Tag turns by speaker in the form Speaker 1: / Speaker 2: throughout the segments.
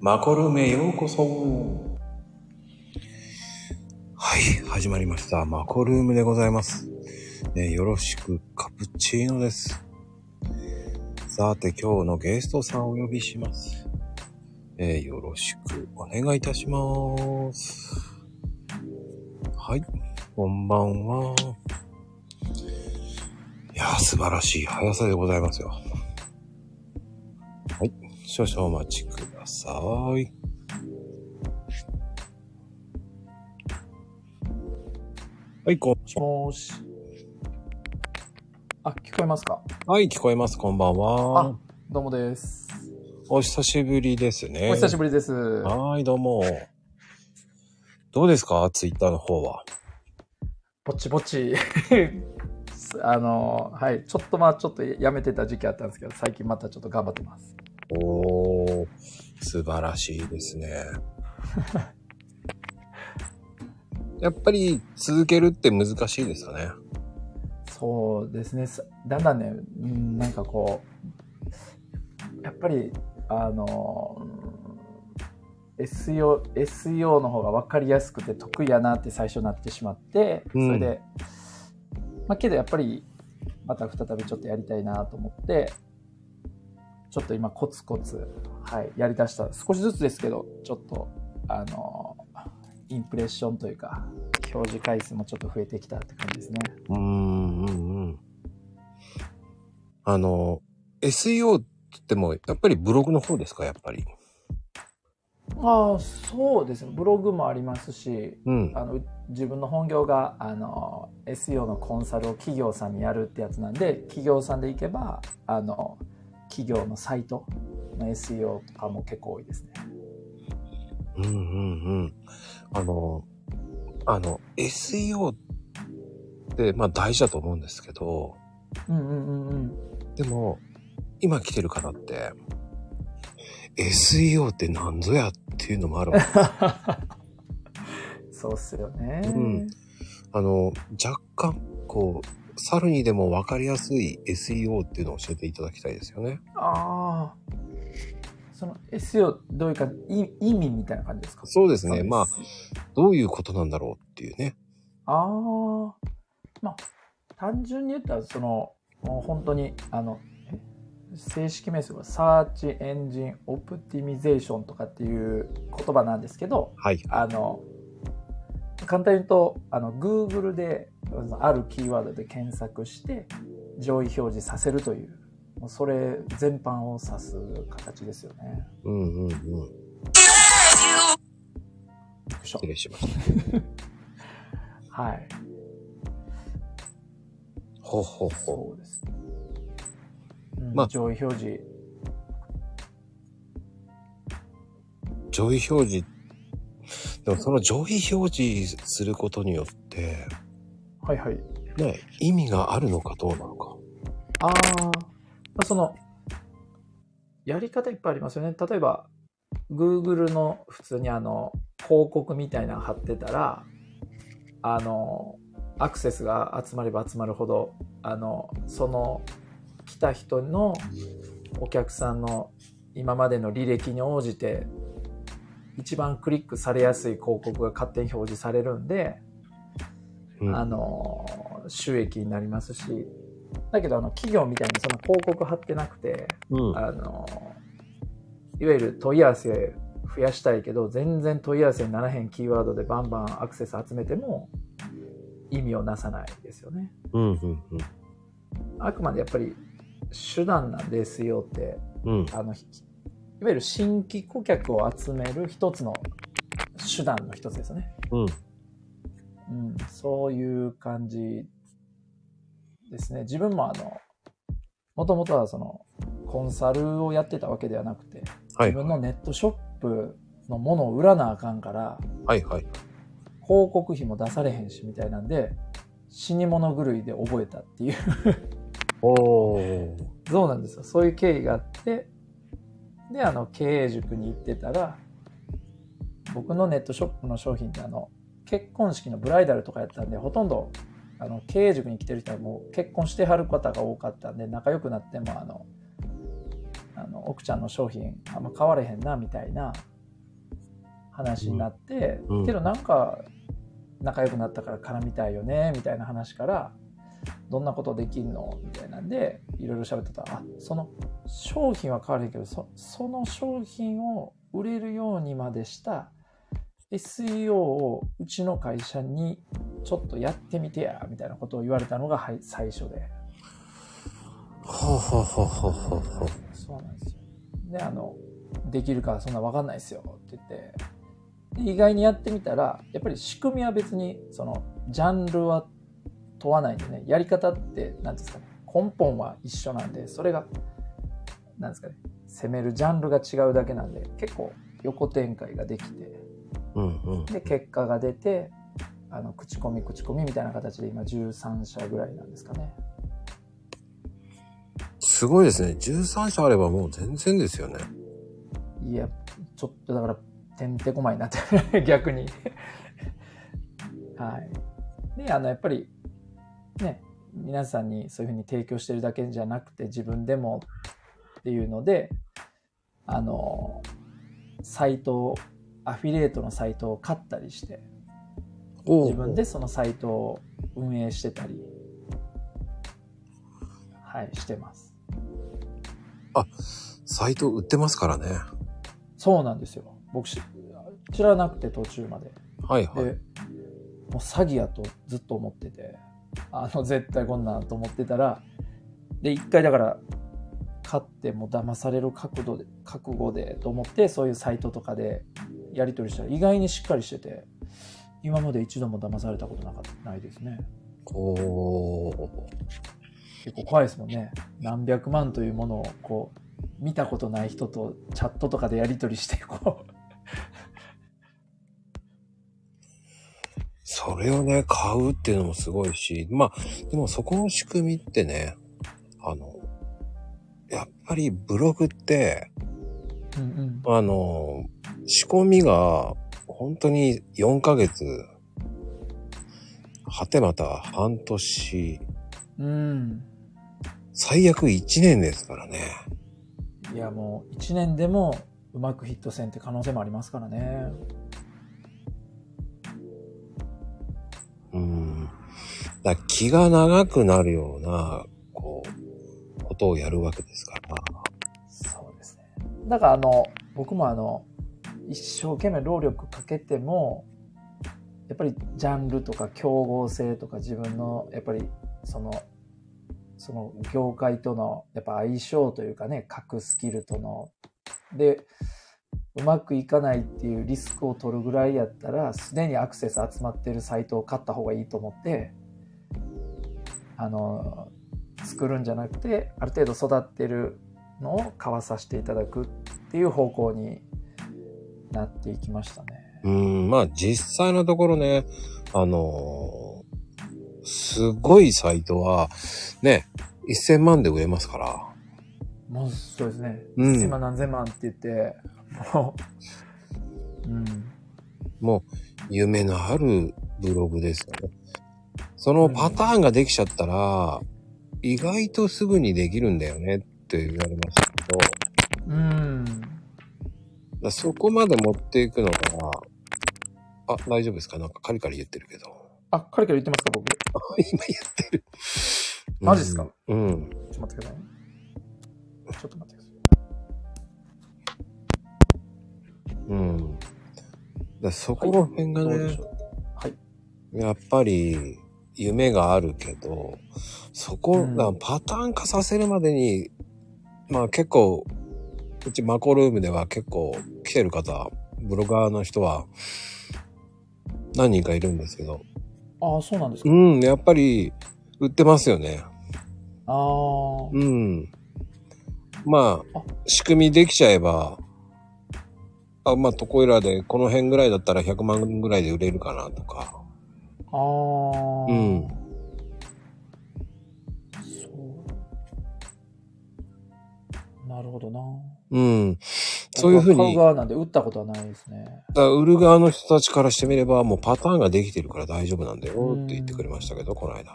Speaker 1: マコルメようこそ。はい、始まりました。マコルームでございます。ね、よろしく、カプチーノです。さて、今日のゲストさんをお呼びします。えーよろしくお願いいたします。はい、こんばんは。いやー、素晴らしい速さでございますよ。はい、少々お待ちください。はい、こん
Speaker 2: もし。あ、聞こえますか
Speaker 1: はい、聞こえます。こんばん
Speaker 2: あ
Speaker 1: は。、
Speaker 2: どうもです。
Speaker 1: お久しぶりですね。
Speaker 2: お久しぶりです。
Speaker 1: はーい、どうも。どうですかツイッターの方は。
Speaker 2: ぼちぼち。 あの、はい、ちょっとまあちょっとやめてた時期あったんですけど、最近またちょっと頑張ってます。
Speaker 1: おー、素晴らしいです ね。やっぱり続けるって難しいですよね。
Speaker 2: そうですね。さだんだんね、うんなんかこう、やっぱり、あの、うん SEO, SEO の方が分かりやすくて得意やなって最初なってしまって、
Speaker 1: うん
Speaker 2: それで、まあ、けどやっぱりまた再びちょっとやりたいなと思って、ちょっと今コツコツ、はい、やりだした。少しずつですけど、ちょっと、あの、インプレッションというか、表示回数もちょっと増えてきたって感じですね。
Speaker 1: うーん、うん、うん。あの、SEO って言っても、やっぱりブログの方ですかやっぱり。
Speaker 2: ああそうですねブログもありますし
Speaker 1: うん。
Speaker 2: あの自分の本業があの SEO のコンサルを企業さんにやるってやつなんで企業さんで行けばあの企業のサイトの SEO とかも結構多いですね。
Speaker 1: うんうんうん。あの、あの、SEO って、まあ大事だと思うんですけど、
Speaker 2: うんうんうんうん。
Speaker 1: でも、今来てる方って、SEO ってなんぞやっていうのもある。
Speaker 2: そうっすよね。
Speaker 1: うんあの、若干、こう、猿にでも分かりやすい SEO っていうのを教えていただきたいですよね。
Speaker 2: ああ。その SEO どういうかい意味みたいな感じですか。
Speaker 1: そうです
Speaker 2: そう
Speaker 1: ね。
Speaker 2: です
Speaker 1: まあ、どういうことなんだろうっていうね。
Speaker 2: ああ、まあ、単純に言ったら、その、もう本当に、あの、え正式名称は、サーチエンジンオプティミゼーションとかっていう言葉なんですけど、
Speaker 1: はい。
Speaker 2: あの、簡単に言うと、あの、Google で、あるキーワードで検索して、上位表示させるという、もうそれ全般を指す形ですよね。
Speaker 1: うんうんうん。
Speaker 2: よいしょ
Speaker 1: 失礼しました。
Speaker 2: はい。
Speaker 1: ほうほうほう。
Speaker 2: そうです。うん
Speaker 1: まあ
Speaker 2: 上位表示。
Speaker 1: 上位表示。でもその上位表示することによって、
Speaker 2: はいはい。
Speaker 1: ね、意味があるのかどうなのか。
Speaker 2: ああ、まあ、その、やり方いっぱいありますよね。例えば、Google の普通にあの、広告みたいなの貼ってたら、あの、アクセスが集まれば集まるほど、あの、その、来た人のお客さんの今までの履歴に応じて、一番クリックされやすい広告が勝手に表示されるんで、
Speaker 1: うん
Speaker 2: あの収益になりますしだけどあの企業みたいにその広告貼ってなくて
Speaker 1: うん。
Speaker 2: あのいわゆる問い合わせ増やしたいけど全然問い合わせにならへんキーワードでバンバンアクセス集めても意味をなさないですよね
Speaker 1: うんうんうん。
Speaker 2: あくまでやっぱり手段なんですよって
Speaker 1: うん。
Speaker 2: あのひいわゆる新規顧客を集める一つの手段の一つですよね
Speaker 1: うん。
Speaker 2: うん、そういう感じですね。自分もあの、もともとはその、コンサルをやってたわけではなくて、
Speaker 1: はい
Speaker 2: 自。分のネットショップのものを売らなあかんから、
Speaker 1: はいはい。
Speaker 2: 広告費も出されへんしみたいなんで、死に物狂いで覚えたっていう、
Speaker 1: おお。
Speaker 2: そうなんですよ。そういう経緯があって、で、あの、経営塾に行ってたら、僕のネットショップの商品ってあの、結婚式のブライダルとかやったんで、ほとんど、あの、経営塾に来てる人はもう結婚してはる方が多かったんで、仲良くなっても、あの、あの奥ちゃんの商品あんま買われへんなみたいな話になって、
Speaker 1: うんうん
Speaker 2: けどなんか仲良くなったから絡みたいよねみたいな話からどんなことできんのみたいなんでいろいろ喋ってたらあその商品は買われへんけどそその商品を売れるようにまでした SEO をうちの会社にちょっとやってみてやみたいなことを言われたのがはい最初で。
Speaker 1: ほうほうほうほうほうほう。
Speaker 2: そうなんですよ。で、あの、できるかそんなわかんないですよって言って、で意外にやってみたら、やっぱり仕組みは別に、その、ジャンルは問わないんでね、やり方って、なんていうんですかね、根本は一緒なんで、それが、なんですかね、攻めるジャンルが違うだけなんで、結構横展開ができて、
Speaker 1: うんうん。
Speaker 2: で、結果が出て、あの、口コミ、口コミみたいな形で今13社ぐらいなんですかね。
Speaker 1: すごいですね。13社あればもう全然ですよね。
Speaker 2: いや、ちょっとだから、てんてこまいになってる、 逆に。はい。で、あの、やっぱり、ね、皆さんにそういうふうに提供してるだけじゃなくて、自分でもっていうので、あの、サイトを、アフィリエイトのサイトを買ったりして、
Speaker 1: おう
Speaker 2: 自分でそのサイトを運営してたり、はい、してます。
Speaker 1: サイト売ってますからね。
Speaker 2: そうなんですよ。僕し知らなくて途中まで。
Speaker 1: はいはい。
Speaker 2: でもう詐欺やとずっと思っててあの絶対こんなんと思ってたらで一回だから勝ってもう騙される覚悟で覚悟でと思ってそういうサイトとかでやり取りしたら意外にしっかりしてて今まで一度も騙されたことなかったないですね
Speaker 1: おー
Speaker 2: 結構怖いですもんね何百万というものをこう見たことない人とチャットとかでやり取りしてこう
Speaker 1: それをね、買うっていうのもすごいし、まあ、でもそこの仕組みってね、あの、やっぱりブログって、
Speaker 2: うんうん
Speaker 1: あの、仕込みが本当に4ヶ月、はてまた半年、
Speaker 2: うん
Speaker 1: 最悪1年ですからね。
Speaker 2: いやもう1年でもうまくヒットせんって可能性もありますからね。
Speaker 1: うん。だから気が長くなるような、こう、ことをやるわけですから。
Speaker 2: そうですね。だからあの、僕もあの、一生懸命労力かけても、やっぱりジャンルとか競合性とか自分の、やっぱりその、その業界とのやっぱ相性というかね、各スキルとの。で、うまくいかないっていうリスクを取るぐらいやったら、すでにアクセス集まってるサイトを買った方がいいと思って、あの、作るんじゃなくて、ある程度育ってるのを買わさせていただくっていう方向になっていきましたね。
Speaker 1: うん、まあ実際のところね、あのーすごいサイトは、ね、1000万で売れますから。
Speaker 2: もうそうですね。
Speaker 1: うん
Speaker 2: 今何千万って言って、もう、うん。
Speaker 1: もう、夢のあるブログですよね。そのパターンができちゃったら、意外とすぐにできるんだよねって言われましたけど、だか
Speaker 2: うん。
Speaker 1: らそこまで持っていくのが、あ、大丈夫ですかなんかカリカリ言ってるけど。
Speaker 2: あ、彼から言ってますか僕。ち
Speaker 1: あ今言ってる。
Speaker 2: マジっすか
Speaker 1: うんうん。
Speaker 2: ょっと待ってくださいね。ちょっと待ってください。
Speaker 1: うん。だからそこら辺が
Speaker 2: ど
Speaker 1: ね、
Speaker 2: うでしょうはい。
Speaker 1: やっぱり夢があるけど、そこ、
Speaker 2: うん
Speaker 1: なパターン化させるまでに、まあ結構、うちマコルームでは結構来てる方、ブロガーの人は何人かいるんですけど、
Speaker 2: ああ、そうなんですか。
Speaker 1: うん、やっぱり売ってますよね。
Speaker 2: ああ、
Speaker 1: うん。まあ
Speaker 2: あ、
Speaker 1: 仕組みできちゃえば、あまあ、トコイラでこの辺ぐらいだったら100万ぐらいで売れるかなとか。
Speaker 2: ああ。
Speaker 1: うん
Speaker 2: そう。なるほどな。
Speaker 1: うん。そういうふう
Speaker 2: 僕は買
Speaker 1: に。
Speaker 2: 側なんで打ったことはないですね。
Speaker 1: だから売る側の人たちからしてみれば、もうパターンができてるから大丈夫なんだよって言ってくれましたけど、この間。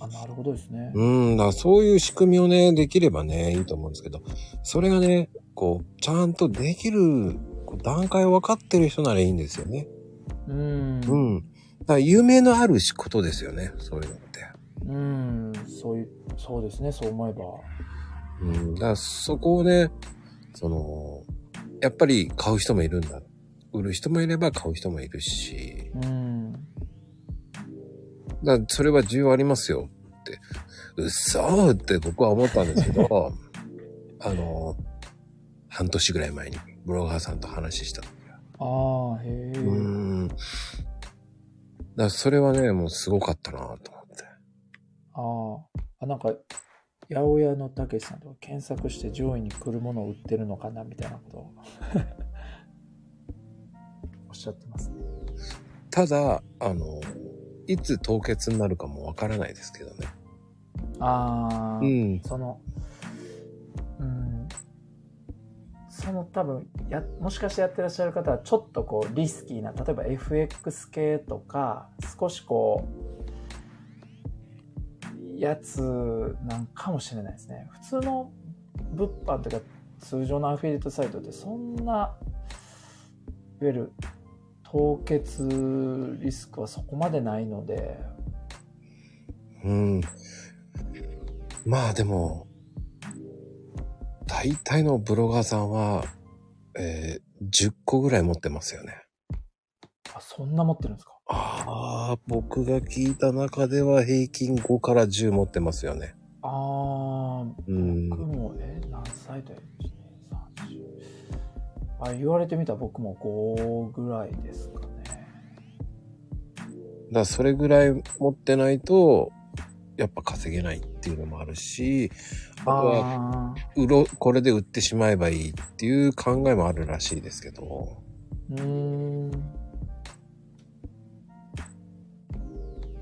Speaker 2: あ、なるほどですね。
Speaker 1: うん、だからそういう仕組みをね、できればね、いいと思うんですけど、それがね、こう、ちゃんとできる、こう段階を分かってる人ならいいんですよね。
Speaker 2: うん。
Speaker 1: う
Speaker 2: うん
Speaker 1: ん。だから夢のある仕事ですよね、そういうのって。。
Speaker 2: そういう、そうですね、そう思えば。
Speaker 1: うん。だからそこをね、その、やっぱり買う人もいるんだ。売る人もいれば買う人もいるし、
Speaker 2: うん。
Speaker 1: だからそれは需要ありますよって、嘘ーって僕は思ったんですけ ど、あの、半年ぐらい前にブロガーさんと話した。
Speaker 2: ああ、へ
Speaker 1: う
Speaker 2: え。
Speaker 1: ーん。だからそれはね、もうすごかったなと思って。
Speaker 2: ああ。あ、なんか、八百屋のたけしさんとか検索して上位に来るものを売ってるのかなみたいなことを おっしゃってますね。
Speaker 1: ただ、あの、いつ凍結になるかもわからないですけどね。
Speaker 2: ああ、
Speaker 1: うん。
Speaker 2: その、うん、その多分や、もしかしてやってらっしゃる方はちょっとこうリスキーな、例えば FX 系とか、少しこう、やつなんかもしれないですね。普通の物販というか、通常のアフィリエイトサイトってそんな、いわゆる凍結リスクはそこまでないので、
Speaker 1: うん。まあでも、大体のブロガーさんは、えー10個ぐらい持ってますよね。
Speaker 2: あ、そんな持ってるんですか
Speaker 1: ああ、僕が聞いた中では平均5から10持ってますよね。
Speaker 2: ああ、
Speaker 1: うん。
Speaker 2: 僕も、え、何歳だよ、1 2 30あ、言われてみたら僕も5ぐらいですかね。
Speaker 1: だからそれぐらい持ってないと、やっぱ稼げないっていうのもあるし、あとは、
Speaker 2: ああ、
Speaker 1: うろ、これで売ってしまえばいいっていう考えもあるらしいですけど、
Speaker 2: うーん。な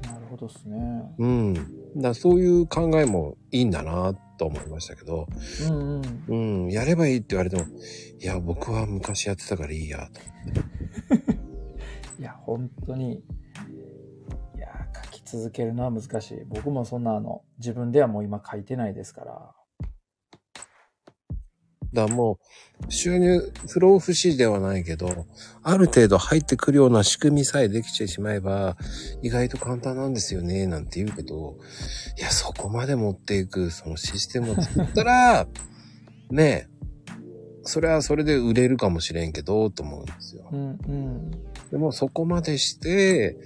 Speaker 2: るほどですね。
Speaker 1: うん。だからそういう考えもいいんだなと思いましたけど、
Speaker 2: うんうん。
Speaker 1: うん、やればいいって言われても、いや、僕は昔やってたからいいや、と。
Speaker 2: いや、本当に、いや、書き続けるのは難しい。僕もそんな、あの、自分ではもう今書いてないですから。
Speaker 1: だからもう、収入、不老不死ではないけど、ある程度入ってくるような仕組みさえできてしまえば、意外と簡単なんですよね、なんて言うけど、いや、そこまで持っていく、そのシステムを作ったら、 ねえ、それはそれで売れるかもしれんけど、と思うんですよ
Speaker 2: う。んうん。
Speaker 1: でもそこまでして、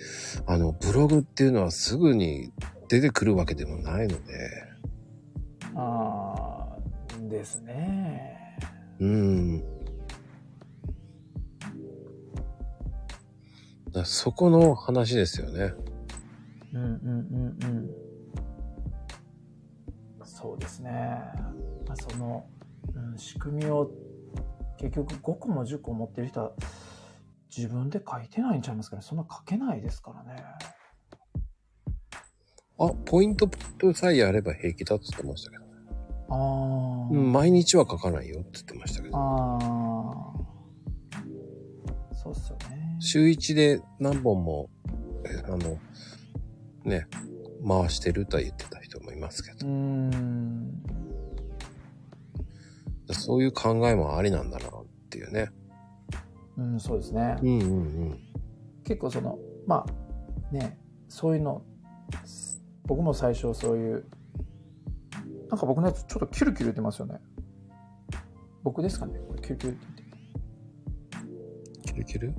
Speaker 1: あの、ブログっていうのはすぐに出てくるわけでもないので、
Speaker 2: ああ、ですね。
Speaker 1: うん。だそこの話ですよね。
Speaker 2: うんうんうんうんそうですね、まあ、その、うん、仕組みを結局5個も10個持ってる人は自分で書いてないんちゃいますかねそんな書けないですからね
Speaker 1: あ、ポイントポップさえやれば平気だって言ってましたけど。
Speaker 2: あー、
Speaker 1: うん毎日は書かないよって言ってましたけど。
Speaker 2: あーそうっすよね
Speaker 1: 週1で何本も、えあの、ね、回してるとは言ってた人もいますけ
Speaker 2: う
Speaker 1: ど。
Speaker 2: ーん
Speaker 1: そういう考えもありなんだなっていうね。
Speaker 2: うんそうですね
Speaker 1: うんうん
Speaker 2: 結構そのまあねそういうのす僕も最初そういうなんか僕のやつちょっとキュルキュル言ってますよね僕ですかねこれキュルキュルって言っ
Speaker 1: うん。
Speaker 2: て
Speaker 1: キルキル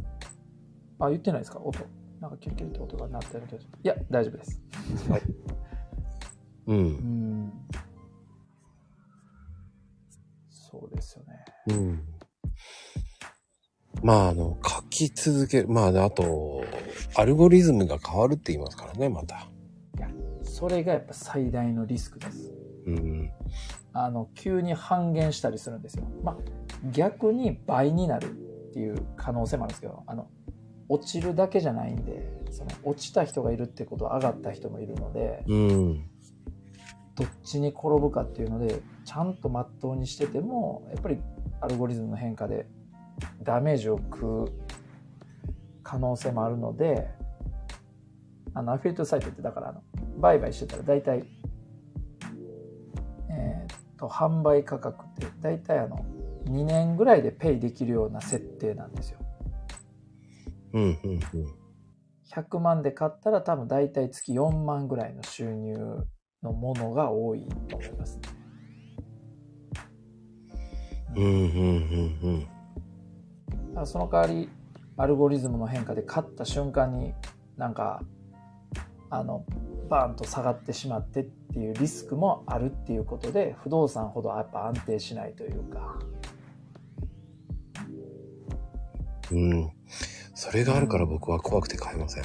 Speaker 2: あ言ってないですか音なんかキュルキュルって音が鳴ってるけどいや大丈夫です
Speaker 1: う。
Speaker 2: うんんそうですよね
Speaker 1: うん。まあ、あの、書き続ける。まあ、であと、アルゴリズムが変わるって言いますからね、また。
Speaker 2: それがやっぱ最大のリスクです
Speaker 1: うん。
Speaker 2: あの急に半減したりするんですよ。まあ、逆に倍になるっていう可能性もあるんですけどあの落ちるだけじゃないんでその落ちた人がいるってことは上がった人もいるので
Speaker 1: うん。
Speaker 2: どっちに転ぶかっていうのでちゃんとまっとうにしててもやっぱりアルゴリズムの変化でダメージを食う可能性もあるのであのアフィリエイトサイトってだからあの売買してたら大体、えーっと、販売価格って大体あの、2年ぐらいでペイできるような設定なんですよ。
Speaker 1: うん、うん、うん。
Speaker 2: 100万で買ったら多分大体月4万ぐらいの収入のものが多いと思いますね。
Speaker 1: うん、うん、うん、うん。
Speaker 2: だからその代わりアルゴリズムの変化で勝った瞬間になんかあのバーンと下がってしまってっていうリスクもあるっていうことで不動産ほどやっぱ安定しないというか
Speaker 1: うん。それがあるから僕は怖くて買えません。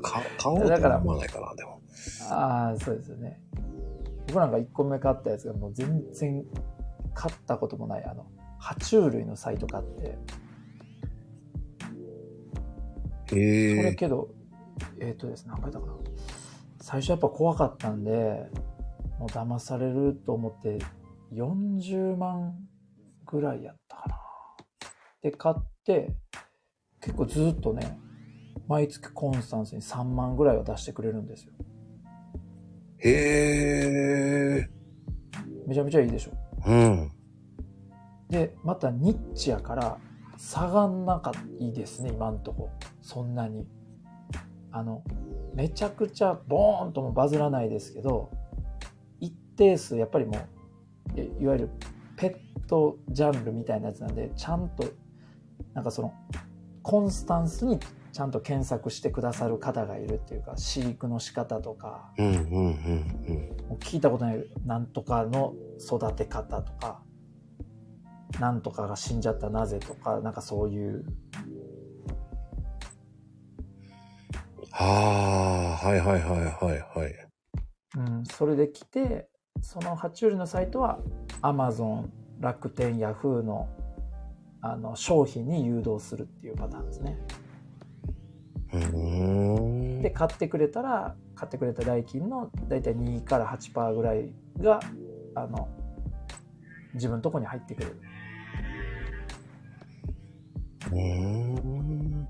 Speaker 1: か買おう
Speaker 2: だ
Speaker 1: とは
Speaker 2: から
Speaker 1: 思わないかな、でも。
Speaker 2: ああそうですよね僕なんか1個目買ったやつがもう全然買ったこともないあの爬虫類のサイト買ってそ
Speaker 1: へ
Speaker 2: れ
Speaker 1: え。
Speaker 2: けど、えっ、とですね、何回だかな。最初やっぱ怖かったんで、もう騙されると思って、40万ぐらいやったかな。で、買って、結構ずっとね、毎月コンスタンスに3万ぐらいは出してくれるんですよ。
Speaker 1: へえ。
Speaker 2: めちゃめちゃいいでしょ。
Speaker 1: うん。
Speaker 2: で、またニッチやから、下がんなかいいですね、今んとこ。そんなに。あの、めちゃくちゃボーンともバズらないですけど、一定数やっぱりもう、えいわゆるペットジャンルみたいなやつなんで、ちゃんと、なんかその、コンスタンスにちゃんと検索してくださる方がいるっていうか、飼育の仕方とか、
Speaker 1: うん、うん、うん、
Speaker 2: もう聞いたことないなんとかの育て方とかなんとかが死んじゃったなぜとかなんかそういう
Speaker 1: うん。ああ、はいはいはいはいはい。
Speaker 2: うん、それで来てその爬虫類のサイトはアマゾン楽天ヤフーのあの商品に誘導するっていうパターンですね。
Speaker 1: うーん。
Speaker 2: で買ってくれたら買ってくれた代金の大体2から8%ぐらいがあの自分のとこに入ってくる
Speaker 1: うーん。
Speaker 2: うん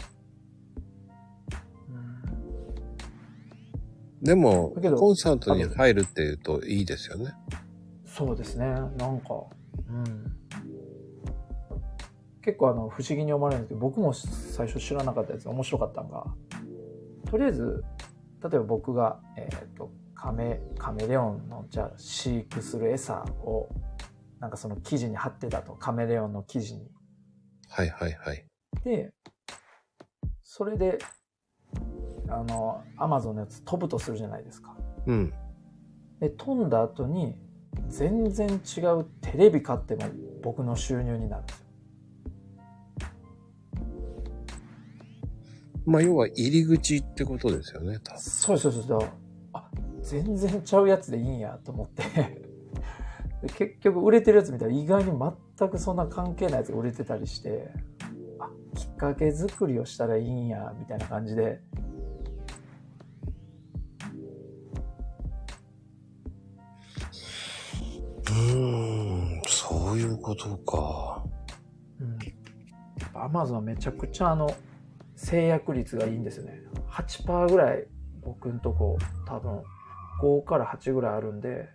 Speaker 1: でも
Speaker 2: だけ、ど
Speaker 1: コンスタントに入るっていうといいですよね。
Speaker 2: そうですねなんかうん結構あの不思議に思われるんですけど僕も最初知らなかったやつ面白かったのがとりあえず例えば僕が、えー、とカメカメレオンのじゃあ飼育する餌をなんかその生地に貼ってたとカメレオンの生地に
Speaker 1: はいはいはい。
Speaker 2: でそれであのアマゾンのやつ飛ぶとするじゃないですか
Speaker 1: うん。
Speaker 2: で飛んだ後に全然違うテレビ買っても僕の収入になるんですよ
Speaker 1: まあ、要は入り口ってことですよね、多分
Speaker 2: そうそうそうそうあ全然ちゃうやつでいいんやと思って で結局売れてるやつ見たら意外に全くそんな関係ないやつが売れてたりしてあきっかけ作りをしたらいいんやみたいな感じで
Speaker 1: うーん、そういうことか。
Speaker 2: うんやっぱアマゾンめちゃくちゃあの制約率がいいんですよね8%ぐらい僕んとこ多分5から8ぐらいあるんで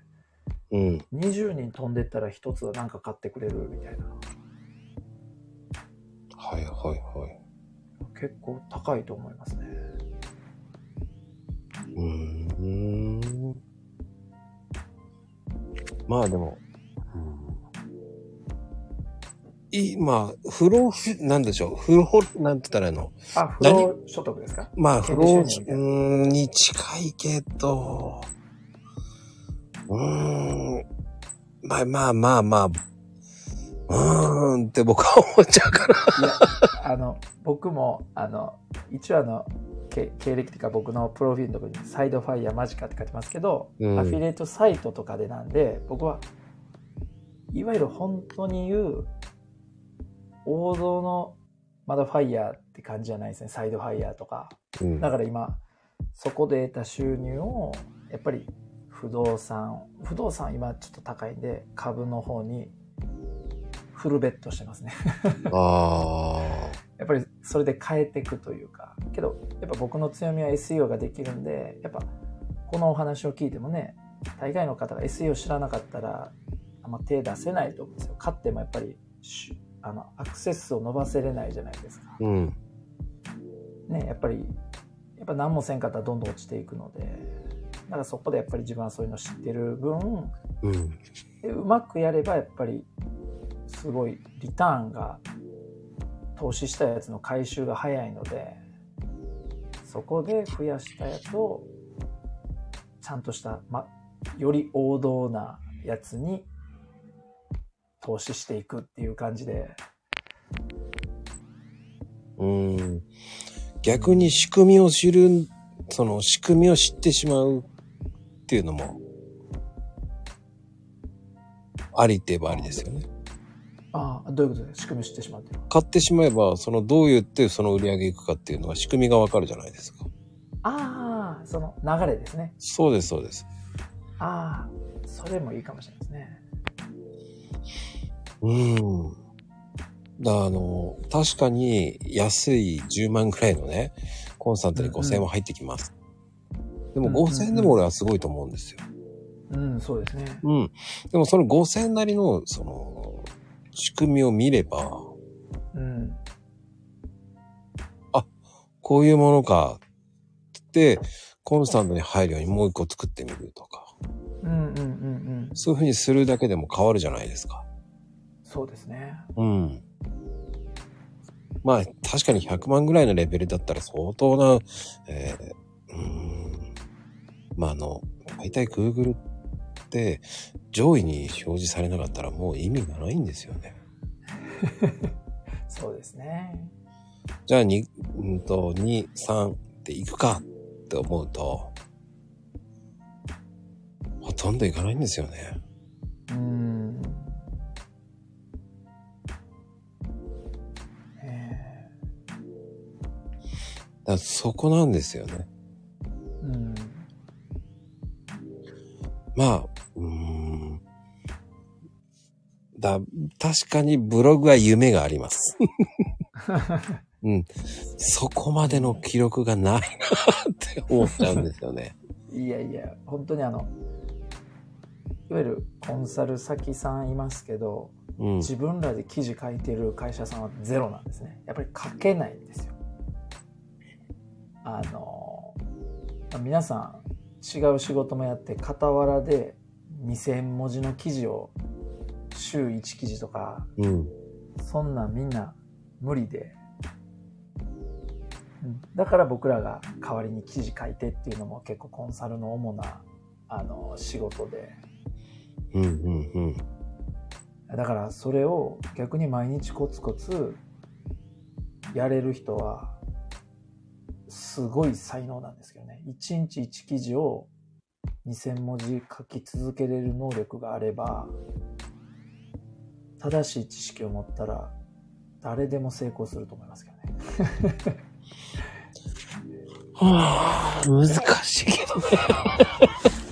Speaker 1: うん。
Speaker 2: 20人飛んでったら1つは何か買ってくれるみたいな
Speaker 1: はいはいはい。
Speaker 2: 結構高いと思いますね
Speaker 1: うーん。まあでも、いい、まあ、不労、なんでしょう。不労、なんて言ったらいいの。
Speaker 2: あ不労所得ですか
Speaker 1: まあ、不労、う
Speaker 2: 権利収入みたいな
Speaker 1: ーん、に近いけど、うーん、まあまあまあまあ、うーんって僕は思っちゃうから。
Speaker 2: いや あの僕もあの一応あのけ経歴というか僕のプロフィールのところに「サイドファイヤーマジか」って書いてますけど、
Speaker 1: うん
Speaker 2: アフィリエイトサイトとかでなんで僕はいわゆる本当に言う王道のまだファイヤーって感じじゃないですねサイドファイヤーとか
Speaker 1: うん
Speaker 2: だから今そこで得た収入をやっぱり不動産不動産今ちょっと高いんで株の方にフルベットしてますね
Speaker 1: ああ。
Speaker 2: やっぱりそれで変えていくというかけどやっぱ僕の強みは SEO ができるんでやっぱこのお話を聞いてもね大概の方が SEO 知らなかったらあんま手出せないと思うんですよ勝ってもやっぱりしあのアクセス数を伸ばせれないじゃないですか
Speaker 1: うん。
Speaker 2: ねやっぱりやっぱ何もせんかったらどんどん落ちていくのでだからそこでやっぱり自分はそういうの知ってる分
Speaker 1: うん。
Speaker 2: でうまくやればやっぱりすごいリターンが投資したやつの回収が早いのでそこで増やしたやつをちゃんとした、ま、より王道なやつに投資していくっていう感じで
Speaker 1: うん。逆に仕組みを知る、その仕組みを知ってしまうっていうのも、ありって言えばありですよね。
Speaker 2: ああどういうことで仕組みを知ってしまうっていうのは
Speaker 1: 買ってしまえば、そのどう言ってその売り上げいくかっていうのが仕組みがわかるじゃないですか。
Speaker 2: ああその流れですね
Speaker 1: そうです、そうです。
Speaker 2: ああそれもいいかもしれないですね
Speaker 1: うん。だあの、確かに安い10万ぐらいのね、コンスタントに5000円は入ってきます。で
Speaker 2: うん
Speaker 1: も5000円でも俺はすごいと思うんですよ。
Speaker 2: うんそうですね
Speaker 1: うん。でもその5000円なりの、その、仕組みを見れば、
Speaker 2: うん
Speaker 1: こういうものか、って、コンスタントに入るようにもう一個作ってみるとか、
Speaker 2: うんうんうんうん
Speaker 1: そういうふうにするだけでも変わるじゃないですか。
Speaker 2: そうですね
Speaker 1: うん。まあ、確かに100万ぐらいのレベルだったら相当な、えー、うーん。まあ、あの、大体 Google って上位に表示されなかったらもう意味がないんですよね。
Speaker 2: そうですね。
Speaker 1: じゃあ、に、うんと、2、3っていくかって思うと、ほとんどいかないんですよね。
Speaker 2: うーん。え
Speaker 1: だからそこなんですよね。
Speaker 2: ーうん。
Speaker 1: まあ、うーん。だ、確かにブログは夢があり ます。うん。そこまでの記録がないなって思っちゃうんですよ ね。
Speaker 2: いやいや、本当にあの、いわゆるコンサル先さんいますけど、
Speaker 1: うん。
Speaker 2: 自分らで記事書いてる会社さんはゼロなんですね。やっぱり書けないんですよ。あの、まあ皆さん違う仕事もやって、傍らで2000文字の記事を週1記事とか
Speaker 1: うん。
Speaker 2: そんなんみんな無理で。うんだから僕らが代わりに記事書いてっていうのも結構コンサルの主なあの仕事で。
Speaker 1: うん。うん。うん。
Speaker 2: だからそれを逆に毎日コツコツやれる人はすごい才能なんですけどね。1日1記事を2000文字書き続けれる能力があれば正しい知識を持ったら誰でも成功すると思いますけどね。
Speaker 1: はあ、難しいけ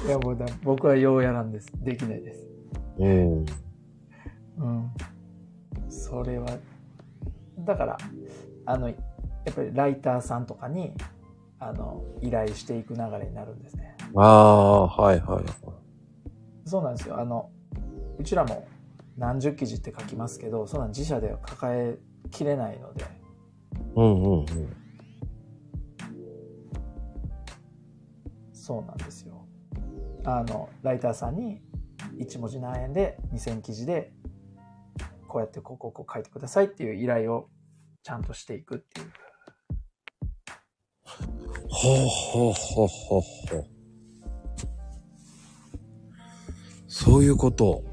Speaker 1: ど。
Speaker 2: いやもうだ僕はようやらんです。できないです。
Speaker 1: うん。
Speaker 2: うん。それは、だから、あの、やっぱりライターさんとかに、あの、依頼していく流れになるんですね。
Speaker 1: ああ、はいはい。
Speaker 2: そうなんですよ。あの、うちらも何十記事って書きますけど、そんなん自社では抱えきれないので、
Speaker 1: うんうんうん。
Speaker 2: そうなんですよ。あの、ライターさんに、1文字何円で2000記事で、こうやってこうこうこう書いてくださいっていう依頼をちゃんとしていくっていう。
Speaker 1: ほうほうほうほうほう。そういうこと。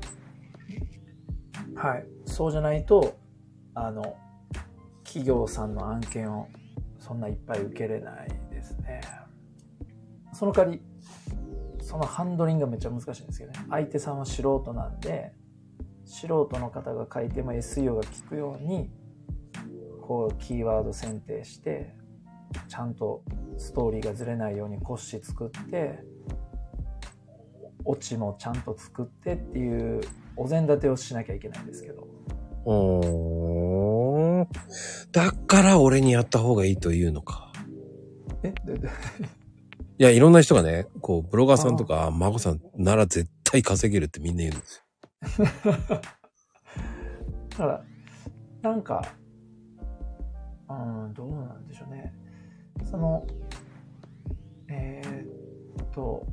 Speaker 2: はい、そうじゃないとあの企業さんの案件をそんないっぱい受けれないですねその代わりそのハンドリングがめっちゃ難しいんですけどね相手さんは素人なんで素人の方が書いても SEO が効くようにこうキーワード選定してちゃんとストーリーがずれないように骨子作ってオチもちゃんと作ってっていうお膳立てをしなきゃいけないんですけど
Speaker 1: うーん。ん。だから俺にやった方がいいというのか。
Speaker 2: えで
Speaker 1: い
Speaker 2: で
Speaker 1: や、いろんな人がね、こう、ブロガーさんとか、あ孫さんなら絶対稼げるってみんな言うんです
Speaker 2: だからなんかうんどうなんでしょうねそのえーっと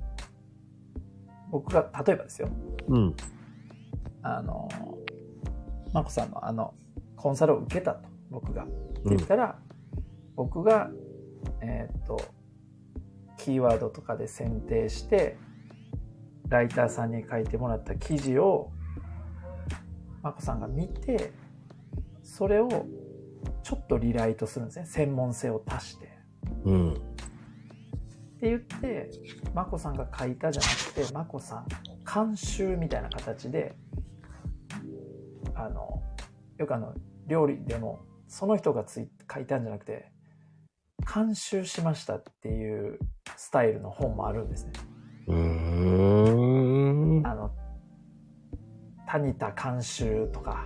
Speaker 2: 僕が例えばですよ
Speaker 1: よ。うん。
Speaker 2: あの眞子さんのあのコンサルを受けたと僕がって言ったら、僕がえーっとキーワードとかで選定してライターさんに書いてもらった記事を眞子さんが見てそれをちょっとリライトするんですね専門性を足して。
Speaker 1: うん。
Speaker 2: って言って眞子さんが書いたじゃなくて眞子さん監修みたいな形であのよくあの料理でもその人がつい書いたんじゃなくて監修しましたっていうスタイルの本もあるんですね。
Speaker 1: うーん。
Speaker 2: あの谷田監修とか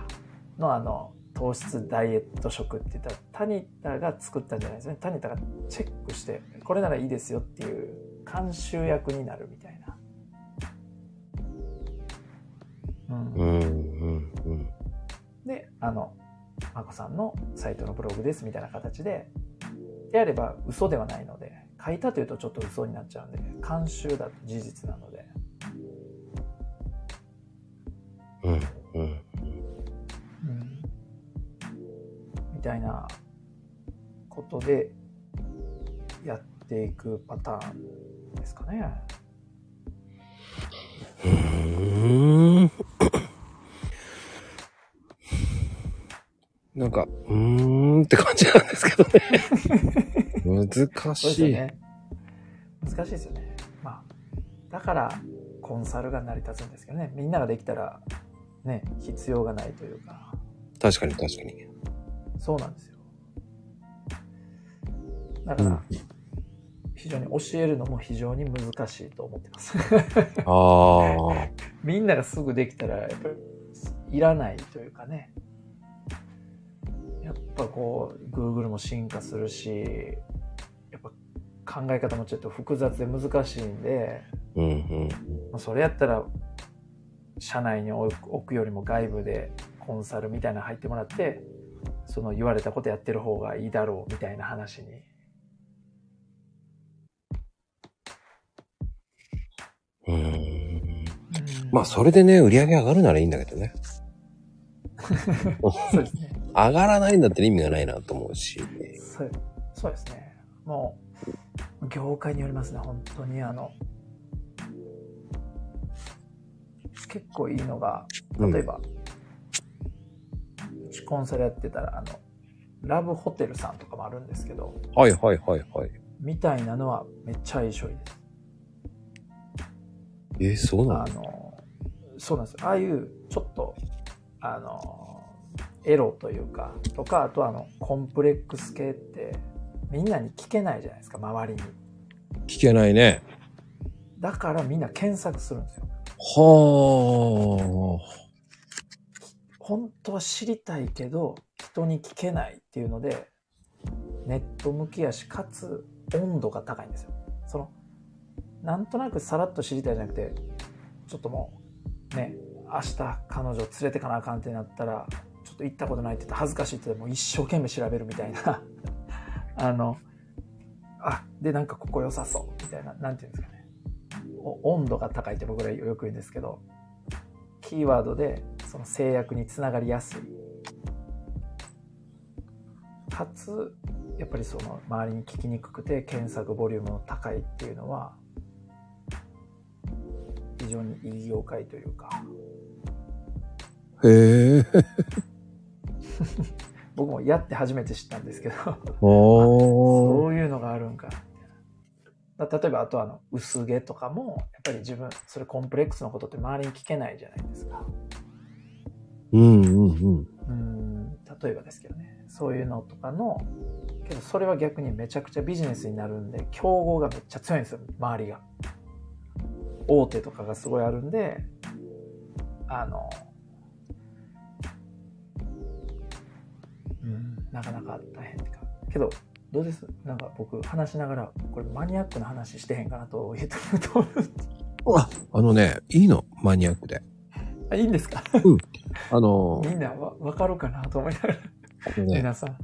Speaker 2: のあの糖質ダイエット食って言ったら谷田が作ったんじゃないですね谷田がチェックしてこれならいいですよっていう監修役になるみたいな、うん
Speaker 1: うん。うん。うん。
Speaker 2: であの眞子さんのサイトのブログですみたいな形でであれば嘘ではないので書いたというとちょっと嘘になっちゃうんで監修だと事実なので
Speaker 1: うん。うん。
Speaker 2: うんみたいなことでやっていくパターンですかね。
Speaker 1: うーんなんか、うーんって感じなんですけど ね。難
Speaker 2: そうで
Speaker 1: し
Speaker 2: すよ
Speaker 1: い。
Speaker 2: ね。難しいですよね。まあ、だからコンサルが成り立つんですけどね。みんなができたらね、必要がないというか、
Speaker 1: 確かに確かに。
Speaker 2: そうなんですよ。だから、
Speaker 1: うん
Speaker 2: 非常に教えるのも非常に難しいと思ってます。
Speaker 1: ああ。
Speaker 2: みんながすぐできたら、やっぱりいらないというかね。やっぱこう、Google も進化するし、やっぱ考え方もちょっと複雑で難しいんで、
Speaker 1: うんうん。
Speaker 2: まあそれやったら、社内に置く置くよりも外部でコンサルみたいなの入ってもらって、その言われたことやってる方がいいだろうみたいな話に
Speaker 1: うーんまあ、そ
Speaker 2: れ。
Speaker 1: れでね、売り上げ上がるならいいんだけどね。
Speaker 2: そうですね。
Speaker 1: 上がらないんだって意味がないなと思うし。
Speaker 2: そうそうですね。もう、業界によりますね、本当に。あの、結構いいのが、
Speaker 1: うん
Speaker 2: 例え。ば、うちコンサルやってたら、あの、ラブホテルさんとかもあるんですけど、
Speaker 1: はいはいはいはい。
Speaker 2: みたいなのはめっちゃ相性いいです。
Speaker 1: えーそうな
Speaker 2: あの、そうなんです。ああいう、ちょっと、あの、エロというか、とか、あとあの、コンプレックス系って、みんなに聞けないじゃないですか、周りに。
Speaker 1: の聞けないね。
Speaker 2: だからみんな検索するんですよ。
Speaker 1: はあ。
Speaker 2: 本当は知りたいけど人に聞けないっていうのでネット向きやしかつ温度が高いんですよ。そのなんとなくさらっと知りたいじゃなくてちょっともうね明日彼女連れてかなあかんってなったらちょっと行ったことないって言って恥ずかしいって言ってもう一生懸命調べるみたいな あのあでなんかここ良さそうみたいななんていうんですかねお温度が高いって僕らよく言うんですけどキーワードでその制約につながりやすいかつやっぱりその周りに聞きにくくて検索ボリュームの高いっていうのは非常にいい業界というか
Speaker 1: へえ。
Speaker 2: 僕もやって初めて知ったんですけど
Speaker 1: お
Speaker 2: そ
Speaker 1: ー
Speaker 2: ういうのがあるんかみたいなだ例えばあとあの薄毛とかもやっぱり自分それコンプレックスのことって周りに聞けないじゃないですか。
Speaker 1: うんうんうん。
Speaker 2: うん例えばですけどねそういうのとかのけどそれは逆にめちゃくちゃビジネスになるんで競合がめっちゃ強いんですよ周りが大手とかがすごいあるんであのうんなかなか大変ってか。けど、どうですなんか僕、話しながら、これマニアックな話してへんかなと言うと、どう
Speaker 1: あ、あのね、いいの、マニアックで。
Speaker 2: あいいんですか
Speaker 1: あの
Speaker 2: み、んなわわかるかなと思いながら、
Speaker 1: これね、
Speaker 2: 皆さん。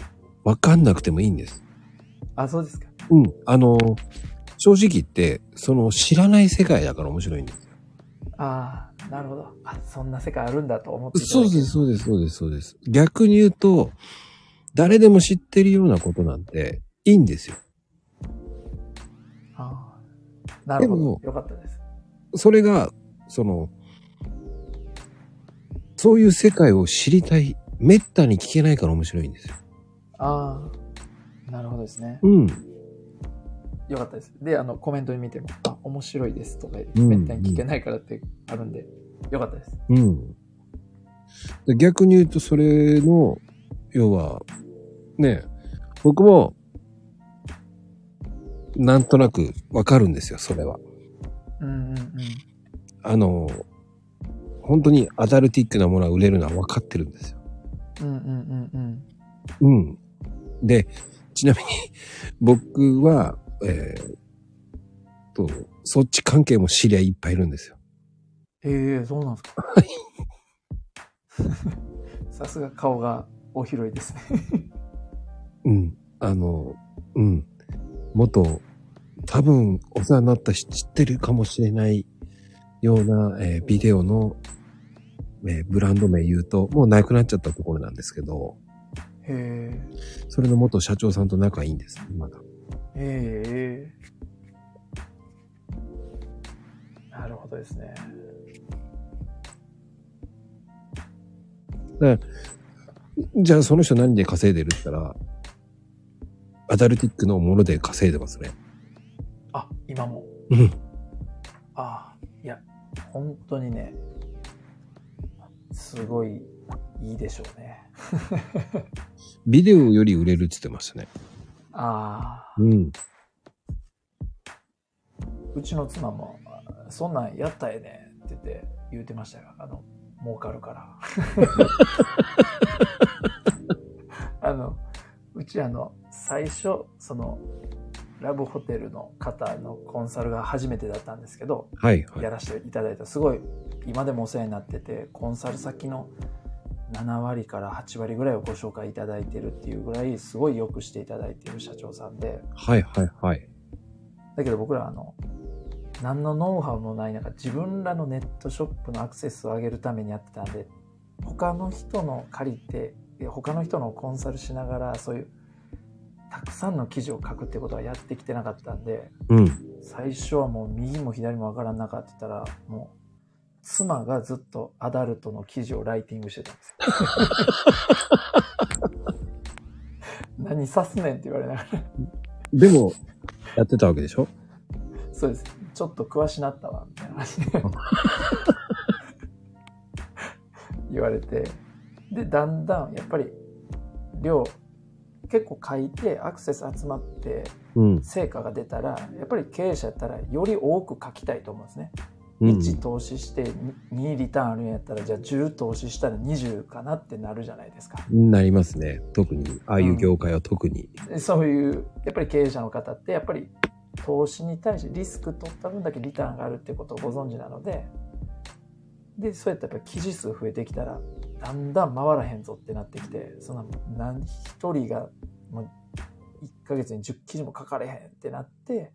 Speaker 1: わかんなくてもいいんです。
Speaker 2: あ、そうですか。
Speaker 1: うん。あの、正直言って、その知らない世界だから面白いんです。
Speaker 2: ああ、なるほど。あ、そんな世界あるんだと思っていただ
Speaker 1: そ
Speaker 2: け
Speaker 1: うです、。そうです、そうです、そうです。逆に言うと、誰でも知ってるようなことなんていいんですよ。
Speaker 2: ああ、なるほ
Speaker 1: で
Speaker 2: ど
Speaker 1: も。
Speaker 2: よかったです。
Speaker 1: それが、その、そういう世界を知りたい。めったに聞けないから面白いんですよ。
Speaker 2: ああ、なるほどですね。
Speaker 1: うん。
Speaker 2: よかったです。で、あの、コメントに見ても、あ、面白いですとか、
Speaker 1: ん
Speaker 2: めったに聞けないからってあるんで、よかったです。
Speaker 1: うん。で逆に言うと、それの、要は、ね、僕も、なんとなくわかるんですよ、それは。
Speaker 2: うんうんうん。
Speaker 1: あの、本当にアダルティックなものは売れるのはわかってるんですよ。
Speaker 2: うんうんうんうん。
Speaker 1: うん。で、ちなみに、 僕は、えー、と、そっち関係も知り合いいっぱいいるんですよ。
Speaker 2: ええそうなんですか。 さすが顔がお広いですね。
Speaker 1: うん。あの、うん。元、多分お世話になったし、知ってるかもしれないような、えービデオの、えーブランド名言うと、もうなくなっちゃったところなんですけど、
Speaker 2: へ
Speaker 1: それの元社長さんと仲いいんです、まだ。
Speaker 2: え、ええ。なるほどですね。
Speaker 1: じゃあその人何で稼いでるって言ったら、アダルティックのもので稼いでますね。
Speaker 2: あ、今も。
Speaker 1: うん。
Speaker 2: ああ、いや、本当にね、すごいいいでしょうね。
Speaker 1: ビデオより売れるって言ってましたね。
Speaker 2: ああ、
Speaker 1: うん。
Speaker 2: うちの妻も、あそんなんやったらええねんって言って、言うてましたよ。あの、儲かるから。 あの、うちあの、最初、その、ラブホテルの方のコンサルが初めてだったんですけど、
Speaker 1: はいは
Speaker 2: や
Speaker 1: い。
Speaker 2: らせていただいたすごい今でもお世話になっててコンサル先の7割から8割ぐらいをご紹介いただいてるっていうぐらいすごいよくしていただいてる社長さんで
Speaker 1: はいはいはい。
Speaker 2: だけど僕らあの何のノウハウもない中自分らのネットショップのアクセスを上げるためにやってたんで他の人の借りてで他の人のコンサルしながらそういうたくさんの記事を書くってことはやってきてなかったんで
Speaker 1: うん。
Speaker 2: 最初はもう右も左もわからんなかって言ったらもう妻がずっとアダルトの記事をライティングしてたんですよ何さすねんって言われながら
Speaker 1: でも、やってたわけでしょ
Speaker 2: そうですちょっと詳しなったわみたいな話で言われてでだんだんやっぱり量結構書いてアクセス集まって
Speaker 1: うん。
Speaker 2: 成果が出たらやっぱり経営者やったらより多く書きたいと思うんですね
Speaker 1: うん。
Speaker 2: 1投資して2リターンあるんやったらじゃあ10投資したら20かなってなるじゃないですか
Speaker 1: なりますね。特に、ああいう業界は特に。
Speaker 2: で そういうやっぱり経営者の方ってやっぱり投資に対してリスク取った分だけリターンがあるっていうことをご存知なのででそうやってやっぱり記事数増えてきたらだんだん回らへんぞってなってきてそんな何一人がもう1ヶ月に10記事も書かれへんってなって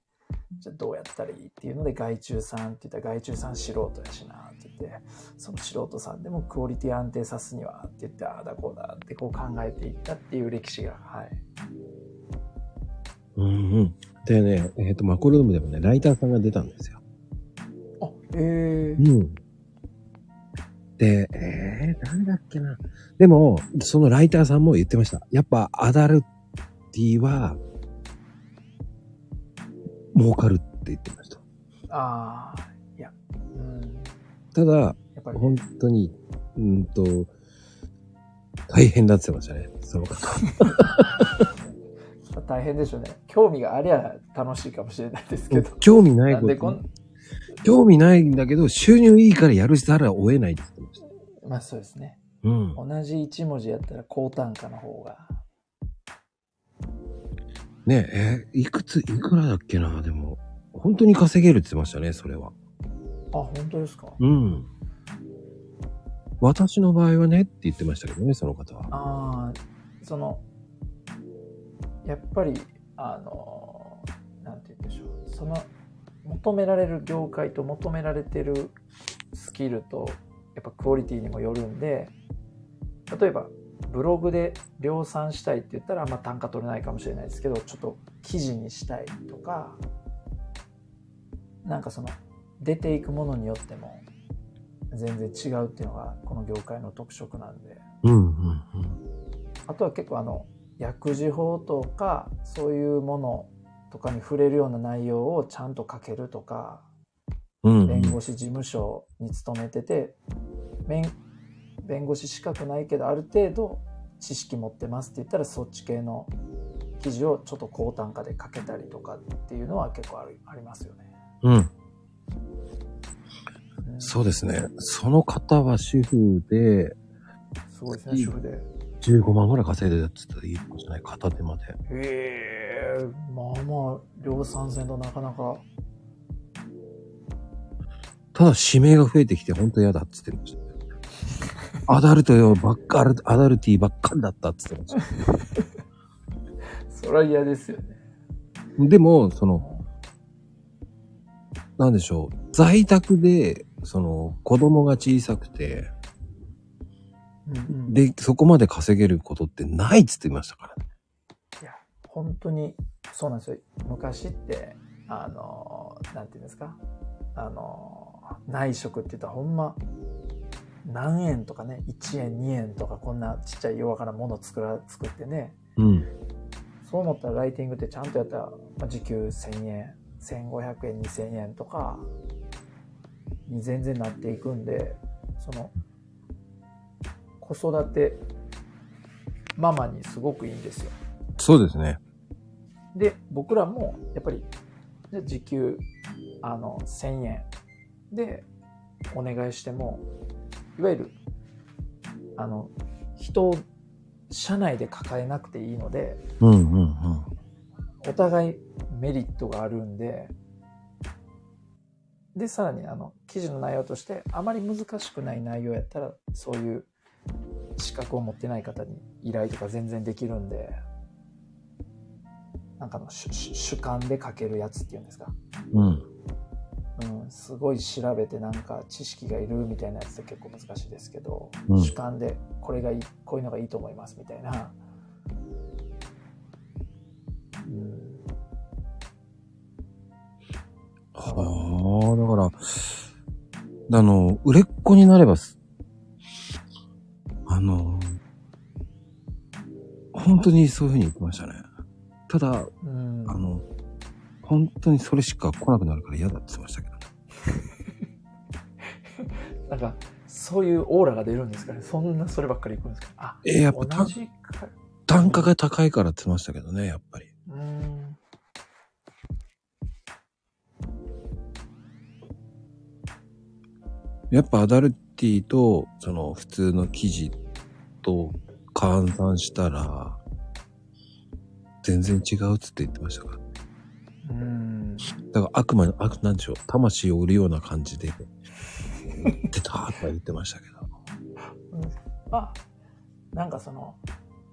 Speaker 2: じゃあどうやったらいいっていうので外注さんって言ったら外注さん素人やしなって言ってその素人さんでもクオリティ安定さすにはって言ってああだこうだってこう考えていったっていう歴史がはい。
Speaker 1: うんうん。でね、えっ、と、マコルームでもね、ライターさんが出たんですよ。
Speaker 2: あ、ええ
Speaker 1: うん。で、えー、誰だっけな。でも、そのライターさんも言ってました。やっぱ、アダルティは、儲かるって言ってました。
Speaker 2: ああ、いや、うん、
Speaker 1: ただ、
Speaker 2: やっぱり、
Speaker 1: 本当に、うんと、大変だって言ってましたね。その方。
Speaker 2: 大変でしょうね。興味がありゃ楽しいかもしれないですけど。
Speaker 1: 興味ない
Speaker 2: なん
Speaker 1: こ
Speaker 2: でこん
Speaker 1: と。、興味ないんだけど、収入いいからやるしたら追えないって言ってました。
Speaker 2: まあそうですね。
Speaker 1: うん。
Speaker 2: 同じ一文字やったら高単価の方が
Speaker 1: ねえ、えーいくつ、いくらだっけな、でも。本当に稼げるって言ってましたね、それは。
Speaker 2: あ、本当ですか。
Speaker 1: うん。私の場合はねって言ってましたけどね、その方は。
Speaker 2: ああ、その、やっぱり、あの、なんて言うんでしょう。その、求められる業界と求められてるスキルと、やっぱクオリティにもよるんで、例えば、ブログで量産したいって言ったら、あんま単価取れないかもしれないですけど、ちょっと記事にしたいとか、なんかその、出ていくものによっても、全然違うっていうのが、この業界の特色なんで。
Speaker 1: うんうんうん。
Speaker 2: あとは結構あの薬事法とかそういうものとかに触れるような内容をちゃんと書けるとか
Speaker 1: うん、
Speaker 2: 弁護士事務所に勤めてて弁弁護士資格ないけどある程度知識持ってますって言ったらそっち系の記事をちょっと高単価で書けたりとかっていうのは結構あるありますよね。
Speaker 1: うん。
Speaker 2: うん
Speaker 1: そうですね。その方は主婦で、
Speaker 2: すごいですね主婦で。
Speaker 1: 15万ぐらい稼いでたって言ってたらいいかもしれない。片手まで。
Speaker 2: へえまあまあ量産線となかなか
Speaker 1: ただ、指名が増えてきて、本当嫌だって言ってました。アダルトよばっかり、アダルティばっかりだったって言ってまし
Speaker 2: それは嫌ですよね。
Speaker 1: た。でも、その、なんでしょう。在宅で、その、子供が小さくて、
Speaker 2: うんうん
Speaker 1: で、そこまで稼げることってないって言ってましたからね。
Speaker 2: いや本当にそうなんですよ昔ってあのなんていうんですかあの内職って言ったらほんま何円とかね1円2円とかこんなちっちゃい弱からもの作ら作ってね
Speaker 1: うん。
Speaker 2: そう思ったらライティングってちゃんとやったら、まあ、時給1,000円1,500円2,000円とかに全然なっていくんでその子育てママにすごくいいんですよ。
Speaker 1: そうですね。
Speaker 2: で、僕らも、やっぱり、じゃあ時給、あの、1000円でお願いしても、いわゆる、あの、人を社内で抱えなくていいので、
Speaker 1: うんうんうん。
Speaker 2: お互いメリットがあるんで、で、さらに、あの、記事の内容として、あまり難しくない内容やったら、そういう資格を持ってない方に依頼とか全然できるんで、なんかあの主主主観で書けるやつっていうんですか。
Speaker 1: うん。
Speaker 2: うん、すごい調べてなんか知識がいるみたいなやつって結構難しいですけど、
Speaker 1: うん
Speaker 2: 主観でこれがいいこういうのがいいと思いますみたいな、うん、
Speaker 1: はあ、だから、あの、売れっ子になればす、あの、本当にそういうふうに言ってましたね。ただ、
Speaker 2: うん
Speaker 1: あの、本当にそれしか来なくなるから嫌だって言ってましたけどね。
Speaker 2: なんかそういうオーラが出るんですかねそんなそればっかりいくんですかあ
Speaker 1: えーやっ
Speaker 2: 同
Speaker 1: ぱ単
Speaker 2: じか
Speaker 1: 単価が高いからって言ってましたけどね、やっぱり。
Speaker 2: うん
Speaker 1: やっぱアダルティと、その普通の記事と換算したら、全然違うっつって言ってましたから。
Speaker 2: うん
Speaker 1: だから悪魔の、悪、なんでしょう、魂を売るような感じで、 言ってたとか言ってましたけど。
Speaker 2: まあなんかその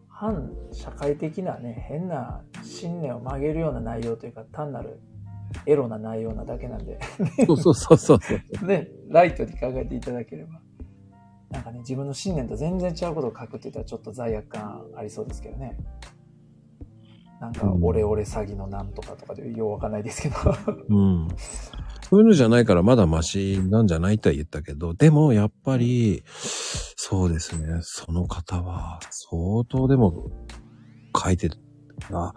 Speaker 2: 反社会的なね変な信念を曲げるような内容というか単なるエロな内容なだけなんで
Speaker 1: そうそうそうそう。
Speaker 2: ねライトに考えていただければなんかね自分の信念と全然違うことを書くって言ったらちょっと罪悪感ありそうですけどねなんか
Speaker 1: う
Speaker 2: 「
Speaker 1: ん
Speaker 2: オレオレ詐欺のなんとか」とかでようわかんないですけど
Speaker 1: うん。そういうのじゃないからまだマシなんじゃないとは言ったけど、でもやっぱり、そうですね、その方は相当でも書いてた。だか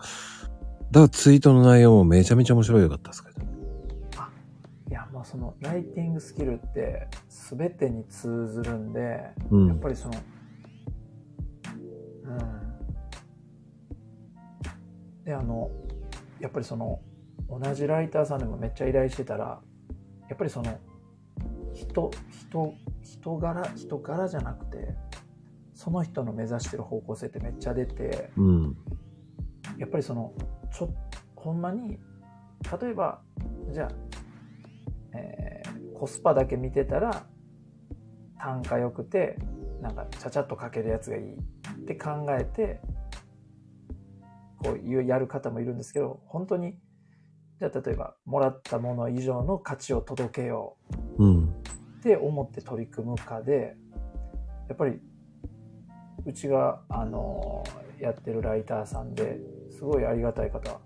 Speaker 1: らツイートの内容もめちゃめちゃ面白いよかったですけど。
Speaker 2: いやまあそのライティングスキルって全てに通ずるんで
Speaker 1: う
Speaker 2: やっ
Speaker 1: ん。
Speaker 2: ぱりその、うん。で、あの、やっぱりその、同じライターさんでもめっちゃ依頼してたら、やっぱりその、人、人、人柄、人柄じゃなくて、その人の目指してる方向性ってめっちゃ出て、
Speaker 1: うん。
Speaker 2: やっぱりその、ちょほんまに例えばじゃあ、えーコスパだけ見てたら単価良くてなんかちゃちゃっとかけるやつがいいって考えてこういうやる方もいるんですけど本当にじゃあ例えばもらったもの以上の価値を届けよう
Speaker 1: うん。
Speaker 2: って思って取り組むかでやっぱりうちがあのやってるライターさんですごいありがたい方や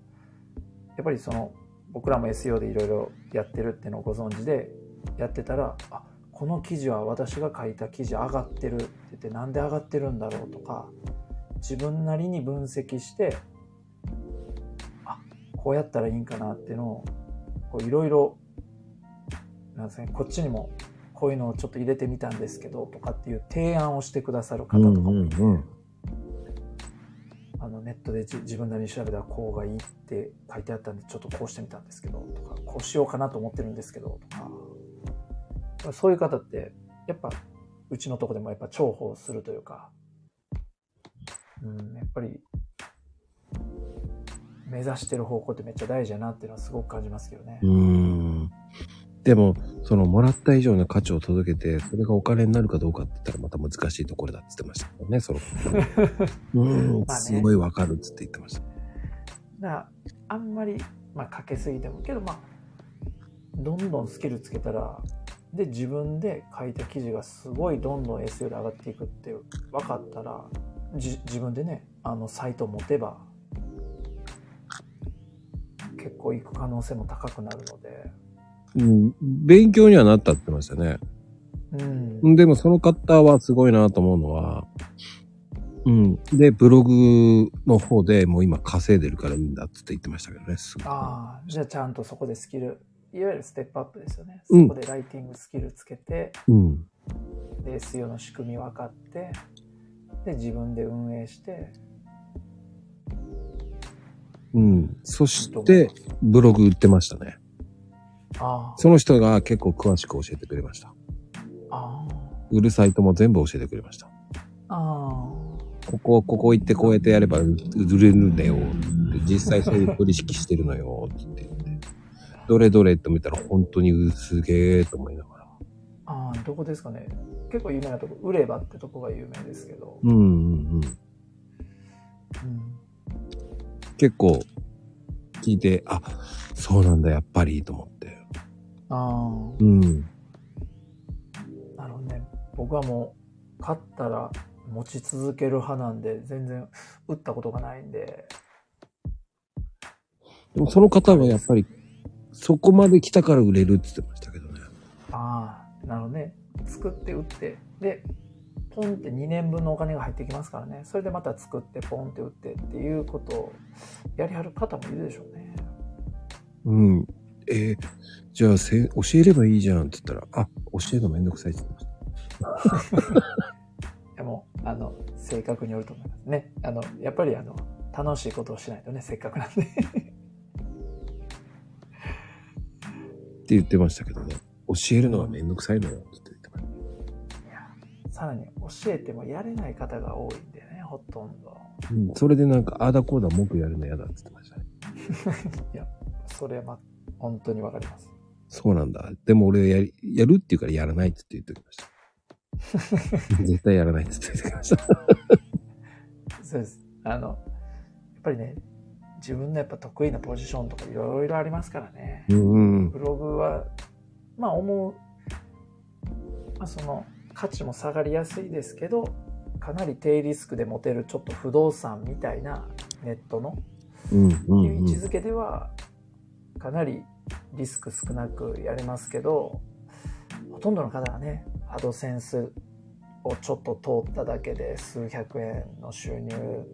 Speaker 2: っぱりその僕らも SEO でいろいろやってるっていうのをご存知でやってたら「あこの記事は私が書いた記事上がってる」って言って「なんで上がってるんだろう」とか自分なりに分析して「あこうやったらいいんかな」っていうのをいろいろなんですかねこっちにもこういうのをちょっと入れてみたんですけどとかっていう提案をしてくださる方とかも
Speaker 1: うんうん。
Speaker 2: あのネットでじ自分なりに調べたらこうがいいって書いてあったんでちょっとこうしてみたんですけどとかこうしようかなと思ってるんですけどとかそういう方ってやっぱうちのとこでもやっぱ重宝するというか、うん、やっぱり目指してる方向ってめっちゃ大事だなっていうのはすごく感じますけどね。
Speaker 1: うーん。でも、その、もらった以上の価値を届けて、それがお金になるかどうかって言ったらまた難しいところだって言ってましたもんね、その。 うん、
Speaker 2: まあね
Speaker 1: すごいわかるっつって言ってました。
Speaker 2: だからあんまり、まあ、かけすぎてもけどまあどんどんスキルつけたらで自分で書いた記事がすごいどんどん SEO で上がっていくって分かったらじ自分でねあのサイト持てば結構いく可能性も高くなるので
Speaker 1: うん、勉強にはなったって言ってましたね。
Speaker 2: うん
Speaker 1: でもその方はすごいなと思うのは、うん。で、ブログの方でもう今稼いでるからいいんだっつって言ってましたけどね。すごい
Speaker 2: ああじゃあちゃんとそこでスキルいわゆるステップアップですよね、
Speaker 1: うん
Speaker 2: そこでライティングスキルつけて
Speaker 1: うん。
Speaker 2: で SEO の仕組み分かってで自分で運営して
Speaker 1: うん。そし
Speaker 2: と思い
Speaker 1: て
Speaker 2: ま、す
Speaker 1: ブログ売ってましたね。
Speaker 2: あ
Speaker 1: その人が結構詳しく教えてくれました。
Speaker 2: ああ
Speaker 1: 売るサイトも全部教えてくれました。
Speaker 2: ああ
Speaker 1: ここ、ここ行ってこうやってやれば売れるんだよ。実際そういう取引してるのよ。つって言って。どれどれって見たら本当にうすげえと思いながら。
Speaker 2: ああどこですかね結構有名なとこ売ればってとこが有名ですけど、
Speaker 1: うんうんうん。
Speaker 2: うん、
Speaker 1: 結構聞いて、あ、そうなんだ、やっぱり、と思って。
Speaker 2: あ
Speaker 1: うん。
Speaker 2: あなるほどね僕はもう買ったら持ち続ける派なんで全然打ったことがないんで
Speaker 1: でもその方はやっぱり、そこまで来たから売れるって言ってましたけどね。
Speaker 2: ああなるほどね作って売ってでポンって2年分のお金が入ってきますからねそれでまた作ってポンって売ってっていうことをやりはる方もいるでしょうね
Speaker 1: うん。えーじゃあせ、教えればいいじゃんって言ったら、あ、教えるのめんどくさいって言ってました。
Speaker 2: でもあの性格によると思いますねあのやっぱりあの楽しいことをしないとねせっかくなんで
Speaker 1: って言ってましたけどね。教えるのがめんどくさいのよって言ってました。
Speaker 2: さらに教えてもやれない方が多いんでねほとんど
Speaker 1: うん。それでなんか、ああだこうだ文句やるの嫌だって言ってましたね。
Speaker 2: それは、ま、本当にわかります
Speaker 1: そうなんだ。でも俺やり、やるって言うからやらないって言っておきま した。絶対やらないって言っておきました。
Speaker 2: そうですあのやっぱりね自分のやっぱ得意なポジションとかいろいろありますからね
Speaker 1: うんうん。
Speaker 2: ブログはまあ思う、まあ、その価値も下がりやすいですけどかなり低リスクで持てるちょっと不動産みたいなネットの
Speaker 1: うんうん、
Speaker 2: いう
Speaker 1: うん。
Speaker 2: 位置づけではかなりリスク少なくやれますけどほとんどの方はねアドセンスをちょっと通っただけで数百円の収入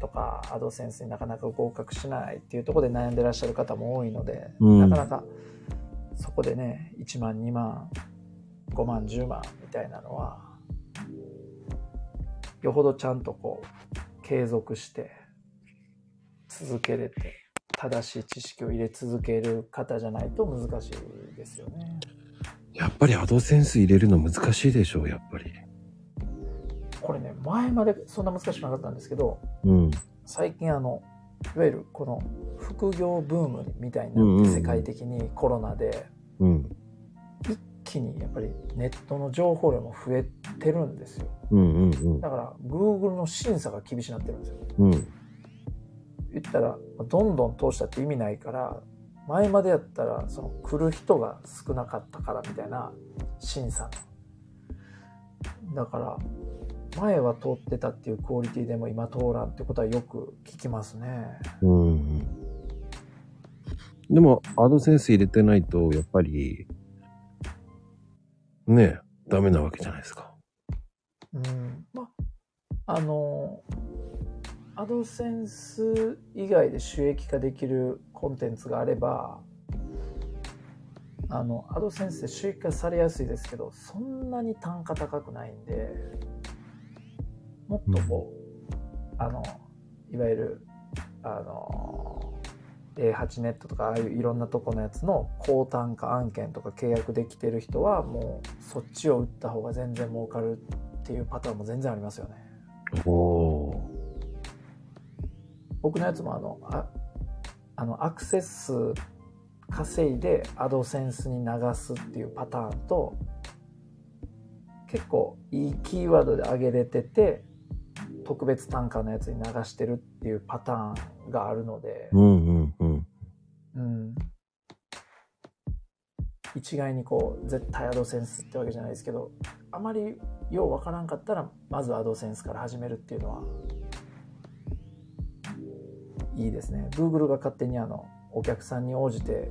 Speaker 2: とかアドセンスになかなか合格しないっていうところで悩んでらっしゃる方も多いので、
Speaker 1: うん
Speaker 2: なかなかそこでね1万2万5万10万みたいなのはよほどちゃんとこう継続して続けれて正しい知識を入れ続ける方じゃないと難しいですよね。
Speaker 1: やっぱりアドセンス入れるの難しいでしょう、やっぱり。
Speaker 2: これね前までそんな難しくなかったんですけど
Speaker 1: うん。
Speaker 2: 最近あのいわゆるこの副業ブームみたいに
Speaker 1: うんう
Speaker 2: なんっ
Speaker 1: う
Speaker 2: て
Speaker 1: ん
Speaker 2: 世界的にコロナで
Speaker 1: うん。
Speaker 2: 一気にやっぱりネットの情報量も増えてるんですよ
Speaker 1: うんうんうん。
Speaker 2: だから Google の審査が厳しくなってるんですよ
Speaker 1: うん。
Speaker 2: 言ったらどんどん通したって意味ないから前までやったらその来る人が少なかったからみたいな審査のだから前は通ってたっていうクオリティでも今通らんってことはよく聞きますね
Speaker 1: うんうん。でも、アドセンス入れてないと、やっぱり、ねえ、ダメなわけじゃないですか。
Speaker 2: うんまああのアドセンス以外で収益化できるコンテンツがあればあのアドセンスで収益化されやすいですけどそんなに単価高くないんでもっとこう、あのいわゆるあの A8 ネットとかああいういろんなとこのやつの高単価案件とか契約できてる人はもうそっちを打った方が全然儲かるっていうパターンも全然ありますよね。
Speaker 1: おー。
Speaker 2: 僕のやつもあのああのアクセス数稼いでアドセンスに流すっていうパターンと結構いいキーワードで上げれてて特別単価のやつに流してるっていうパターンがあるので、
Speaker 1: うんうんうん。
Speaker 2: うん、一概にこう絶対アドセンスってわけじゃないですけどあまりようわからんかったらまずアドセンスから始めるっていうのはいいですね Google が勝手にあのお客さんに応じて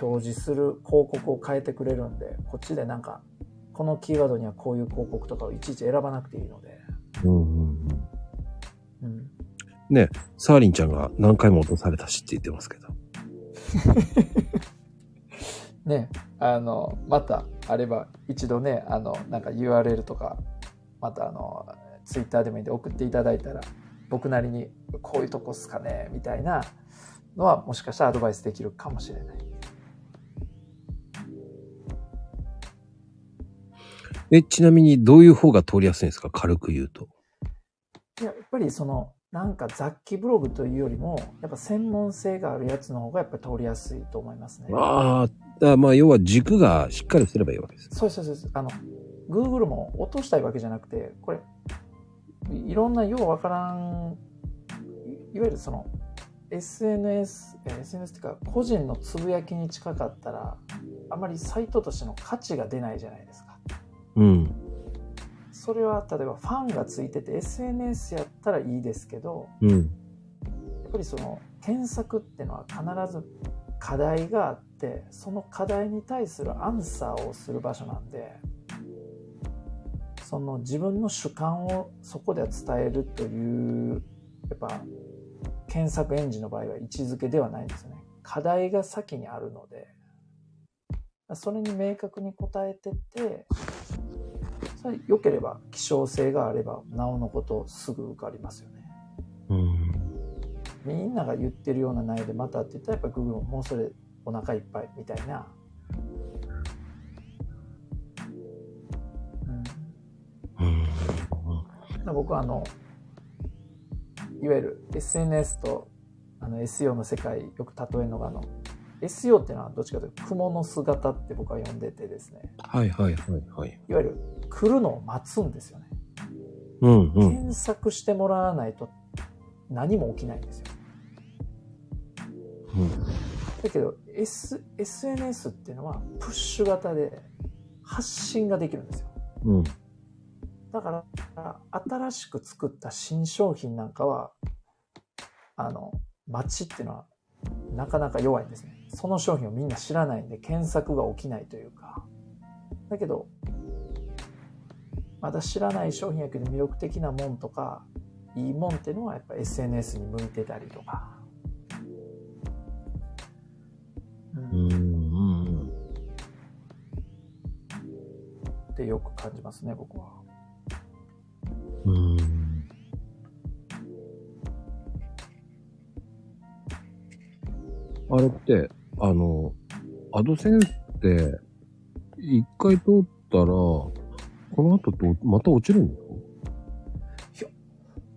Speaker 2: 表示する広告を変えてくれるんでこっちでなんかこのキーワードにはこういう広告とかをいちいち選ばなくていいので、
Speaker 1: うんうんうん。
Speaker 2: うん、
Speaker 1: サーリンちゃんが何回も落とされたしって言ってますけど。
Speaker 2: ねあのまたあれば一度ねあのなんか URL とかまたあのツイッターでもいいんで送っていただいたら僕なりにこういうとこっすかねみたいなのはもしかしたらアドバイスできるかもしれない
Speaker 1: え、ちなみにどういう方が通りやすいんですか軽く言うと。
Speaker 2: いややっぱりそのなんか雑記ブログというよりもやっぱ専門性があるやつの方がやっぱり通りやすいと思いますね
Speaker 1: ああ、だからまあ要は軸がしっかりすればいいわけです。
Speaker 2: そうですそうですあの Google も落としたいわけじゃなくてこれいいろんなようわからんいいわゆるその SNS え SNS っていうか個人のつぶやきに近かったらあまりサイトとしての価値が出ないじゃないですか
Speaker 1: うん。
Speaker 2: それは例えばファンがついてて SNS やったらいいですけど
Speaker 1: うん。
Speaker 2: やっぱりその検索ってのは必ず課題があってその課題に対するアンサーをする場所なんでその自分の主観をそこでは伝えるというやっぱ検索エンジンの場合は位置づけではないんですよね課題が先にあるのでそれに明確に答えてってそれ良ければ希少性があればなおのことすぐ受かりますよね。
Speaker 1: うん。
Speaker 2: みんなが言ってるような内容でまたって言ったらやっぱ Google ももうそれお腹いっぱいみたいな、うん、だか
Speaker 1: うん。
Speaker 2: ら僕はあのいわゆる SNS とあの SEO の世界よく例えるのがあの SEO っていうのはどっちかというと雲の姿って僕は呼んでてですね
Speaker 1: はいはいはいはい。
Speaker 2: いわゆる来るのを待つんですよね、
Speaker 1: うんうん。
Speaker 2: 検索してもらわないと何も起きないんですよ
Speaker 1: うん
Speaker 2: だけど、S、SNS っていうのはプッシュ型で発信ができるんですよ。
Speaker 1: うん。
Speaker 2: だから新しく作った新商品なんかはあの街っていうのはなかなか弱いんですねその商品をみんな知らないんで検索が起きないというかだけどまだ知らない商品やけど魅力的なもんとかいいもんっていうのはやっぱ SNS に向いてたりとか、
Speaker 1: う
Speaker 2: う、
Speaker 1: んんうん
Speaker 2: ってよく感じますね僕は。
Speaker 1: うん。あれって、あの、アドセンスって、一回通ったら、この後とまた落ちるんですか
Speaker 2: いや、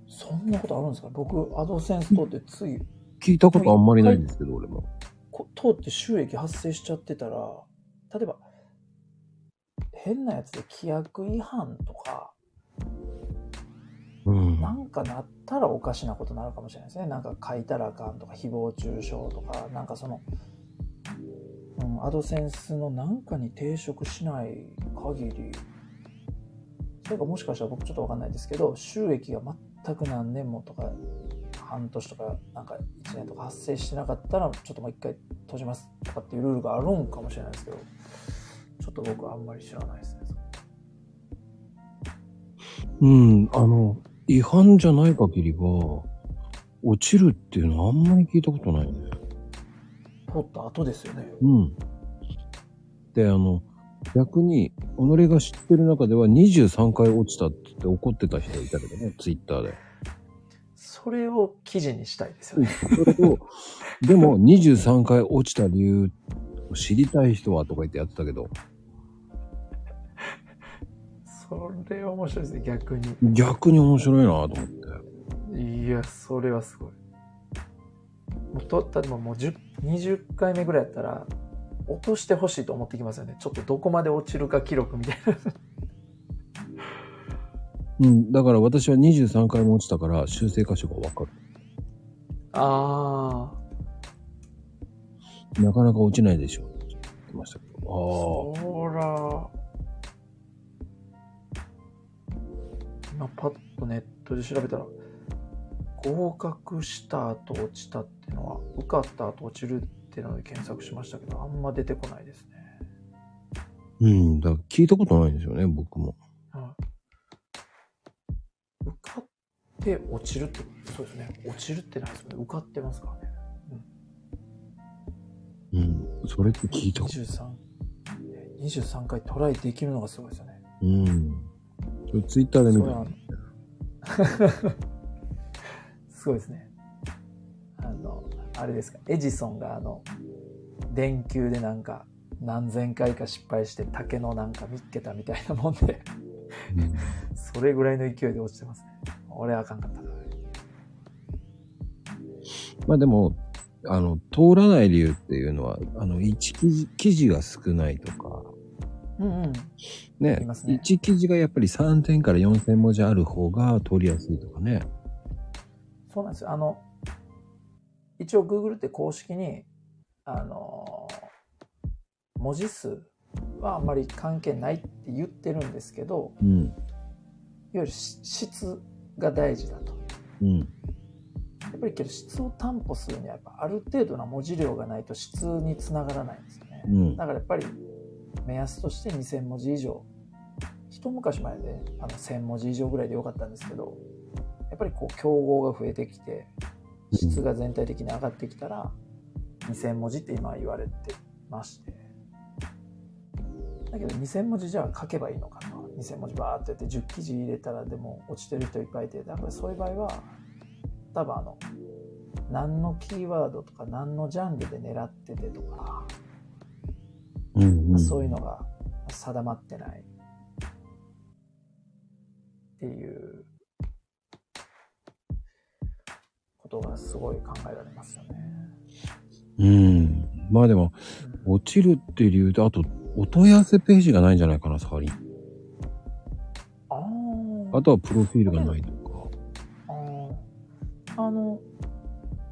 Speaker 2: そんなことあるんですか僕、アドセンス通ってつい、
Speaker 1: 聞いたことあんまりないんですけど、俺も。
Speaker 2: こ通って収益発生しちゃってたら、例えば、変なやつで規約違反とか、
Speaker 1: うん。
Speaker 2: なんかなったらおかしなことになるかもしれないですね。なんか書いたらあかんとか、誹謗中傷とか、なんかその、うん、アドセンスのなんかに抵触しない限り、それかもしかしたら僕ちょっとわかんないですけど、収益が全く何年もとか、半年とか、なんか1年とか発生してなかったら、ちょっともう一回閉じますとかっていうルールがあるんかもしれないですけど、ちょっと僕はあんまり知らないですね。
Speaker 1: うん、あの、違反じゃない限りは、落ちるっていうのはあんまり聞いたことないね。
Speaker 2: 取った後ですよね。
Speaker 1: うん。で、あの、逆に、己が知ってる中では23回落ちたって言って怒ってた人いたけどね、ツイッターで。
Speaker 2: それを記事にしたいですよね。
Speaker 1: それを、 でも23回落ちた理由を知りたい人はとか言ってやってたけど、
Speaker 2: それは面白いですね、逆に。
Speaker 1: 逆に面白いなと思って。
Speaker 2: いや、それはすごい。もうとったももう10 20回目ぐらいやったら、落としてほしいと思ってきますよね。ちょっとどこまで落ちるか記録みたいな。
Speaker 1: うん、だから私は23回も落ちたから修正箇所がわか
Speaker 2: あ
Speaker 1: る。なかなか落ちないでしょ。って言ってましたけ
Speaker 2: あ。
Speaker 1: ど。ああ。
Speaker 2: ほら。今パッとネットで調べたら、合格した後落ちたっていうのは、受かった後落ちるっていうので検索しましたけど、あんま出てこないですね。
Speaker 1: うん、だから聞いたことないんですよね、僕も。
Speaker 2: はい受かって落ちるってそうですね落ちるってないですよね受かってますからね
Speaker 1: うん、それって聞いたこと
Speaker 2: 23え23回トライできるのがすごいですよね
Speaker 1: うん。それツイッターで見
Speaker 2: そうな
Speaker 1: た
Speaker 2: の。すごいですねあのあれですかエジソンがあの電球でなんか何千回か失敗して竹のなんか見っけたみたいなもんで
Speaker 1: うん
Speaker 2: それぐらいの勢いで落ちてますね俺あかんかったな
Speaker 1: まあでも、あの、通らない理由っていうのは、あの、一記事、記事が少ないとか、
Speaker 2: うんうんあ
Speaker 1: ね
Speaker 2: ります、ね
Speaker 1: 一、記事がやっぱり3000から4000文字ある方が通りやすいとかね。
Speaker 2: そうなんですよ。あの、一応 Google って公式に、あの、文字数はあんまり関係ないって言ってるんですけど、
Speaker 1: うん。
Speaker 2: いわゆるし質が大事だと。
Speaker 1: うん。
Speaker 2: やっぱりけど質を担保するにはやっぱある程度の文字量がないと質につながらないんですよね。
Speaker 1: うん。
Speaker 2: だからやっぱり目安として2000文字以上一昔前であの1000文字以上ぐらいでよかったんですけどやっぱりこう競合が増えてきて質が全体的に上がってきたら2000文字って今言われてましてだけど2000文字じゃあ書けばいいのかと2000文字バーってやって10記事入れたらでも落ちてる人いっぱいいてだからそういう場合は多分あの何のキーワードとか何のジャンルで狙っててとか
Speaker 1: うん。うん。
Speaker 2: そういうのが定まってないっていうことがすごい考えられますよね。
Speaker 1: うん。まあでも、落ちるっていう理由と、あと、お問い合わせページがないんじゃないかな、サハリン。
Speaker 2: あ
Speaker 1: あとはプロフィールがないとか。
Speaker 2: あああの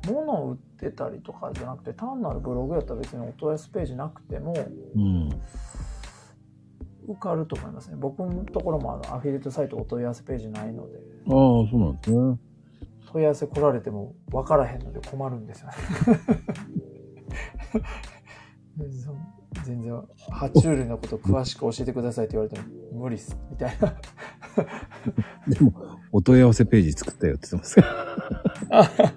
Speaker 2: 物を売ってたりとかじゃなくて単なるブログやったら別にお問い合わせページなくても
Speaker 1: うん。
Speaker 2: 受かると思いますね僕のところもあのアフィリエイトサイトお問い合わせページないので
Speaker 1: ああ、そうなんですね。
Speaker 2: 問い合わせ来られても分からへんので困るんですよね。 そう全然爬虫類のこと詳しく教えてくださいって言われても無理っすみたいな
Speaker 1: でも、お問い合わせページ作ったよって言ってますけど。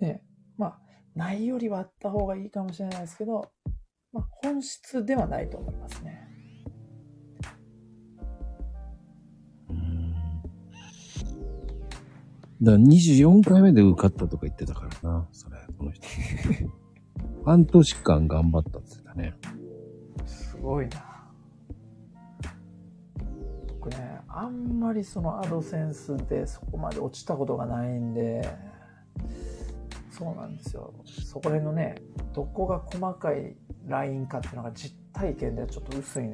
Speaker 2: ねまあないよりはあった方がいいかもしれないですけど、まあ、本質ではないと思いますね
Speaker 1: うんだから24回目で受かったとか言ってたからな、それ、この人。 半年間頑張ったって言ってたね。
Speaker 2: すごいなこね、あんまりそのアドセンスでそこまで落ちたことがないんで、そうなんですよ。そこら辺のね、どこが細かいラインかっていうのが実体験ではちょっと薄い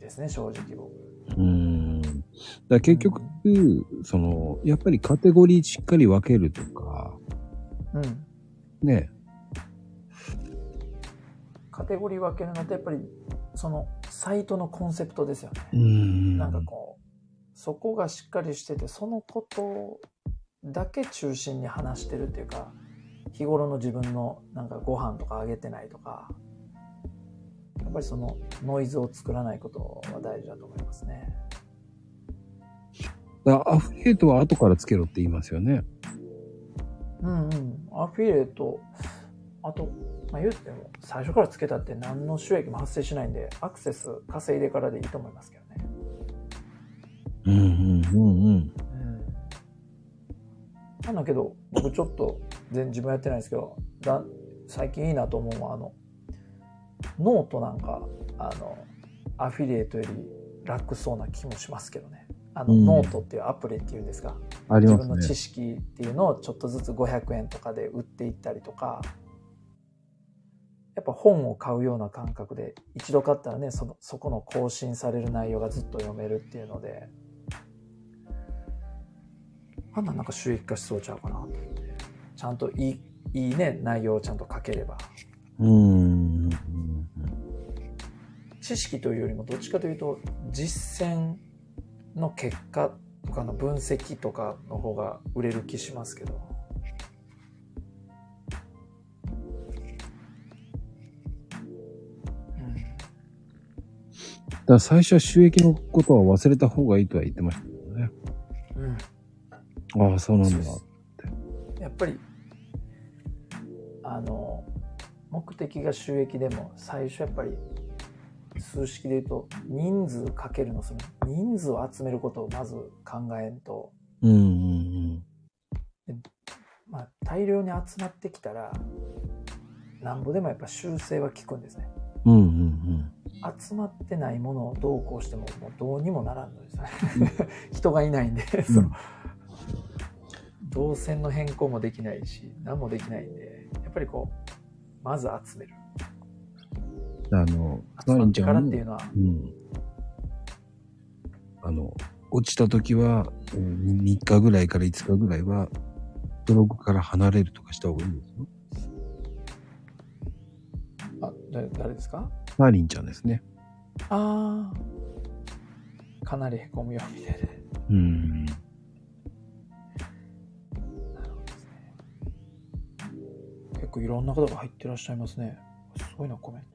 Speaker 2: ですね、正直僕。
Speaker 1: うん。だから結局、その、やっぱりカテゴリーしっかり分けるとか、
Speaker 2: うん。
Speaker 1: ね。
Speaker 2: カテゴリー分けるのってやっぱり、そのサイトのコンセプトですよね。
Speaker 1: ん
Speaker 2: なんかこう、そこがしっかりしてて、そのことだけ中心に話してるっていうか、日頃の自分のなんかご飯とかあげてないとか、やっぱりそのノイズを作らないことは大事だと思いますね。
Speaker 1: だからアフリエイトは後からつけろって言いますよね。
Speaker 2: うんうん。アフィリエイト、あと、まあ、言うても最初からつけたって何の収益も発生しないんで、アクセス稼いでからでいいと思いますけどね。
Speaker 1: うんうんうんうん。
Speaker 2: なんだけど僕ちょっと全自分やってないんですけどだ最近いいなと思うのはあのノートなんかあのアフィリエイトより楽そうな気もしますけどねあの、
Speaker 1: うん
Speaker 2: ノートっていうアプリっていうんですか
Speaker 1: あり
Speaker 2: 自
Speaker 1: ま
Speaker 2: 分の
Speaker 1: す
Speaker 2: 知
Speaker 1: ね。
Speaker 2: 識っていうのをちょっとずつ500円とかで売っていったりとかやっぱ本を買うような感覚で一度買ったらねそのそこの更新される内容がずっと読めるっていうのであんなんなんか収益化しそうちゃうかなと思ってちゃんといいいいね内容をちゃんと書ければ
Speaker 1: うん。
Speaker 2: 知識というよりもどっちかというと実践の結果とかの分析とかの方が売れる気しますけど。うん
Speaker 1: だから最初は収益のことは忘れた方がいいとは言ってましたけどね。
Speaker 2: うん
Speaker 1: ああ、そうなんだ。
Speaker 2: そうですやっぱりあの目的が収益でも最初やっぱり数式で言うと人数かけるのその人数を集めることをまず考えんと
Speaker 1: うんうん
Speaker 2: まあ、大量に集まってきたらなんぼでもやっぱ修正は効くんですね
Speaker 1: うん。うんうん
Speaker 2: 集まってないものをどうこうしてももうどうにもならんのですね 人がいないんで、その動線の変更もできないし何もできないんでやっぱりこうまず集める
Speaker 1: うん。あの、
Speaker 2: 集ま
Speaker 1: マリ
Speaker 2: っ
Speaker 1: ン
Speaker 2: て
Speaker 1: ち
Speaker 2: か
Speaker 1: ゃ
Speaker 2: らっ
Speaker 1: ん
Speaker 2: てい
Speaker 1: も
Speaker 2: うのは
Speaker 1: うん。あの、落ちた時は、3日ぐらいから5日ぐらいは、ブログから離れるとかした方がいいんですよ。
Speaker 2: あだ誰ですか
Speaker 1: マリンちゃんですね。
Speaker 2: あーかなりへこむよみたいな
Speaker 1: うん。
Speaker 2: なるほどですね。結構いろんな方が入ってらっしゃいますね。すごいな、コメント。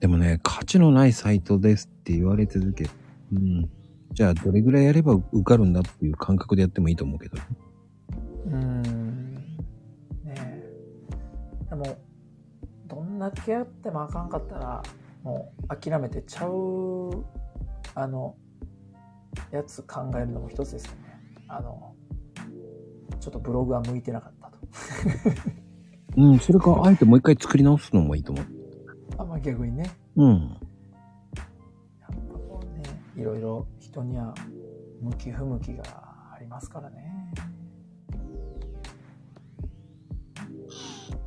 Speaker 1: でもね、価値のないサイトですって言われ続け、うん。じゃあ、どれぐらいやれば受かるんだっていう感覚でやってもいいと思うけど。
Speaker 2: うーん。ねえ。でも、どんだけやってもあかんかったら、もう諦めてちゃう、あの、やつ考えるのも一つですよね。あの、ちょっとブログは向いてなかったと。
Speaker 1: うん、それか、あえてもう一回作り直すのもいいと思う。
Speaker 2: あんまあ逆にね。
Speaker 1: うん。
Speaker 2: やっぱこうね、いろいろ人には向き不向きがありますからね。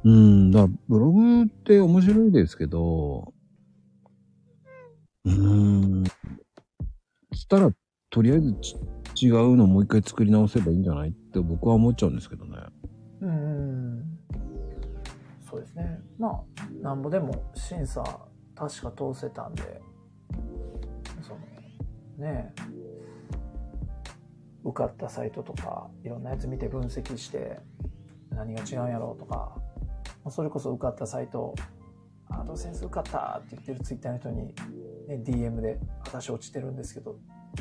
Speaker 1: うん、だからブログって面白いですけど、うーん。したら、とりあえずち違うのもう一回作り直せばいいんじゃないって僕は思っちゃうんですけどね。
Speaker 2: うんうんうん。そうですね。まあ、なんぼでも審査確か通せたんで、その、ねえ、受かったサイトとか、いろんなやつ見て分析して、何が違うんやろうとか、まあそれこそ受かったサイト、アドセンス受かったって言ってるツイッターの人に、ね、DM で、私落ちてるんですけど、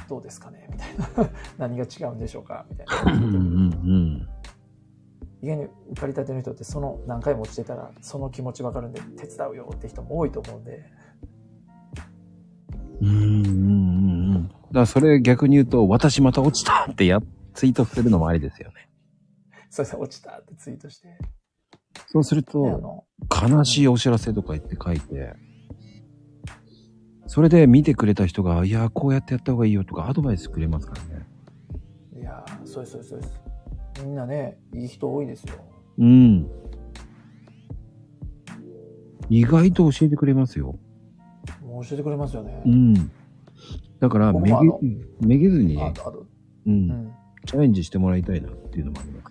Speaker 2: どうですかねみたいな。 何が違うんでしょうかみたいな。
Speaker 1: うん うん
Speaker 2: 家に受かりたての人ってその何回も落ちてたらその気持ち分かるんで手伝うよって人も多いと思うんで
Speaker 1: うん。うんうんうんうん。だからそれ逆に言うと、私また落ちたってや、ツイートするのもありですよね。
Speaker 2: それさ落ちたってツイートして
Speaker 1: そうする
Speaker 2: ねあ
Speaker 1: と、
Speaker 2: の
Speaker 1: 悲しいお知らせとか言って書いて、それで見てくれた人が、いや、こうやってやった方がいいよとかアドバイスくれますからね。
Speaker 2: いやーそうですそうですそうですみんなねいい人多いですよ
Speaker 1: うん。意外と教えてくれますよ。
Speaker 2: もう教えてくれますよね、
Speaker 1: うん。だから、
Speaker 2: 僕
Speaker 1: めげ
Speaker 2: もあの
Speaker 1: めげずに
Speaker 2: あ
Speaker 1: ね、
Speaker 2: とあと
Speaker 1: う、
Speaker 2: うんん
Speaker 1: チャレンジしてもらいたいなっていうのもありま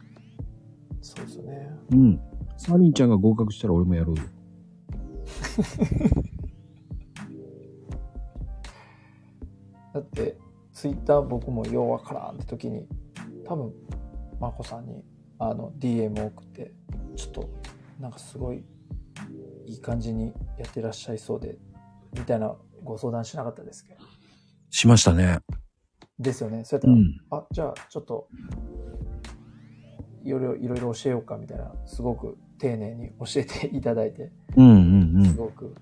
Speaker 1: す。
Speaker 2: そうですよね
Speaker 1: うん。サーリンちゃんが合格したら俺もやろうよ。
Speaker 2: だってツイッター僕もようわからんって時に多分まこさんにあの DM を送ってちょっとなんかすごいいい感じにやってらっしゃいそうでみたいなご相談しなかったですけど
Speaker 1: しましたね。
Speaker 2: ですよねそうやった
Speaker 1: う
Speaker 2: ら、
Speaker 1: ん。
Speaker 2: あじゃあちょっといろいろいろいろ教えようかみたいなすごく丁寧に教えていただいて
Speaker 1: うんうんう
Speaker 2: す
Speaker 1: ん。
Speaker 2: ごく、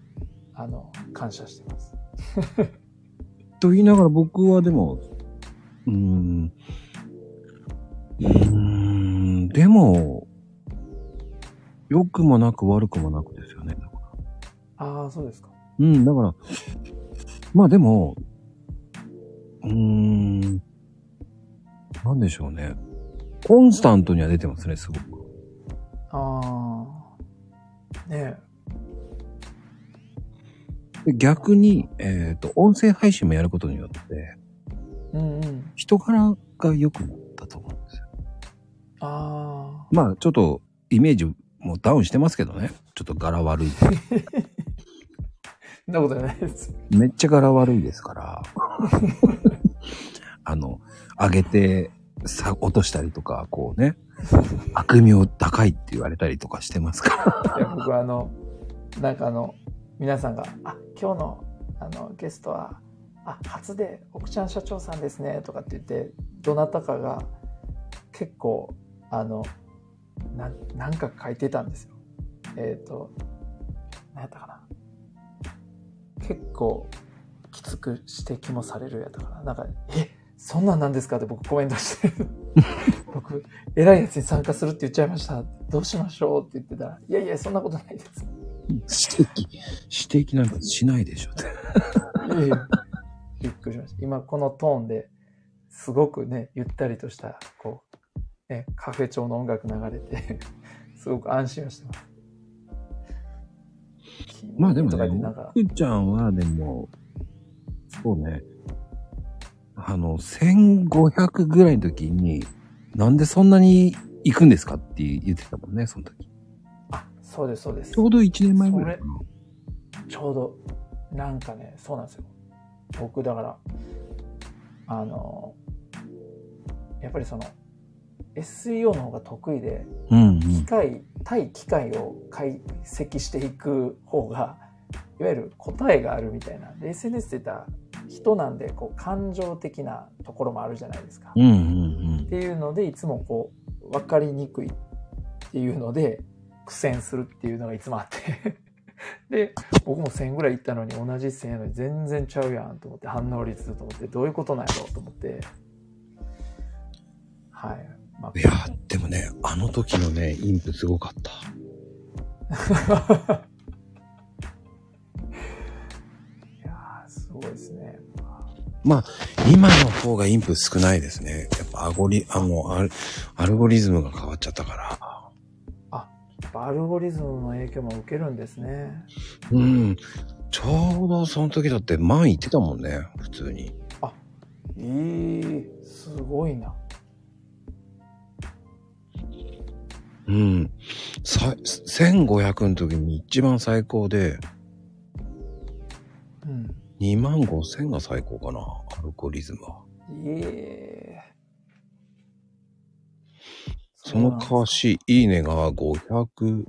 Speaker 2: あの感謝してます
Speaker 1: と言いながら僕はでも、うーん、うーん、でも、良くもなく悪くもなくですよね。
Speaker 2: ああそうですか
Speaker 1: うん、だから、まあでも、うーん、なんでしょうね。コンスタントには出てますね、すごく。
Speaker 2: ああねえ
Speaker 1: で逆に、えっ、と、音声配信もやることによって、
Speaker 2: うんうん
Speaker 1: 人柄が良くなったと思うんですよ。
Speaker 2: あ
Speaker 1: まあ、ちょっと、イメージもダウンしてますけどね。ちょっと柄悪い。
Speaker 2: あそんなことないです
Speaker 1: めっちゃ柄悪いですから。 あの、上げて、さ、落としたりとか、こうね、悪名高いって言われたりとかしてますから。
Speaker 2: いや僕はあのなんかあの皆さんが「あ今日のあのゲストはあ初で奥ちゃん社長さんですね」とかって言ってどなたかが結構あのなんなんか書いてたんですよ。えっ、と何やったかな結構きつく指摘もされるやったかななんか「えそんなんなんですか?」って僕コメントして僕偉いやつに参加するって言っちゃいました。どうしましょうって言ってたら、いやいや、そんなことないです。
Speaker 1: 指摘、指摘なんかしないでしょって。
Speaker 2: いやいや、びっくりしました。今このトーンですごくね、ゆったりとした、こう、ね、カフェ調の音楽流れて、 すごく安心をしてます。
Speaker 1: まあでも
Speaker 2: とか
Speaker 1: ね、
Speaker 2: 言ってなんか、
Speaker 1: ふーちゃんはでも、そうね、あの、1500ぐらいの時に、なんでそんなに行くんですかって言ってたもんね、その時。
Speaker 2: あ、そうです、そうです。
Speaker 1: ちょうど1年前ぐらいかな。
Speaker 2: ちょうど、なんかね、そうなんですよ。僕、だから、あの、やっぱりその、SEO の方が得意で、
Speaker 1: うんうん。
Speaker 2: 機械、対機械を解析していく方が、いわゆる答えがあるみたいな。で、SNS って言ったら、人なんで、こう、感情的なところもあるじゃないですか。
Speaker 1: うんうん
Speaker 2: っていうのでいつもこう分かりにくいっていうので苦戦するっていうのがいつもあって で僕も1000ぐらい行ったのに同じ1000やのに全然ちゃうやんと思って反応率と思ってどういうことなんやろうと思ってはい、ま
Speaker 1: うん。いやー、でもね、あの時のね、インプすごかった。
Speaker 2: あ、いやーすごいですね
Speaker 1: 今の方がインプ少ないですね。やっぱアゴリ、あの、アルアルゴリズムが変わっちゃったから。
Speaker 2: やっぱアルゴリズムの影響も受けるんですね
Speaker 1: うん。ちょうどその時だって万いってたもんね、普通に。
Speaker 2: えー、すごいな
Speaker 1: うん。さ、1500の時に一番最高で、
Speaker 2: うん
Speaker 1: 2万5000が最高かな、アルゴリズムは。
Speaker 2: いえ。
Speaker 1: そのかわし、いいねが500、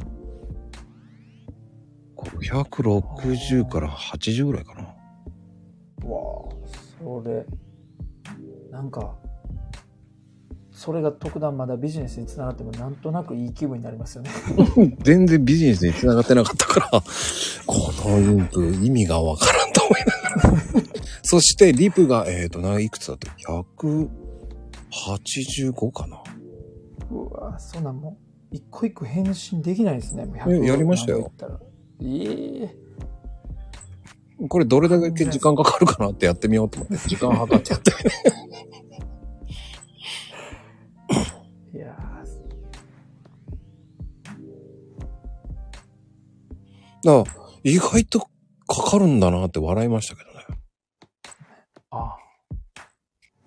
Speaker 1: 560から80ぐらいかな。
Speaker 2: うわあ、それ、なんか、それが特段まだビジネスにつながっても、なんとなくいい気分になりますよね。
Speaker 1: 全然ビジネスに繋がってなかったから、このインプ意味がわからんと思いながら。そしてリプが、えっ、ー、と、ないくつだった ?185 かな。
Speaker 2: うわあ、そんなんもう一個一個返信できないんですね。もう
Speaker 1: えやりましたよ
Speaker 2: 100なんか言ったら。ええ
Speaker 1: これどれだけ時間かかるかなってやってみようと思って、時間計ってやって。
Speaker 2: いやー
Speaker 1: だから意外とかかるんだなって笑いましたけどね。
Speaker 2: あ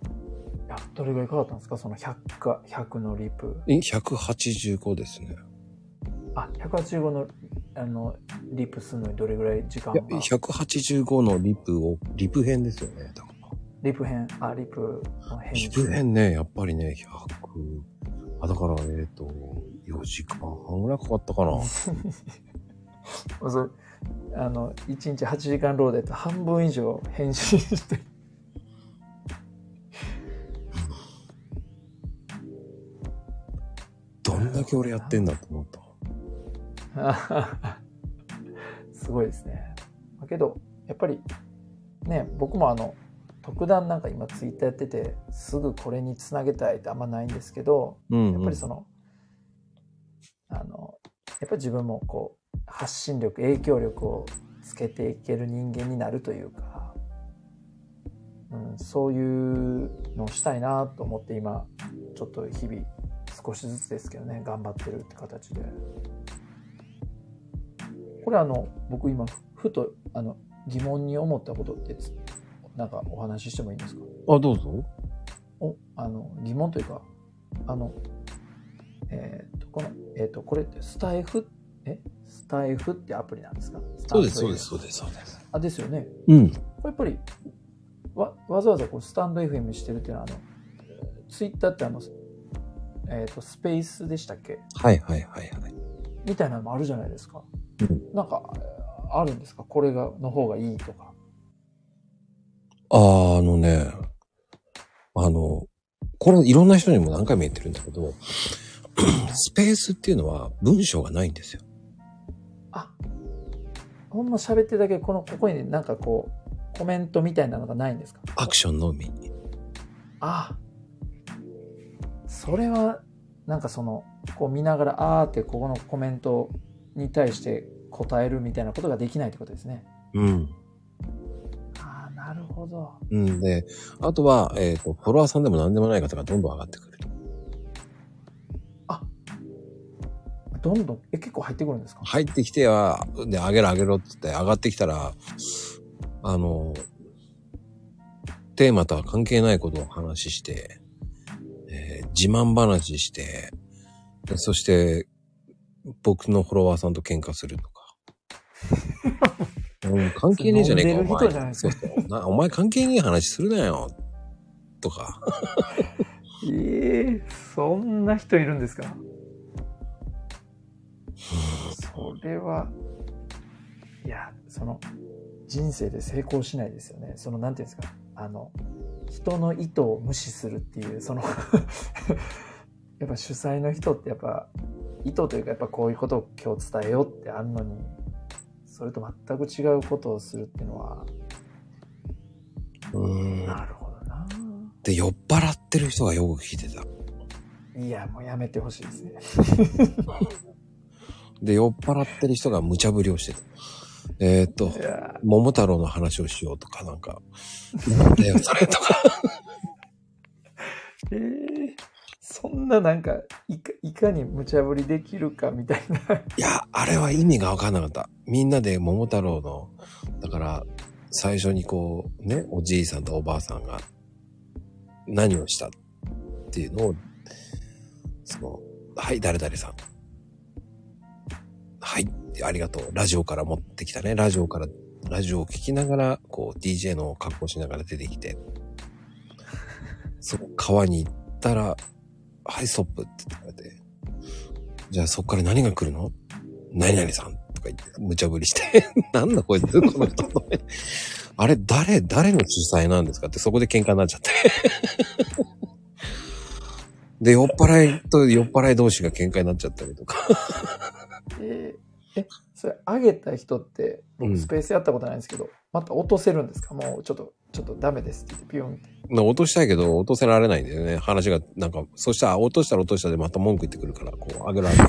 Speaker 2: いやどれぐらいかかったんですかその100か、100のリプ。
Speaker 1: え185ですね。
Speaker 2: あ、185の、あの、リプするのにどれぐらい時間
Speaker 1: いや、
Speaker 2: が
Speaker 1: 185のリプを、リプ編ですよね。だから
Speaker 2: リプ編、あ、リプの編
Speaker 1: リプ編ね、やっぱりね、100。あ、だから、えっ、と、4時間半ぐらいかかったかな。
Speaker 2: そうあの1日8時間ローデーと半分以上返信して
Speaker 1: どんだけ俺やってんだと思った。
Speaker 2: すごいですねだけどやっぱりね僕もあの特段なんか今ツイッターやっててすぐこれにつなげたいってあんまないんですけど
Speaker 1: うん、うん。
Speaker 2: やっぱりその、あのやっぱり自分もこう発信力影響力をつけていける人間になるというか、うん、そういうのをしたいなと思って今ちょっと日々少しずつですけどね頑張ってるって形でこれあの僕今ふとあの疑問に思ったことってつなんかお話ししてもいいですか
Speaker 1: あ、どうぞ。
Speaker 2: おあの疑問というかあのえっ、とこのえっ、とこれってスタイフえスタイフってアプリなんですか
Speaker 1: そうです、そうで。
Speaker 2: ス
Speaker 1: す、
Speaker 2: タ
Speaker 1: そ
Speaker 2: ンド
Speaker 1: うです、そうです。
Speaker 2: あですよね。
Speaker 1: うん。
Speaker 2: これやっぱりわわざわざこうスタンド FM してるっていうのはあのツイッターってあのえっ、とスペースでしたっけ
Speaker 1: はいはいはいはい。
Speaker 2: みたいなのもあるじゃないですか。
Speaker 1: うん
Speaker 2: なんかえーあるんですかこれがの方がいいとか。
Speaker 1: あーあのね、あの、これいろんな人にも何回も言ってるんだけど、 スペースっていうのは文章がないんですよ。
Speaker 2: あほんま喋ってるだけこのここになんかこうコメントみたいなのがないんですか
Speaker 1: アクションのみ。
Speaker 2: あそれはなんかそのこう見ながらあーってここのコメントに対して答えるみたいなことができないってことですね
Speaker 1: うん。
Speaker 2: ああなるほど
Speaker 1: うんで、あとは、えっ、と、フォロワーさんでも何でもない方がどんどん上がってくると。
Speaker 2: どんどんえ結構入ってくるんですか
Speaker 1: 入ってきては、で、上げろ上げろって言って上がってきたら、あの、テーマとは関係ないことを話して、えー自慢話して、でそして、僕のフォロワーさんと喧嘩するとか。うん、関係ねえじゃ ねえか、
Speaker 2: 飲
Speaker 1: お
Speaker 2: んで
Speaker 1: 前
Speaker 2: る人じゃないですか
Speaker 1: そうそうなお前関係ねえ話するなよ。とか。
Speaker 2: ええそんな人いるんですかそれはいやその人生で成功しないですよねそのなんていうんですかあの人の意図を無視するっていうその やっぱ主催の人ってやっぱ意図というかやっぱこういうことを今日伝えようってあるのにそれと全く違うことをするっていうのは
Speaker 1: うん。
Speaker 2: なるほどな
Speaker 1: で、酔っ払ってる人がよく聞いてた。
Speaker 2: いやもうやめてほしいですね
Speaker 1: で、酔っ払ってる人が無茶ぶりをしてた。えーっと
Speaker 2: い、や
Speaker 1: 桃太郎の話をしようとか、なんか、なんだよ、それとか。
Speaker 2: えーそんななんかいかいかに無茶ぶりできるかみたいな
Speaker 1: いや、あれは意味がわかんなかった。みんなで桃太郎の、だから、最初にこう、ね、おじいさんとおばあさんが、何をしたっていうのを、その、はい、誰々さん。はい、ありがとう。ラジオから持ってきたね。ラジオから、ラジオを聞きながら、こう、DJ の格好しながら出てきて、そこ、川に行ったら、はい、ストップって言われて、じゃあそこから何が来るの何々さんとか言って、無茶ぶりして、 なんだこいつ、この人と。あれ、誰、誰の主催なんですかって、そこで喧嘩になっちゃって。 で、酔っ払いと酔っ払い同士が喧嘩になっちゃったりとか。
Speaker 2: えーえそれ上げた人って
Speaker 1: う
Speaker 2: 僕
Speaker 1: ん
Speaker 2: スペースやったことないんですけど、また落とせるんですかもうちょっとちょっとダメですって言ってピュンって。
Speaker 1: な落としたいけど、落とせられないんだよね。話が、なんか、そしたら、落としたら落としたでまた文句言ってくるから、こう、あげられる。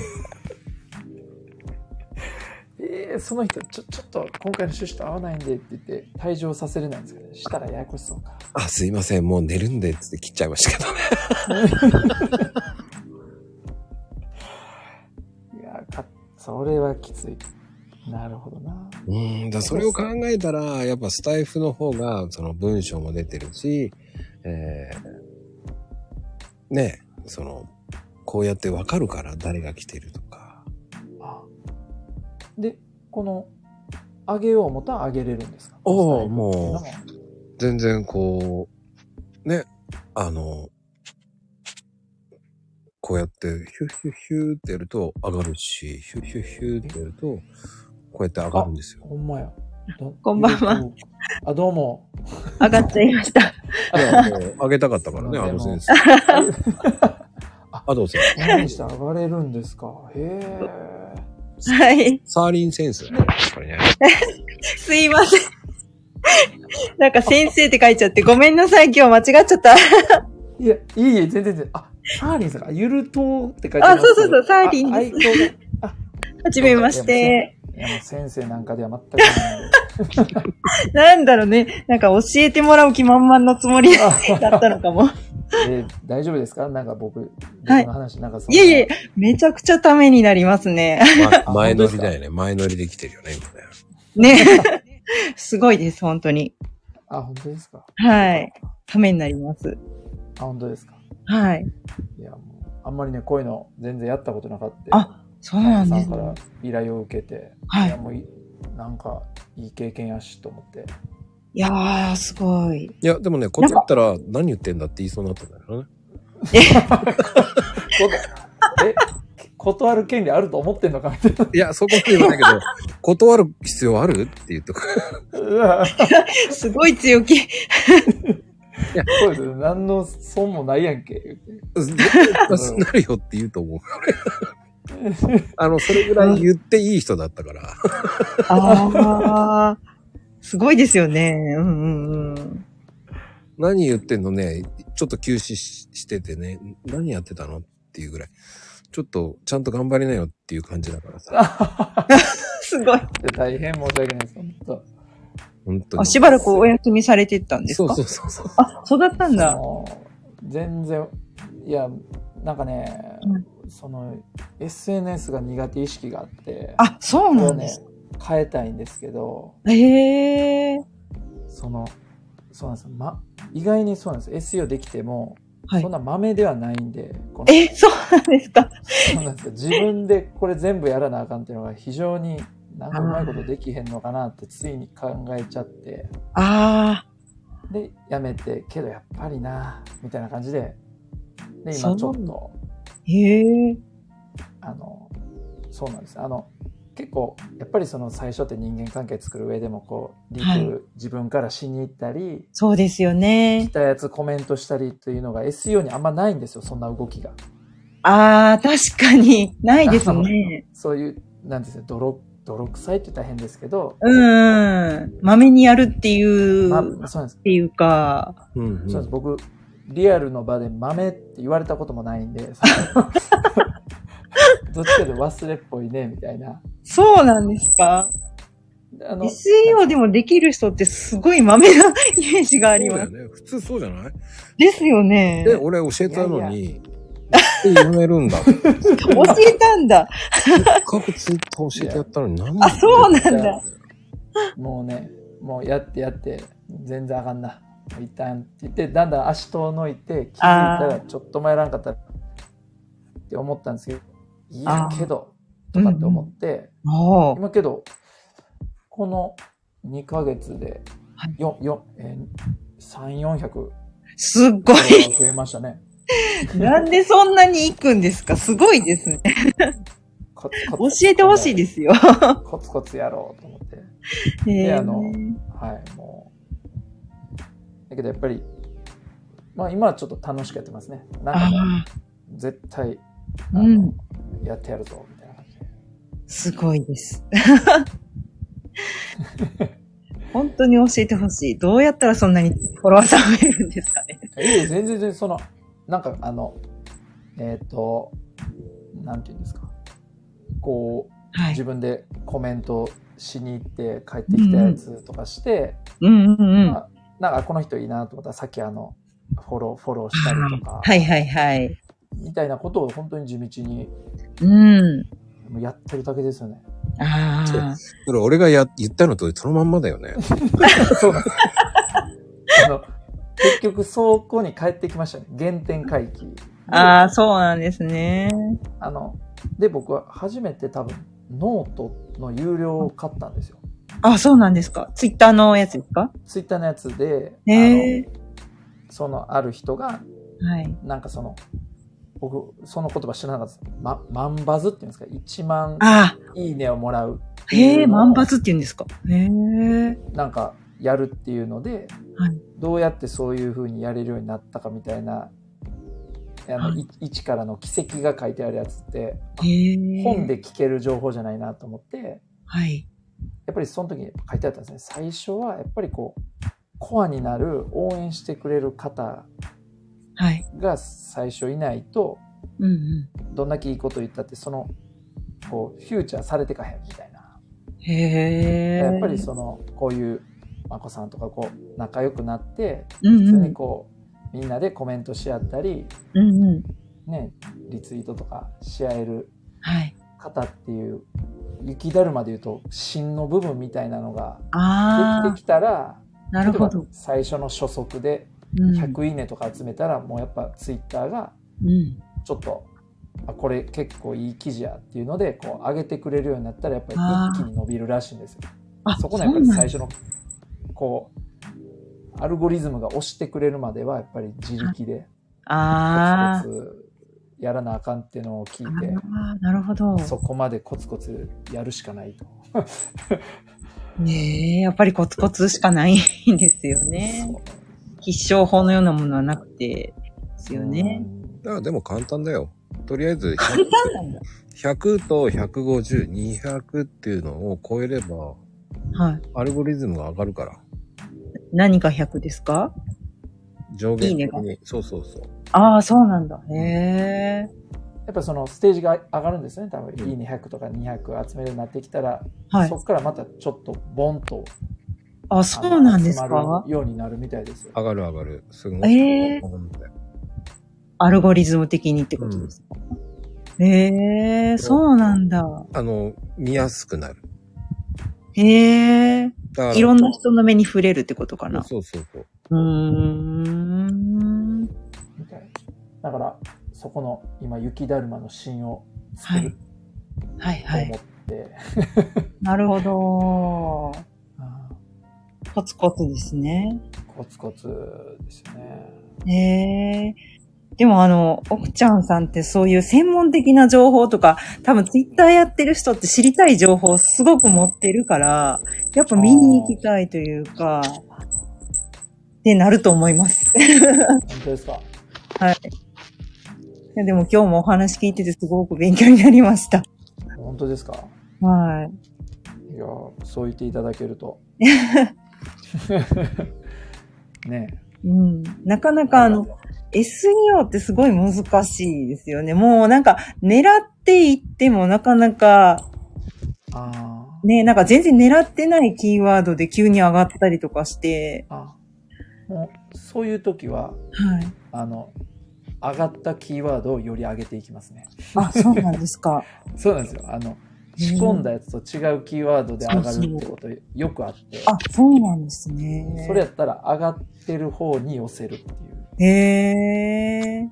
Speaker 2: えー、その人、ちょ、ちょっと今回の趣旨と合わないんでって言って退場させれないんですけど、ね、したらややこしそうか。
Speaker 1: あ、すいません、もう寝るんで、つって切っちゃいましたけどね。
Speaker 2: いやーか、それはきつい。なるほどな。
Speaker 1: うん、だそれを考えたら、やっぱスタイフの方が、その文章も出てるし、えー、ね、その、こうやってわかるから、誰が来てるとか。
Speaker 2: あで、この、上げようもたら上げれるんですか
Speaker 1: おー
Speaker 2: このスタイルってい
Speaker 1: 全然こう、ね、あの、こうやってヒュッヒュッヒューってやると上がるし、ヒュッヒュッヒューってやると、こうやって上がるんです
Speaker 2: うの
Speaker 1: よ
Speaker 2: も。ほんまや。 ど
Speaker 3: こんばんは。
Speaker 2: あ、どうも。
Speaker 3: 上がっちゃい ました。
Speaker 1: いや、もう上げたかったからね、
Speaker 2: すい
Speaker 1: ア
Speaker 2: ません
Speaker 1: ドセンス。 アドセンス。
Speaker 2: 何して上がれるんですか。へえ。
Speaker 3: はい。
Speaker 1: サーリンセンスだね、やっぱりね。
Speaker 3: すいませ ん。なんか先生って書いちゃって、ごめんなさい、今日間違っちゃった。
Speaker 2: いや、いえいえ、全然全然。あ、サーリンさんか。ゆるとうって書いてます
Speaker 3: あそうそうそうサーリンです
Speaker 2: す。愛好
Speaker 3: はじめまして。
Speaker 2: がいやもう先生なんかでは全くないんで。
Speaker 3: なんだろうね。なんか教えてもらう気満々のつもりだった のかも。
Speaker 2: えー大丈夫ですかなんか僕、
Speaker 3: は
Speaker 2: 僕
Speaker 3: い
Speaker 2: の話、なんかそ
Speaker 3: いえいえ、めちゃくちゃためになりますね。
Speaker 1: ま前乗りだよね、前乗りできてるよね、今ね。
Speaker 3: ね。すごいです、本当に。
Speaker 2: あ、本当ですか
Speaker 3: はい。ためになります。
Speaker 2: あ、本当ですか
Speaker 3: はい。
Speaker 2: いや、もう、あんまりね、こういうの全然やったことなかった。
Speaker 3: あ、そうなんです
Speaker 2: さんか
Speaker 3: ね
Speaker 2: ら。依頼を受けて、
Speaker 3: はい
Speaker 2: や、もうい、なんか、いい経験やしと思って。
Speaker 3: いやー、すごい。
Speaker 1: いや、でもね、こっちだったら何言ってんだって言いそうになったんだよね。
Speaker 2: ことえ、断る権利あると思ってんのかみたい
Speaker 1: いや、そこって言わないけど、 断る必要あるって言うとか。
Speaker 2: な。うわ
Speaker 3: すごい強気。
Speaker 2: そうですよね。何の損もないやんけ。
Speaker 1: うんなるよって言うと思う。 あの、それぐらい言っていい人だったから。
Speaker 3: ああ。すごいですよね。うんうんうん。
Speaker 1: 何言ってんのね、ちょっと休止ししててね、何やってたのっていうぐらい。ちょっと、ちゃんと頑張りなよっていう感じだからさ。
Speaker 3: すごい。
Speaker 2: で大変申し訳ないです。本当。
Speaker 1: 本当に。
Speaker 3: あ、しばらくお休みされてったんですか
Speaker 1: そうそうそうそう。
Speaker 3: あ、そうだったんだ。
Speaker 2: もう全然、いや、なんかね、その、SNS が苦手意識があって、
Speaker 3: あ、そう
Speaker 2: これ
Speaker 3: な
Speaker 2: を
Speaker 3: んで
Speaker 2: ね
Speaker 3: す。、
Speaker 2: 変えたいんですけど、
Speaker 3: へえ。
Speaker 2: その、そうなんですよ。ま、意外にそうなんです。SEO できても、
Speaker 3: はい
Speaker 2: そんな豆ではないんで、この
Speaker 3: え、そうなんですか。
Speaker 2: そうなんですよ自分でこれ全部やらなあかんっていうのが非常になんかうまいことできへんのかなってついに考えちゃって
Speaker 3: あ
Speaker 2: でやめてけどやっぱりなみたいな感じでで
Speaker 3: そ
Speaker 2: 今
Speaker 3: う
Speaker 2: ちょっと
Speaker 3: あ。へえ。
Speaker 2: あのそうなんですあの結構やっぱりその最初って人間関係作る上でもこうリプ、
Speaker 3: はい
Speaker 2: 自分からしに行ったり
Speaker 3: そうですよ
Speaker 2: 来
Speaker 3: ね。
Speaker 2: たやつコメントしたりというのが SEO にあんまないんですよそんな動きが
Speaker 3: ああ、確かに。ないですね。
Speaker 2: そういうなんですよ泥泥臭いって言ったら変ですけど、
Speaker 3: うんうん。豆にやるっていう、
Speaker 2: ま
Speaker 3: っ
Speaker 2: あ、そうなんです
Speaker 3: ていうか。
Speaker 1: うんうん
Speaker 2: そうです僕リアルの場で「豆」って言われたこともないんで そのどっちかで忘れっぽいねみたいな
Speaker 3: そうなんですか。
Speaker 2: あの
Speaker 3: SEO でもできる人ってすごい豆なイメージがあり
Speaker 1: そうだ
Speaker 3: ま
Speaker 1: よね。
Speaker 3: す。
Speaker 1: 普通そうじゃない
Speaker 3: ですよね。
Speaker 1: で、俺教えたのに、言ってやめるんだ。
Speaker 3: 教えたんだ。
Speaker 1: せっかくツイッター教えてやったのになんで
Speaker 3: あ、そう なんだ。
Speaker 2: もうねもうやってやって全然あかんな一旦って言ってだんだん足遠のいて気づいたら
Speaker 3: あ
Speaker 2: ちょっともやらんかったって思ったんですけどいや
Speaker 3: あー
Speaker 2: けどとかって思って、
Speaker 3: おー
Speaker 2: 今けどこの2ヶ月で
Speaker 3: はい
Speaker 2: 4 4えー、3400
Speaker 3: すっごい。
Speaker 2: 増えましたね
Speaker 3: なんでそんなに行くんですかすごいですね。
Speaker 2: コツコ
Speaker 3: 教
Speaker 2: ツ
Speaker 3: えてほしいです よ。
Speaker 2: コツコツやろうと思って
Speaker 3: へー
Speaker 2: あのはいもうだけどやっぱりまあ今はちょっと楽しくやってますねなんか
Speaker 3: あ
Speaker 2: 絶対
Speaker 3: ー
Speaker 2: あ
Speaker 3: う
Speaker 2: の
Speaker 3: ん。
Speaker 2: やってやるぞみ たいな感じです
Speaker 3: ごいです。本当に教えてほしい。どうやったらそんなにフォロワーさん増えるんですかね。
Speaker 2: いやいや全然全然そのなんかあのえっ、となんていうんですかこう
Speaker 3: は
Speaker 2: 自。分でコメントしに行って帰ってきたやつとかして、
Speaker 3: うんうんうん。は
Speaker 2: あなんかこの人いいなと思ったらさっきあのフォローフォローしたりとか、
Speaker 3: いはいはい。
Speaker 2: みたいなことを本当に地道に
Speaker 3: うん。
Speaker 2: もうやってるだけですよね。
Speaker 3: あ
Speaker 1: そう
Speaker 3: あ。
Speaker 1: それ俺がや言ったのとそのまんまだよね。
Speaker 2: そうなんですあの結局そこに帰ってきましたね原点回帰で
Speaker 3: ああ、そうなんですね。
Speaker 2: あので僕は初めて多分ノートの有料を買ったんですよ
Speaker 3: あそうなんですか。ツイッターのやつですか
Speaker 2: ツイッターのやつで、
Speaker 3: へえ。
Speaker 2: あのそのある人が
Speaker 3: はい。
Speaker 2: なんかその僕その言葉知らなかったです、ま、万バズっていうんですか1万
Speaker 3: あ
Speaker 2: いいねをもらう
Speaker 3: あ、へえ、万抜って言うんですか。へえ。
Speaker 2: なんかやるっていうので、
Speaker 3: はい
Speaker 2: どうやってそういう風にやれるようになったかみたいなあの、
Speaker 3: はい
Speaker 2: 一からの軌跡が書いてあるやつって
Speaker 3: へえ。
Speaker 2: 本。で聞ける情報じゃないなと思って
Speaker 3: はい。
Speaker 2: やっぱりその時に書いてあったんですね最初はやっぱりこうコアになる応援してくれる方
Speaker 3: はい。
Speaker 2: が最初いないと
Speaker 3: うんう
Speaker 2: どんだけいいこと言ったってそのこうフューチャーされてかへんみたいな。
Speaker 3: ん。へ
Speaker 2: や
Speaker 3: え。
Speaker 2: っぱりそのこういうまこさんとかこう仲良くなって
Speaker 3: うんうん
Speaker 2: 普通にこうみんなでコメントし合ったり、
Speaker 3: うんうん。
Speaker 2: ね、リツイートとかし合える
Speaker 3: はい。
Speaker 2: 方っていう雪だるまで言うと芯の部分みたいなのが
Speaker 3: あ
Speaker 2: できてきたら
Speaker 3: あ、なるほ
Speaker 2: 例え
Speaker 3: ど
Speaker 2: ば。最初の初速で
Speaker 3: うん。
Speaker 2: 100いいねとか集めたら、もうやっぱツイッターが
Speaker 3: うん。
Speaker 2: ちょっと。あこれ結構いい記事やっていうのでこう上げてくれるようになったらやっぱり
Speaker 3: あー
Speaker 2: 一気に伸びるらしいんですよ。
Speaker 3: あ
Speaker 2: そこのやっぱり
Speaker 3: そうなん
Speaker 2: 最初の、こう、アルゴリズムが押してくれるまでは、やっぱり自力で、コ
Speaker 3: あ
Speaker 2: ツコツやらなあかんっていうのを聞
Speaker 3: ー
Speaker 2: い
Speaker 3: あー、なるほど
Speaker 2: て、。そこまでコツコツやるしかないと。
Speaker 3: ねえ、やっぱりコツコツしかないんですよね。必勝法のようなものはなくて、です
Speaker 2: そう
Speaker 3: よね。。
Speaker 2: うん
Speaker 1: だからでも簡単だよ。とりあえず
Speaker 3: なんだ
Speaker 1: 100、100と150、200っていうのを超えれば、
Speaker 3: はい。
Speaker 1: アルゴリズムが上がるから。
Speaker 3: 何が100ですか
Speaker 1: 上限的
Speaker 3: いい
Speaker 1: に。そうそうそう。
Speaker 3: ああ、そうなんだ。へえ。
Speaker 2: やっぱそのステージが上がるんですね、多分。いいね100とか200集めるようになってきたら、
Speaker 3: はい
Speaker 2: そ。こからまたちょっとボンと、
Speaker 3: あ、
Speaker 2: あ
Speaker 3: そ
Speaker 2: の
Speaker 3: うなんです
Speaker 2: 集ま
Speaker 3: か
Speaker 2: るようになるみたいですよ。
Speaker 1: 上がる上がる。すごい。
Speaker 3: えー
Speaker 1: うん
Speaker 3: アルゴリズム的にってことですか、へえ、そうなんだ。
Speaker 1: あの、見やすくなる。
Speaker 3: へえ。
Speaker 1: だから
Speaker 3: いろんな人の目に触れるってことかな。
Speaker 1: そうそうそう。
Speaker 3: うーん。
Speaker 2: みたいなだから、そこの今、雪だるまの芯を作る
Speaker 3: はい
Speaker 2: と
Speaker 3: は
Speaker 2: 思
Speaker 3: い。
Speaker 2: って、
Speaker 3: なるほど。
Speaker 2: あー
Speaker 3: コツコツですね。
Speaker 2: コツコツですよね。
Speaker 3: へえ。でもあの、奥ちゃんさんってそういう専門的な情報とか、多分ツイッターやってる人って知りたい情報をすごく持ってるから、やっぱ見に行きたいというか、ってなると思います。 い
Speaker 2: 本当ですか。
Speaker 3: やでも今日もお話聞いててすごく勉強になりました。
Speaker 2: 本当ですか。
Speaker 3: はい。
Speaker 2: いやー、そう言っていただける と。ね
Speaker 3: うん。なかな
Speaker 2: え。
Speaker 3: かあの、SEO ってすごい難しいですよね。もうなんか狙っていってもなかなか
Speaker 2: あー
Speaker 3: ね、なんか全然狙ってないキーワードで急に上がったりとかして、
Speaker 2: あ。もう、そういう時は、
Speaker 3: はい。
Speaker 2: あの。上がったキーワードをより上げていきますね。
Speaker 3: あ、そうなんですか。
Speaker 2: そうなんですよ。あの。仕込んだやつと違うキーワードで上がるってことよくあって。
Speaker 3: あ、そうなんですね。
Speaker 2: それやったら上がってる方に寄せるっていう
Speaker 3: へ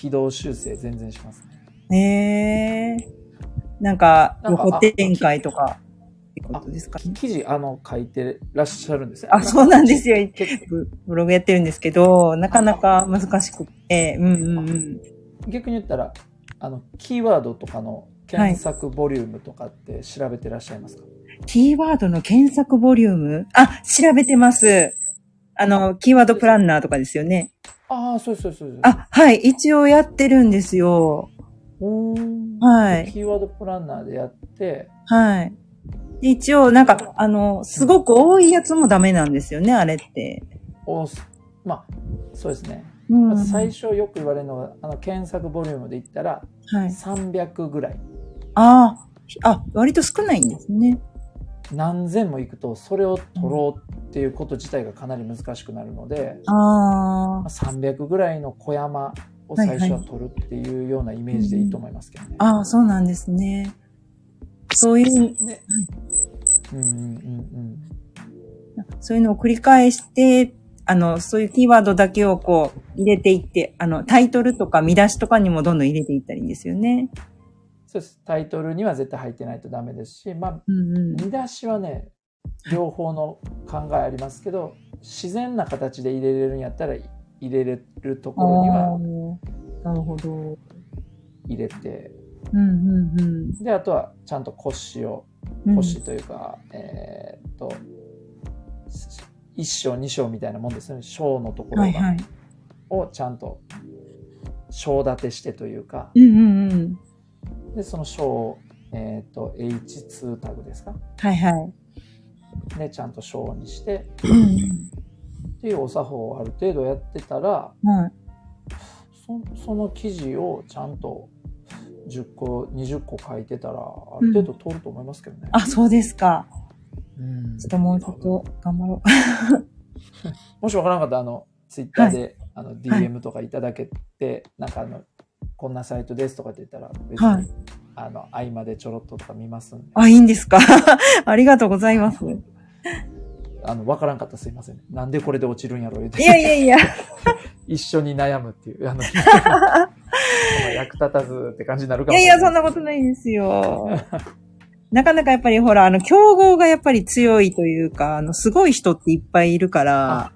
Speaker 2: 軌道修正全然しますね。
Speaker 3: え。へえ。なんか、
Speaker 2: なんかあ
Speaker 3: 横展開とか、ってことですか
Speaker 2: き記事あの書いてらっしゃるんですね。
Speaker 3: あ、そうなんですよ。
Speaker 2: 結
Speaker 3: ブブログやってるんですけど、なかなか難しくて、うんうんうん。
Speaker 2: 逆に言ったらあのキーワードとかの検索ボリュームとかって調べてらっしゃいますか、
Speaker 3: キーワードの検索ボリュームあ、調べてます。あの、キーワードプランナーとかですよね。
Speaker 2: ああそうそうそうそう
Speaker 3: あ、はい。一応やってるんですよ。
Speaker 2: おー
Speaker 3: はい
Speaker 2: キーワードプランナーでやって
Speaker 3: はい。で一応、なんか、あの、すごく多いやつもダメなんですよね、あれって。
Speaker 2: おすまあそうですね、
Speaker 3: うん
Speaker 2: 最初よく言われるのがあの検索ボリュームで言ったら
Speaker 3: はい。
Speaker 2: 300ぐらい
Speaker 3: ああ、あ、割と少ないんですね。
Speaker 2: 何千もいくとそれを取ろうっていうこと自体がかなり難しくなるので、
Speaker 3: あ
Speaker 2: まあ
Speaker 3: あ、
Speaker 2: 300ぐらいの小山を最初は取るっていうようなイメージでいいと思いますけどね。
Speaker 3: ああ、そうなんですね。そういう、
Speaker 2: でうんうんうん
Speaker 3: そういうのを繰り返して、あの、そういうキーワードだけをこう、入れていって、あの、タイトルとか見出しとかにもどんどん入れていったらいいんですよね。
Speaker 2: そうですタイトルには絶対入ってないとダメですし、まあ、
Speaker 3: うんうん。
Speaker 2: 見出しはね両方の考えありますけど自然な形で入れれるんやったら入れれるところには
Speaker 3: ああ、なるほど。
Speaker 2: 入れて
Speaker 3: うんうんうん。
Speaker 2: であとはちゃんと腰を
Speaker 3: うん
Speaker 2: 腰というか、えーっと1章2章みたいなもんですよね章のところが、
Speaker 3: はいはい。
Speaker 2: をちゃんと章立てしてというか
Speaker 3: うんうんうん。
Speaker 2: でその章を、えーっと H2 タグですか
Speaker 3: はいはい。
Speaker 2: ねちゃんと章にして
Speaker 3: うん
Speaker 2: っていうお作法をある程度やってたら
Speaker 3: はい。
Speaker 2: そその記事をちゃんと10個20個書いてたらある程度通ると思いますけどね。
Speaker 3: あ、そうですか。
Speaker 2: うん
Speaker 3: ちょっともうちょっと頑張ろ
Speaker 2: もしわからなかったらあのツイッターで、あの
Speaker 3: はい
Speaker 2: DM とかいただけて、なんかあのこんなサイトですとかって言ったら別に、
Speaker 3: はい
Speaker 2: あの合間でちょろっととか見ますんで
Speaker 3: う。あ、いいんですか ありがとうござい ます。い
Speaker 2: あのわからんかったらすいません、なんでこれで落ちるんやろ言うて
Speaker 3: やいやいや。
Speaker 2: 一緒に悩むっていうあの 役立たずって感じになるかも
Speaker 3: いやい
Speaker 2: し
Speaker 3: や、
Speaker 2: れ
Speaker 3: そんなことないですよ。 なかなかやっぱりほら、あの、競合がやっぱり強いというか、あの、すごい人っていっぱいいるから、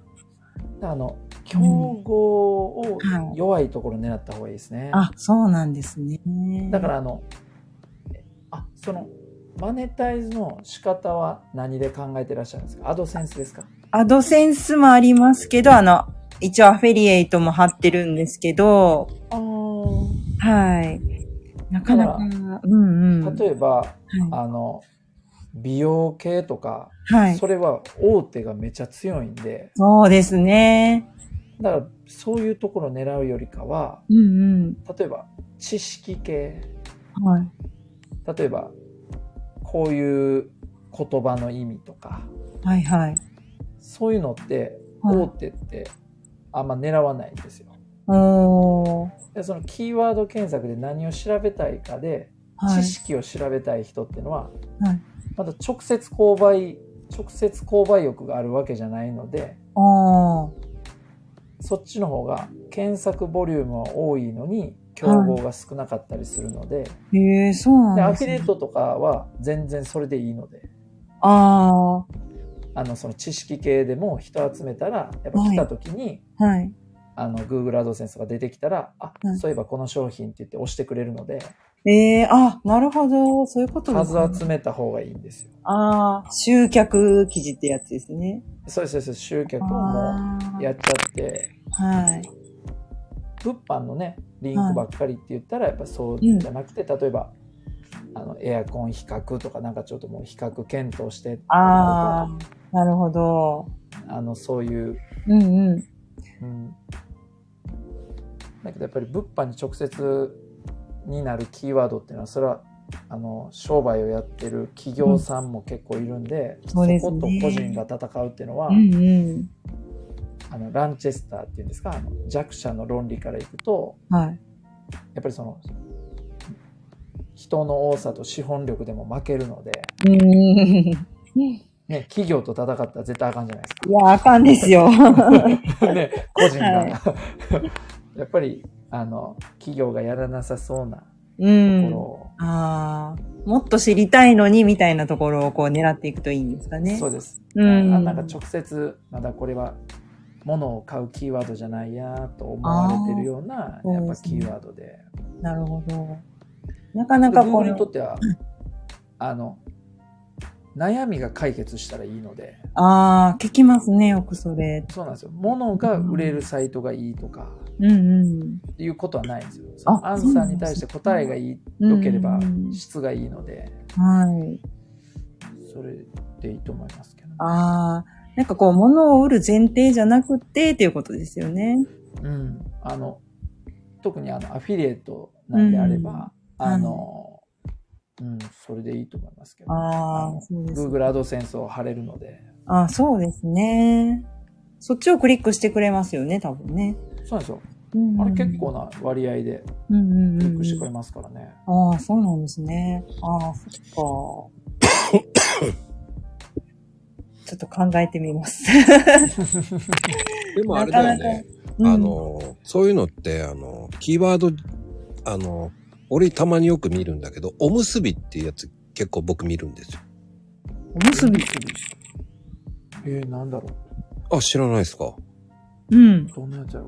Speaker 2: あの競合を弱いところ狙った方がいいですね。
Speaker 3: あ、そうなんですね。
Speaker 2: だからあの、えあ、その、マネタイズの仕方は何で考えてらっしゃるんですかアドセンスですか
Speaker 3: アドセンスもありますけど、あの、一応アフェリエイトも貼ってるんですけど、
Speaker 2: あ
Speaker 3: はい。なかなか、うんうん。
Speaker 2: 例えば、
Speaker 3: は
Speaker 2: あの、美容系とか、
Speaker 3: い。はい
Speaker 2: それは大手がめちゃ強いんで、
Speaker 3: そうですね。
Speaker 2: だからそういうところを狙うよりかは、
Speaker 3: うん
Speaker 2: 例えば知識系、
Speaker 3: うん。はい。
Speaker 2: 例えばこういう言葉の意味とか、
Speaker 3: はいはい。
Speaker 2: そういうのって
Speaker 3: は
Speaker 2: 大
Speaker 3: い、
Speaker 2: 手ってあんま狙わないんですよ。
Speaker 3: おー。
Speaker 2: でそのキーワード検索で何を調べたいかで、
Speaker 3: はい
Speaker 2: 知。識を調べたい人っていうのは、
Speaker 3: はい
Speaker 2: まだ直接購買直接購買欲があるわけじゃないので
Speaker 3: おー。
Speaker 2: そっちの方が検索ボリュームは多いのに競合が少なかったりするので,、
Speaker 3: ええそう
Speaker 2: で
Speaker 3: な
Speaker 2: ア
Speaker 3: んで
Speaker 2: フ
Speaker 3: す
Speaker 2: ィリエイトとかは全然それでいいので
Speaker 3: あ
Speaker 2: あのその知識系でも人集めたらやっぱ来た時に、
Speaker 3: あ。はい。
Speaker 2: あの Google アドセンスが出てきたら、あ、
Speaker 3: はい
Speaker 2: そういえばこの商品って言って押してくれるので、
Speaker 3: ええあ、なるほど。そういうことです、
Speaker 2: 数
Speaker 3: ね。
Speaker 2: 集めた方がいいんですよ。
Speaker 3: ああ、集客記事ってやつですね。
Speaker 2: そうです、そうです。集客をもう
Speaker 3: ああ
Speaker 2: やっちゃって
Speaker 3: はい。
Speaker 2: 物販のねリンクばっかりって言ったらやっぱそうじゃなくて、例えばあのエアコン比較とかなんかちょっともう比較検討して
Speaker 3: ああ、なるほど。
Speaker 2: あのそういう、
Speaker 3: うんうん。
Speaker 2: うん、だけどやっぱり物販に直接になるキーワードっていうのはそれはあの商売をやってる企業さんも結構いるんで,、
Speaker 3: そうですね
Speaker 2: こと個人が戦うっていうのは、
Speaker 3: うんうん。
Speaker 2: あのランチェスターっていうんですかあの弱者の論理からいくと
Speaker 3: はい。
Speaker 2: やっぱりその人の多さと資本力でも負けるので、
Speaker 3: うん。い
Speaker 2: ね、企業と戦ったら絶対あかんじゃないです
Speaker 3: や、あかんで すよ。
Speaker 2: か。ね、個人が。
Speaker 3: はい
Speaker 2: やっぱりあの企業がやらなさそうなと
Speaker 3: う
Speaker 2: こ
Speaker 3: ん
Speaker 2: ろ。を、
Speaker 3: ああ、もっと知りたいのにみたいなところをこう狙っていくといいんですかね。
Speaker 2: そうです、
Speaker 3: うん
Speaker 2: あなんか直接まだこれは物を買うキーワードじゃないやと思われてるような
Speaker 3: あー
Speaker 2: やっぱ
Speaker 3: そうです
Speaker 2: キ
Speaker 3: ね
Speaker 2: ーワードで。
Speaker 3: なるほど。なか
Speaker 2: な
Speaker 3: な
Speaker 2: ん
Speaker 3: か
Speaker 2: か
Speaker 3: こ
Speaker 2: Google にと
Speaker 3: の
Speaker 2: っ、てはあの悩みが解決したらいいので。
Speaker 3: ああ、聞きますね、よくそれ。
Speaker 2: そうなんですよ。物が売れるサイトがいいとか
Speaker 3: うんうん。
Speaker 2: っていうことはないんですよ。
Speaker 3: あ
Speaker 2: アンサーに対して答えがいい、
Speaker 3: そうな
Speaker 2: 良
Speaker 3: んですね
Speaker 2: ければ
Speaker 3: うん
Speaker 2: 質がいいので、
Speaker 3: はい。
Speaker 2: それでいいと思いますけど、ね。
Speaker 3: ああ、なんかこう、物を売る前提じゃなくてっていうことですよね。
Speaker 2: うん。あの、特にあの、アフィリエイトなんであれば、
Speaker 3: うん
Speaker 2: あの、うん、それでいいと思いますけど、
Speaker 3: あ
Speaker 2: の
Speaker 3: あ、そうです。
Speaker 2: Google アドセンスを貼れるので、
Speaker 3: ああ、そうですね。そっちをクリックしてくれますよね、多分ね。
Speaker 2: そうなんですよ。
Speaker 3: うんうん
Speaker 2: あれ結構な割合で
Speaker 3: うんうん
Speaker 2: クリ
Speaker 3: うん
Speaker 2: ッ
Speaker 3: う
Speaker 2: クしてく
Speaker 3: ん。
Speaker 2: れますからね。
Speaker 3: ああ、そうなんですね。ああ、そっか。ちょっと考えてみます。
Speaker 1: でもあれだよね。
Speaker 3: なかなうん
Speaker 1: あ、の、そういうのって、あの、キーワード、あの、俺たまによく見るんだけど、おむすびっていうやつ結構僕見るんですよ。
Speaker 3: おむすび。
Speaker 2: えー、なんだろう。
Speaker 1: あ、知らないですか。
Speaker 3: うん。
Speaker 2: どんなやつやろ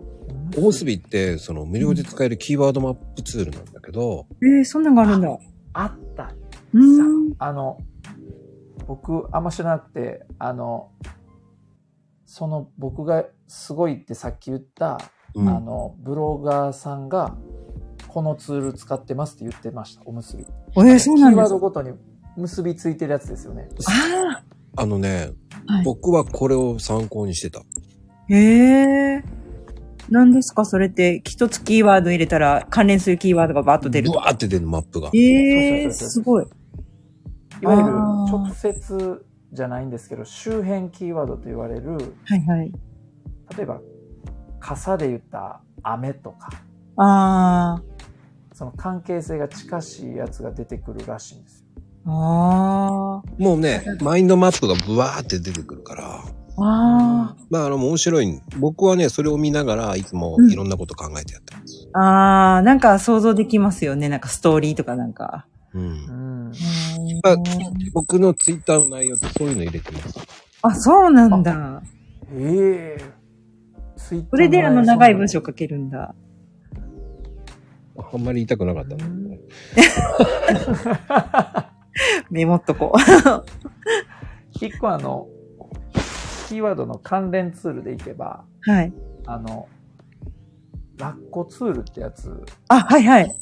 Speaker 2: う。
Speaker 1: おむすびって、その無料で使えるキーワードマップツールなんだけど、
Speaker 3: えー、そんなのがあるんだ。う
Speaker 2: あった。
Speaker 3: ーん。
Speaker 2: あの、僕、あんま知らなくて、あの、その僕がすごいってさっき言った、
Speaker 1: うん
Speaker 2: あの、ブロガーさんが、このツール使ってますって言ってました、おむすび。
Speaker 3: えー、そうなん
Speaker 2: キー
Speaker 3: で
Speaker 2: ワー
Speaker 3: す
Speaker 2: ドごとに結びついてるやつですよね。
Speaker 3: あ
Speaker 1: あのね、
Speaker 3: はい
Speaker 1: 僕はこれを参考にしてた。
Speaker 3: あ、へえ。何ですかそれって、一つキーワード入れたら関連するキーワードがバーッと出る
Speaker 1: ブ。ワーって出るマップが。
Speaker 3: ええ
Speaker 2: そうそうそ
Speaker 3: ー、
Speaker 2: うそう
Speaker 3: すごい。
Speaker 2: いわゆる
Speaker 3: あー
Speaker 2: 直接じゃないんですけど、周辺キーワードと言われる、
Speaker 3: はいはい。
Speaker 2: 例えば、傘で言った雨とか、
Speaker 3: あ
Speaker 2: その関係性が近しいやつが出てくるらしいんですよ。
Speaker 3: あ、ああ、
Speaker 1: もうね、マインドマップがブワーって出てくるから、
Speaker 3: あ
Speaker 1: まあ、あの、面白い。僕はね、それを見ながらいつも
Speaker 3: うん
Speaker 1: いろんなこと考えてやってます。
Speaker 3: あ、ああ、なんか想像できますよね。なんかストーリーとかなんか。
Speaker 1: うん
Speaker 2: うん。
Speaker 3: う
Speaker 1: あ
Speaker 3: ーん
Speaker 1: 僕のツイッターの内容ってそういうの入れてます。
Speaker 3: あ、そうなんだ。
Speaker 2: ええツイッター
Speaker 3: これであの長い文章書けるんだ。
Speaker 1: あんまり言いたくなかったな。
Speaker 2: うん
Speaker 3: メモっとこう。
Speaker 2: 一個あの、キーワードの関連ツールでいけば、
Speaker 3: はい。
Speaker 2: あの、ラッコツールってやつ、
Speaker 3: あ、はいはい。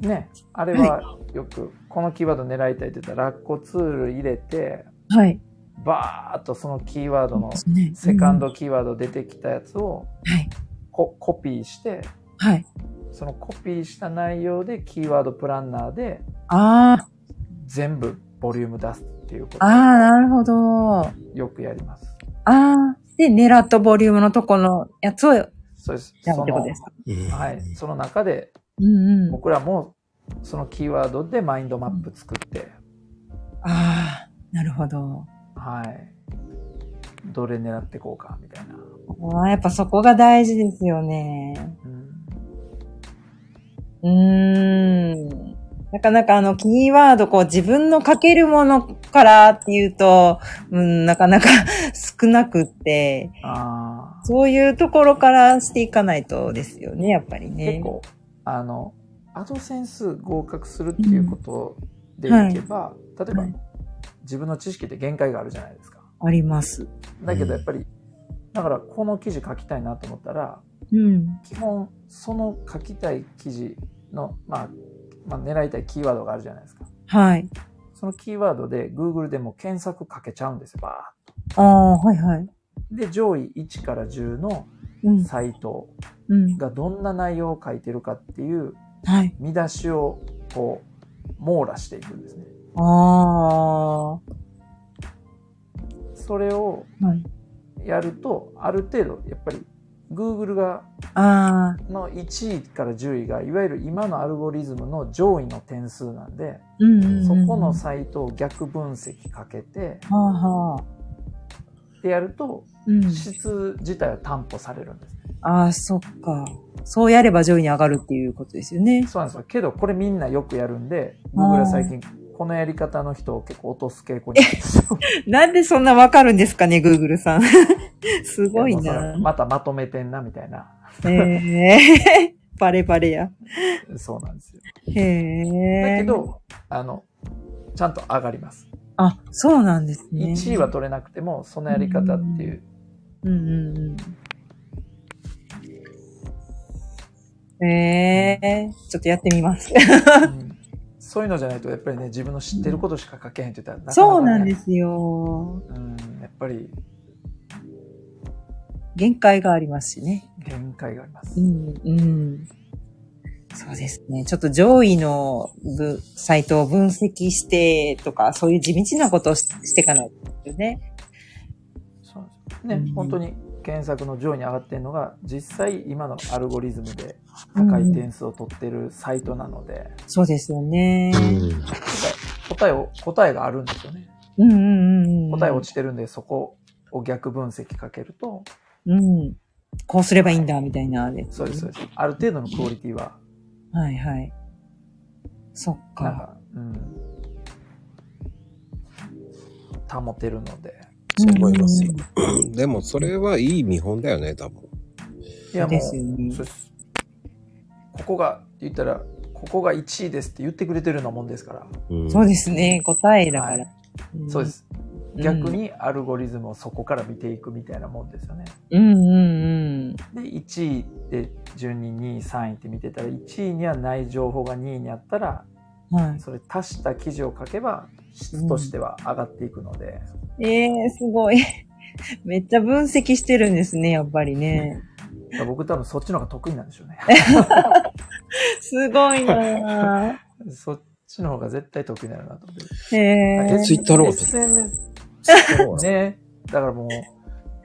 Speaker 2: ね、あれはよく、このキーワード狙いたいって言ったら、ラッコツール入れて、
Speaker 3: はい。
Speaker 2: バーっとそのキーワードの
Speaker 3: ね
Speaker 2: セカン。
Speaker 3: う
Speaker 2: ドキーワード出てきたやつを
Speaker 3: んはい。
Speaker 2: ココピーして、
Speaker 3: はい。
Speaker 2: そのコピーした内容でキーワードプランナーで
Speaker 3: ああ、
Speaker 2: 全部ボリューム出すっていうこ
Speaker 3: ああ、なるほど。あ
Speaker 2: とをよくやります。
Speaker 3: あ、で、狙ったボリュームのとこのやつをやる
Speaker 2: そうです。
Speaker 3: って
Speaker 2: そ
Speaker 3: こと
Speaker 2: の
Speaker 3: ですか。
Speaker 2: はい、その中で
Speaker 3: うんうん。
Speaker 2: 僕らもそのキーワードでマインドマップ作って、
Speaker 3: ああ、なるほど。
Speaker 2: はい、どれ狙っていこうかみたいな。
Speaker 3: ああやっぱそこが大事ですよね。
Speaker 2: うん
Speaker 3: うーん。なかなかあの、キーワード、こう、自分の書けるものからっていうと、うん、なかなか少なくって、
Speaker 2: あー
Speaker 3: そういうところからしていかないとですよね、やっぱりね。
Speaker 2: 結構あのアドセンス合格するっていうことでいけば、例えば、
Speaker 3: はい
Speaker 2: 自分の知識って限界があるじゃないですか。
Speaker 3: あります。
Speaker 2: だけ
Speaker 1: うん
Speaker 2: どやっぱり、だからこの記事書きたいなと思ったら
Speaker 3: うん。
Speaker 2: 基本その書きたい記事の、まあ、まあ狙いたいキーワードがあるじゃないですか。
Speaker 3: はい。
Speaker 2: そのキーワードで Google でも検索かけちゃうんですよ、バ
Speaker 3: ああ、はいはい。
Speaker 2: ーッで、上位1から10の
Speaker 3: うん。
Speaker 2: サイト
Speaker 3: うん。
Speaker 2: がどんな内容を書いてるかっていう
Speaker 3: はい。
Speaker 2: 見出しをこう網羅していくんですね。
Speaker 3: ああ。は
Speaker 2: それを
Speaker 3: い。
Speaker 2: やると、ある程度、やっぱり Google が
Speaker 3: ああ。
Speaker 2: の1位から10位が、いわゆる今のアルゴリズムの上位の点数なんで、
Speaker 3: うんうん、うん。
Speaker 2: そこの
Speaker 3: は
Speaker 2: サイトを逆分析かけて、
Speaker 3: あはあ。
Speaker 2: でやると、
Speaker 3: うん。
Speaker 2: 質自体は担保されるんですね。
Speaker 3: ああ、そっか。そうやれば上位に上がるっていうことですよね。
Speaker 2: そうなんですよ。けど、これみんなよくやるんで、
Speaker 3: あー
Speaker 2: Google は最近、このやり方の人を結構落とす傾向にあるんですよ。
Speaker 3: なんでそんなわかるんですかね、Google さん。 すごい
Speaker 2: やまあ
Speaker 3: な
Speaker 2: それ。またまとめてんな、みたいな。
Speaker 3: ええ バレバレや。
Speaker 2: そうなんですよ。
Speaker 3: へえ。
Speaker 2: だけ。ど、あの、ちゃんと上がります。
Speaker 3: あ、そうなんですね。
Speaker 2: 1位は取れなくても、そのやり方っていう。
Speaker 3: うんうんうん。へえちょっとやってみます。
Speaker 2: うんそういうのじゃないとやっぱりね自分の知ってることしか書けへんって言ったら、
Speaker 3: そうなんですすよ。
Speaker 2: うん、やっぱり
Speaker 3: 限界がありますしね。
Speaker 2: 限界があります、
Speaker 3: うん、うん。そうですね。ちょっと上位のぶサイトを分析してとか、そういう地道なことをししていかないとですよね。
Speaker 2: そうなんですね、
Speaker 3: うん
Speaker 2: 本当に検索の上位に上がってるのが実際今のアルゴリズムで高い点数を取ってるサイトなので、
Speaker 3: そうですよね。
Speaker 2: 答えを答えがあるんですよね
Speaker 3: うんうんうんうん。
Speaker 2: 答え落ちてるんでそこを逆分析かけると
Speaker 3: うん。こうすればいいんだ、みたいなあれ。
Speaker 2: そうですそうですある程度のクオリティは
Speaker 3: はいはい。そっ
Speaker 2: なん
Speaker 3: か。
Speaker 2: か、うん、保てるので
Speaker 1: そう思いますよ
Speaker 3: うん。
Speaker 1: うんでもそれはいい見本だよね、多分。
Speaker 2: い
Speaker 3: そ
Speaker 2: や
Speaker 3: う
Speaker 2: もう
Speaker 3: ですよね
Speaker 2: そ。うですここが言ったらここが1位ですって言ってくれてるようなもんですから、
Speaker 1: うん、
Speaker 3: そうですね。答えだか
Speaker 2: は
Speaker 3: ら。
Speaker 2: い。そうですす逆にアルゴリズムをそこから見ていくみたいなもんですよね
Speaker 3: うんうんうん。
Speaker 2: で1位で順に2位3位って見てたら1位にはない情報が2位にあったら
Speaker 3: は
Speaker 2: それ足した記事を書けば質としては上がっていくので、
Speaker 3: い。ええすごい。 めっちゃ分析してるんですね、やっぱりね。
Speaker 2: だから僕多分そっちの方が得意なんでしょうね
Speaker 3: すごいな
Speaker 2: そっちの方が絶対得意になるなと思って
Speaker 3: ぁ。へ え
Speaker 1: Twitter の方が得意
Speaker 2: SNS ねだからもう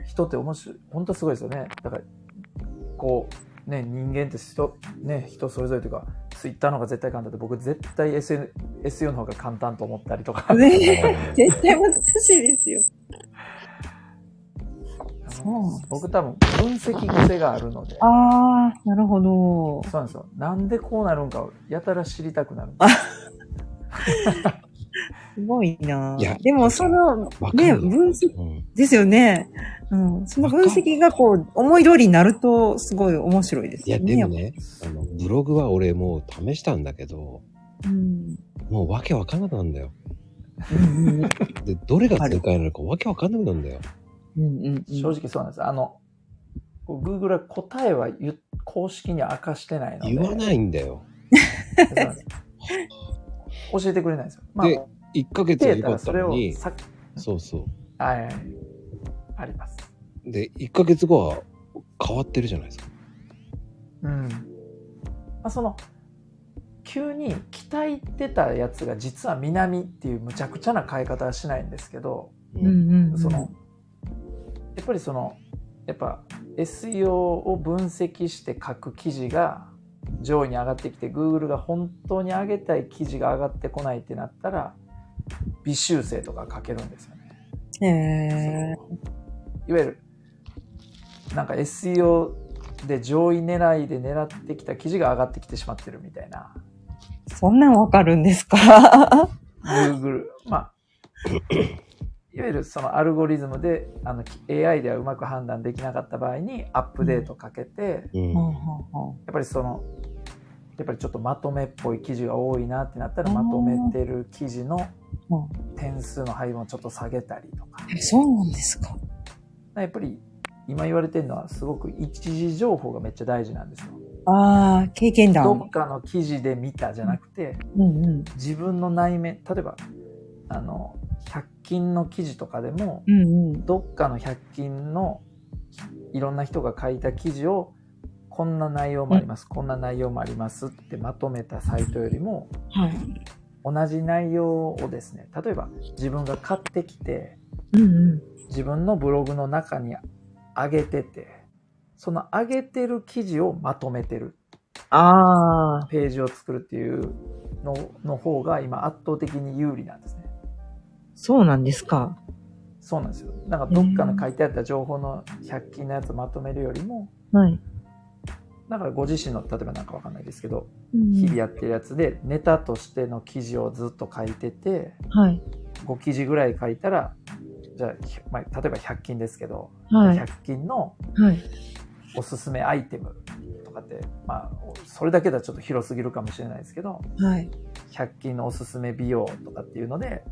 Speaker 2: 人って面白い本当すごいですよねだからこうね人間って人,、ね、人それぞれというかツイッターの方が絶対簡単で僕絶対 SN SEO の方が簡単と思ったりとか
Speaker 3: 絶対難しいですよ。
Speaker 2: あの
Speaker 3: そう
Speaker 2: 僕多分分析癖があるので
Speaker 3: ああ、なるほど。
Speaker 2: そうなんですよなんでこうなるんかをやたら知りたくなる
Speaker 3: すごいなぁ
Speaker 1: いや
Speaker 3: でもその、
Speaker 1: わか
Speaker 3: ね、
Speaker 1: る
Speaker 3: 分析
Speaker 1: うん
Speaker 3: ですよね。うん。その分析がこう、思い通りになると、すごい面白いです
Speaker 1: いや、
Speaker 3: よね。
Speaker 1: でもね、あの、ブログは俺もう試したんだけど、
Speaker 3: うん。
Speaker 1: もうわけわかんなくなるんだよ。
Speaker 3: うんうん
Speaker 1: で、どれが正解なのかわけわかんなくなるんだよ。
Speaker 3: うんうんうん。
Speaker 2: 正直そうなんですあのこう Google は答えは言う公式には明かしてないので
Speaker 1: 言わないんだよ。
Speaker 2: そうなんです教えてくれないんですよまあ
Speaker 1: で1ヶ月は
Speaker 2: デ
Speaker 1: 良
Speaker 2: ータ
Speaker 1: か
Speaker 2: は
Speaker 1: った
Speaker 2: それ
Speaker 1: の
Speaker 2: を
Speaker 1: に、
Speaker 2: さ
Speaker 1: そうそ
Speaker 2: はいはいあります
Speaker 1: う。で、1ヶ月後は変わってるじゃないですか。
Speaker 2: うんまあその急に期待ってたやつが実は南っていうむちゃくちゃな変え方はしないんですけど
Speaker 1: う
Speaker 3: うんうんうん。
Speaker 2: そのやっぱりそのやっぱ SEO を分析して書く記事が上位に上がってきて Google が本当に上げたい記事が上がってこないってなったら微修正とか書けるんですよね。
Speaker 3: へえ
Speaker 2: いわゆるなんか SEO で上位狙いで狙ってきた記事が上がってきてしまってるみたいな
Speaker 3: そんなんわかる んですか
Speaker 2: Google まあ いわゆるそのアルゴリズムであの AI ではうまく判断できなかった場合にアップデートかけて、やっ
Speaker 1: うん
Speaker 3: ほうほうほ
Speaker 2: ぱりそのやっぱりちょっとまとめっぽい記事が多いなってなったらまとめてる記事の
Speaker 3: ううん
Speaker 2: 点数の配分をちょっと下げたりとか
Speaker 3: えそうなんですか。
Speaker 2: やっぱり今言われてるのはすごく一時情報がめっちゃ大事なんですよ。
Speaker 3: ああ、経験
Speaker 2: ど
Speaker 3: 談
Speaker 2: っ。かの記事で見たじゃなくて
Speaker 3: うんうん。
Speaker 2: 自分の内面例えばあの100均の記事とかでも
Speaker 3: うんうん。
Speaker 2: どっかの100均のいろんな人が書いた記事をこんな内容もあります、こんな内容もありますってまとめたサイトよりも
Speaker 3: はい。
Speaker 2: 同じ内容をですね例えば自分が買ってきて
Speaker 3: うんうん。
Speaker 2: 自分のブログの中に上げててその上げてる記事をまとめてる
Speaker 3: ああ、
Speaker 2: ページを作るっていうのの方が今圧倒的に有利なんですね。
Speaker 3: そうなんですか。
Speaker 2: そうなんですよ。なんかどっかの書いてあった情報の100均のやつをまとめるよりも、
Speaker 3: はい。
Speaker 2: だからご自身の例えばなんかわかんないですけど、
Speaker 3: うん
Speaker 2: 日々やってるやつでネタとしての記事をずっと書いてて、
Speaker 3: はい。
Speaker 2: 5記事ぐらい書いたら、じゃあ、ひまあ、例えば100均ですけど、
Speaker 3: はい。
Speaker 2: 100均の
Speaker 3: はい。
Speaker 2: おすすめアイテムとかって、まあ、それだけではちょっと広すぎるかもしれないですけど、
Speaker 3: はい。
Speaker 2: 100均のおすすめ美容とかっていうので、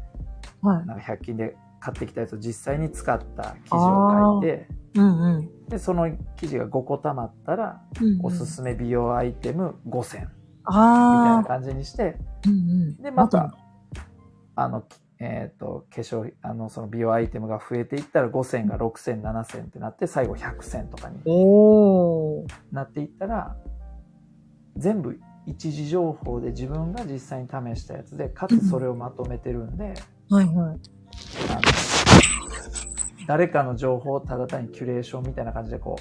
Speaker 3: はい。
Speaker 2: なんか100均で買ってきたやつを実際に使った記事を書いて
Speaker 3: うんうん。
Speaker 2: でその記事が5個たまったら
Speaker 3: うんうん
Speaker 2: おすすめ美容アイテム5選みたいな
Speaker 3: ああ。
Speaker 2: 感じにして、
Speaker 3: うんうん
Speaker 2: で、また、あの、きえっ、と、化粧、あの、その美容アイテムが増えていったら5000が6000、7000ってなって、最後100とかに
Speaker 3: おー。
Speaker 2: なっていったら、全部一時情報で自分が実際に試したやつで、かつそれをまとめてるんで、
Speaker 3: はいはい。
Speaker 2: あの誰かの情報をただ単にキュレーションみたいな感じでこ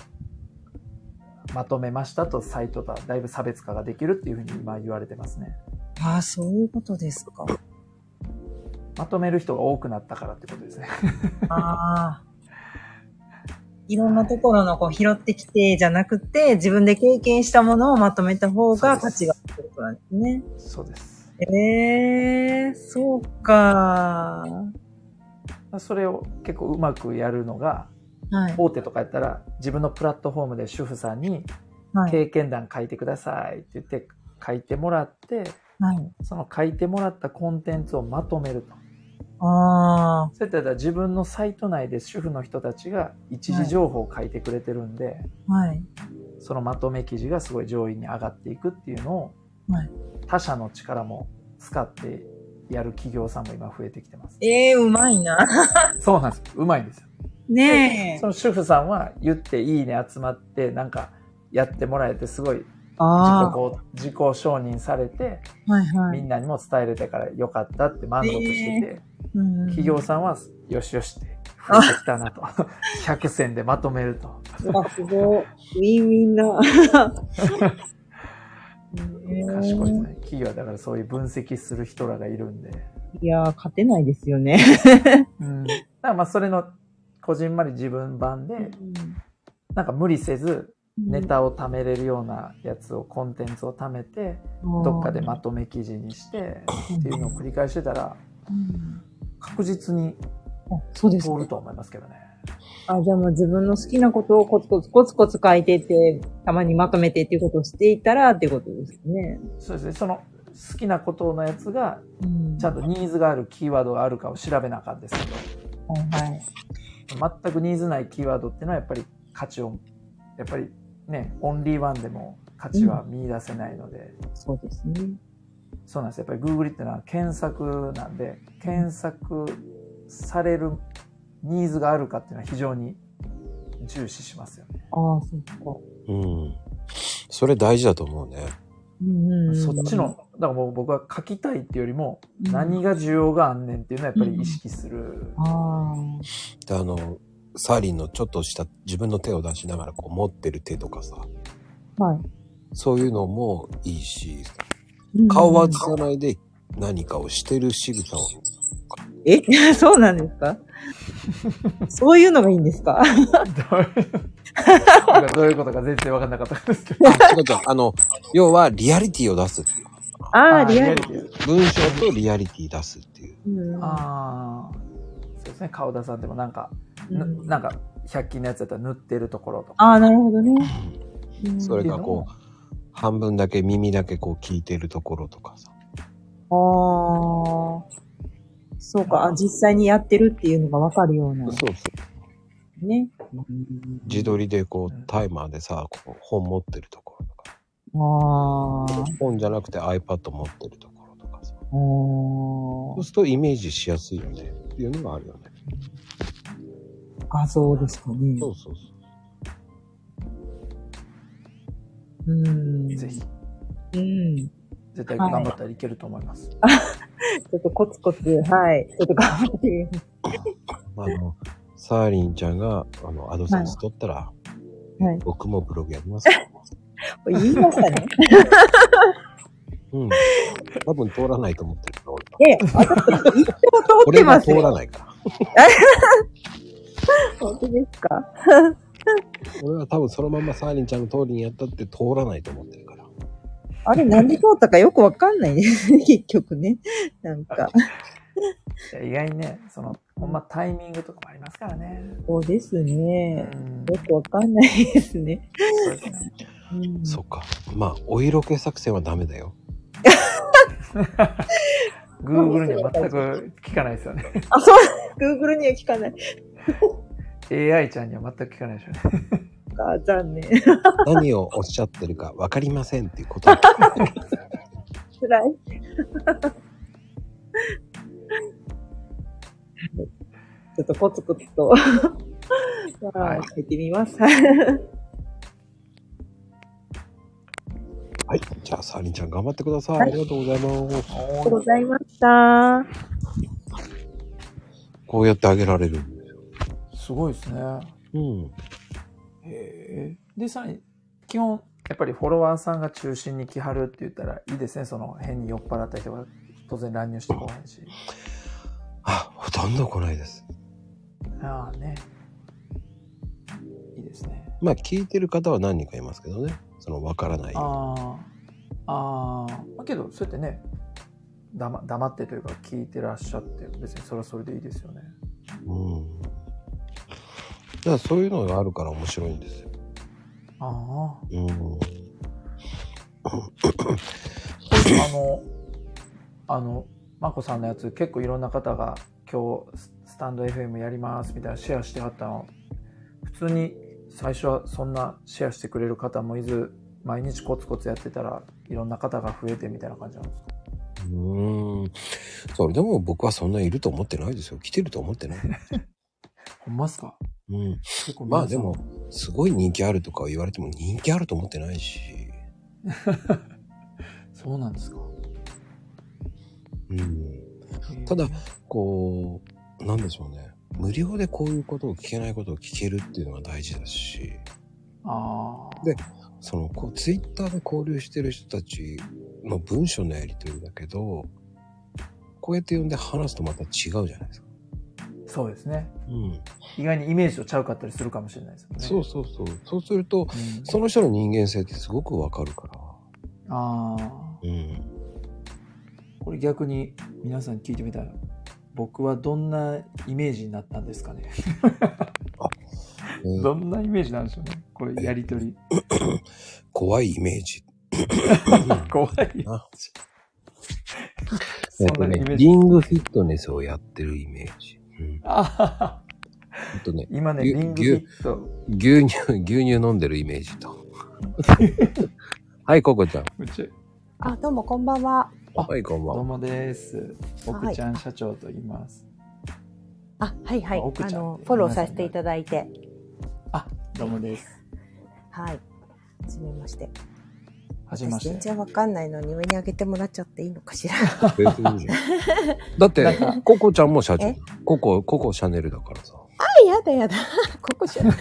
Speaker 2: う、まとめましたとサイトとはだいぶ差別化ができるっていうふうに今言われてますね。
Speaker 3: ああ、そういうことですか。
Speaker 2: まとめる人が多くなったからってことですね。
Speaker 3: ああ。いろんなところのこう拾ってきてじゃなくて、自分で経験したものをまとめた方が価値があるってことなんですね。
Speaker 2: そうです。
Speaker 3: ええー、そうか。
Speaker 2: それを結構うまくやるのが、
Speaker 3: はい。
Speaker 2: 大手とかやったら自分のプラットフォームで主婦さんに
Speaker 3: はい。
Speaker 2: 経験談書いてくださいって言って書いてもらって、
Speaker 3: はい。
Speaker 2: その書いてもらったコンテンツをまとめると。
Speaker 3: ああ。
Speaker 2: そういったら自分のサイト内で主婦の人たちが一時情報を書いてくれてるんで、
Speaker 3: はい。
Speaker 2: そのまとめ記事がすごい上位に上がっていくっていうのを、
Speaker 3: はい
Speaker 2: 他社の力も使ってやる企業さんも今増えてきてます。
Speaker 3: ええー、うまい な。
Speaker 2: そうなんですよ。うまいんですよ。
Speaker 3: ねえ
Speaker 2: そ。の主婦さんは言っていいね集まってなんかやってもらえてすごい自己
Speaker 3: ああ。
Speaker 2: 肯自己承認されて
Speaker 3: はいは
Speaker 2: み
Speaker 3: い。
Speaker 2: んなにも伝えれたからよかったって満足してて、
Speaker 3: うんうん
Speaker 2: 企業さんはよしよしって増えてきたなと100選でまとめると
Speaker 3: あ、すごい。ウィンウィンだ。
Speaker 2: 賢いですね企業はだからそういう分析する人らがいるんで、
Speaker 3: いやー、勝てないですよね。
Speaker 2: うん、だからまあそれのこじんまり自分版でなんか無理せずネタを貯めれるようなやつをコンテンツを貯めてどっかでまとめ記事にしてっていうのを繰り返してたら
Speaker 3: うん
Speaker 2: 確実に
Speaker 3: あそうです
Speaker 2: 通
Speaker 3: ね
Speaker 2: ると思いますけどね。
Speaker 3: あ、じゃあもう自分の好きなことをコツコツコツコツ書いてって、たまにまとめてっていうことをしていったらっていうことですね。
Speaker 2: そうですね。その好きなことのやつが
Speaker 3: うん
Speaker 2: ちゃんとニーズがあるキーワードがあるかを調べなあかんですけど
Speaker 3: はいはい。
Speaker 2: 全くニーズないキーワードっていうのはやっぱり価値をやっぱりねオンリーワンでも価値は見出せないので、
Speaker 3: そうですね。
Speaker 2: そうなんですやっぱり Google っていうのは検索なんで検索されるニーズがあるかっていうのは非常に重視しますよね、
Speaker 3: ああ、そっか。
Speaker 1: うん。それ大事だと思うね。
Speaker 3: うんうんうん
Speaker 2: そっちのだからもう僕は書きたいっていうよりも
Speaker 3: うん
Speaker 2: 何が需要があんねんっていうのはやっぱり意識する、
Speaker 3: ああ。
Speaker 1: であの、サーリンのちょっとした自分の手を出しながらこう持ってる手とかさ、
Speaker 3: はい。
Speaker 1: そういうのもいいし、
Speaker 3: うんうん
Speaker 1: 顔は映さないで何かをしてる仕草を。
Speaker 3: え そうなんで すかそういうのがいいんですか
Speaker 2: どういう僕はどういうことか全然分かんなかったですけど
Speaker 1: あ、違う違う。あの、要はリアリティを出すっていう。
Speaker 3: ああ、リアル。
Speaker 2: ティ
Speaker 1: 文章とリアリティ出すっていう。
Speaker 3: うん
Speaker 2: ああそうですね顔田さんでもなんか、
Speaker 3: う
Speaker 2: ぬ
Speaker 3: ん
Speaker 2: なんか100均のやつだったら塗ってるところとか
Speaker 3: ああ、なるほどね。うん
Speaker 1: それがこう、半分だけ耳だけこう聞いてるところとかさ。
Speaker 3: ああ。そうか、あ実際にやってるっていうのがわかるような
Speaker 1: そうそう。
Speaker 3: ね。
Speaker 1: 自撮りでこう、タイマーでさ、こう本持ってるところとか。
Speaker 3: ああ。
Speaker 1: 本じゃなくて iPad 持ってるところとかさ。
Speaker 3: お
Speaker 1: そう
Speaker 3: ー
Speaker 1: するとイメージしやすいよねっていうのがあるよね。
Speaker 3: 画像ですかね。
Speaker 1: そうそうそう。
Speaker 3: うん。
Speaker 2: ぜひ
Speaker 3: うん。ち
Speaker 2: 絶対頑張ったらいけると思います、
Speaker 3: ょっとコツコツ、はい。ちょっと頑張ってみます。
Speaker 1: まああの、サーリンちゃんが、あの、アドセンス取ったら、
Speaker 3: はい
Speaker 1: 僕もブログやります。
Speaker 3: これ言いましたね。
Speaker 1: うん。多分通らないと思ってるから、俺は。
Speaker 3: いやいや、私、一応通っ
Speaker 1: 俺
Speaker 3: て
Speaker 1: が
Speaker 3: ます
Speaker 1: 通
Speaker 3: よ。
Speaker 1: らないから。
Speaker 3: 本当ですか
Speaker 1: 俺は多分そのまんまサーリンちゃんの通りにやったって通らないと思ってるから。
Speaker 3: あれ、なんで通ったかよくわかんないですね。 結局ね。なんか、
Speaker 2: いや意外にねそのほんまタイミングとかもありますからね、
Speaker 3: そうです
Speaker 2: う
Speaker 3: ね。
Speaker 2: ん
Speaker 3: よくわかんないですね。
Speaker 2: そうですね
Speaker 3: うん
Speaker 1: そっか。まあ、お色気作戦はダメだよ。
Speaker 2: Google には全く聞かないですよね
Speaker 3: あ、そう、Google には聞かない。
Speaker 2: AI ちゃんには全く聞かないですよね
Speaker 3: か、残念。
Speaker 1: 何をおっしゃってるか分かりませんっていうこと。
Speaker 4: 辛い。ちょっとコツコツ と、
Speaker 2: はい
Speaker 4: 書いてみます。はい。
Speaker 1: はい。じゃあ、サーリンちゃん頑張ってください。
Speaker 4: はい
Speaker 1: ありがとうございます。
Speaker 4: ありがとうございました。
Speaker 1: こうやってあげられるんですよ。
Speaker 2: すごいですね。
Speaker 1: うん。
Speaker 2: へえで、さらに、基本、やっぱりフォロワーさんが中心に来はるって言ったらいいですね。その変に酔っ払った人が当然乱入してこないし。
Speaker 1: あ、ほとんど来ないです。
Speaker 2: ああね。いいですね。
Speaker 1: まあ、聞いてる方は何人かいますけどね。その、わからない。
Speaker 2: ああ。ああ。まあけど、そうやってね、黙黙ってというか聞いてらっしゃって、別にそれはそれでいいですよね。
Speaker 1: うん。だからそういうのがあるから面白いんですよ。
Speaker 2: ああ。
Speaker 1: うん。
Speaker 2: あの、あの、まこさんのやつ、結構いろんな方が今日ススタンド FM やりますみたいなシェアしてはったの。普通に最初はそんなシェアしてくれる方もいず、毎日コツコツやってたらいろんな方が増えてみたいな感じなんですか
Speaker 1: うん。それでも僕はそんないると思ってないですよ。来てると思ってない。
Speaker 2: ほんまっすか
Speaker 1: うん。
Speaker 2: 結構
Speaker 1: まあ
Speaker 2: 皆さ
Speaker 1: で
Speaker 2: ん
Speaker 1: も、すごい人気あるとか言われても人気あると思ってないし。
Speaker 2: そうなんですか。
Speaker 1: うん。ただこう、なんでしょうね。無料でこういうことを聞けないことを聞けるっていうのが大事だし、
Speaker 2: ああ。
Speaker 1: でその、こう、ツイッターで交流してる人たちの文章のやりとりだけど、こうやって読んで話すとまた違うじゃないですか。
Speaker 2: そうですね。
Speaker 1: うん。
Speaker 2: 意外にイメージとちゃうかったりするかもしれないですよね。
Speaker 1: そうそうそう。そうすると、
Speaker 2: うん
Speaker 1: その人の人間性ってすごくわかるから。
Speaker 2: ああ。
Speaker 1: うん。
Speaker 2: これ逆に皆さん聞いてみたら僕はどんなイメージになったんですかね
Speaker 1: うん
Speaker 2: どんなイメージなんでしょうねこれやりとり
Speaker 1: 怖いイメージ。
Speaker 2: 怖い
Speaker 1: な
Speaker 2: そ
Speaker 1: えっと
Speaker 2: んなイメ
Speaker 1: ね、
Speaker 2: ージ
Speaker 1: リングフィットネスをやってるイメージ。うん。
Speaker 2: あはは
Speaker 1: あとね、
Speaker 2: 今ね
Speaker 1: ぎ
Speaker 2: リ
Speaker 1: ゅ
Speaker 2: ングフィット
Speaker 1: 牛乳、牛乳飲んでるイメージ と。はい、ココちゃん。
Speaker 2: うち
Speaker 3: あ、どうもこんばんは。
Speaker 2: あ
Speaker 1: はい、こんばん
Speaker 2: どう
Speaker 1: は。
Speaker 2: もです奥ちゃん社長と言います、
Speaker 3: あ、はいはい。
Speaker 2: あ奥
Speaker 3: あ
Speaker 2: ちゃん
Speaker 3: の、フォローさせていただいて。
Speaker 2: どうもです
Speaker 3: はい。はじめまして。
Speaker 2: はじめまし
Speaker 3: 私全
Speaker 2: て
Speaker 3: 然わかんないのに上に上げてもらっちゃっていいのか しら。
Speaker 1: 別にいいじゃんだっ
Speaker 2: な
Speaker 1: て
Speaker 2: んか、
Speaker 1: ココちゃんも社長
Speaker 3: え。
Speaker 1: ココ、ココシャネルだからさ。
Speaker 3: あ、やだやだ。ここじゃない。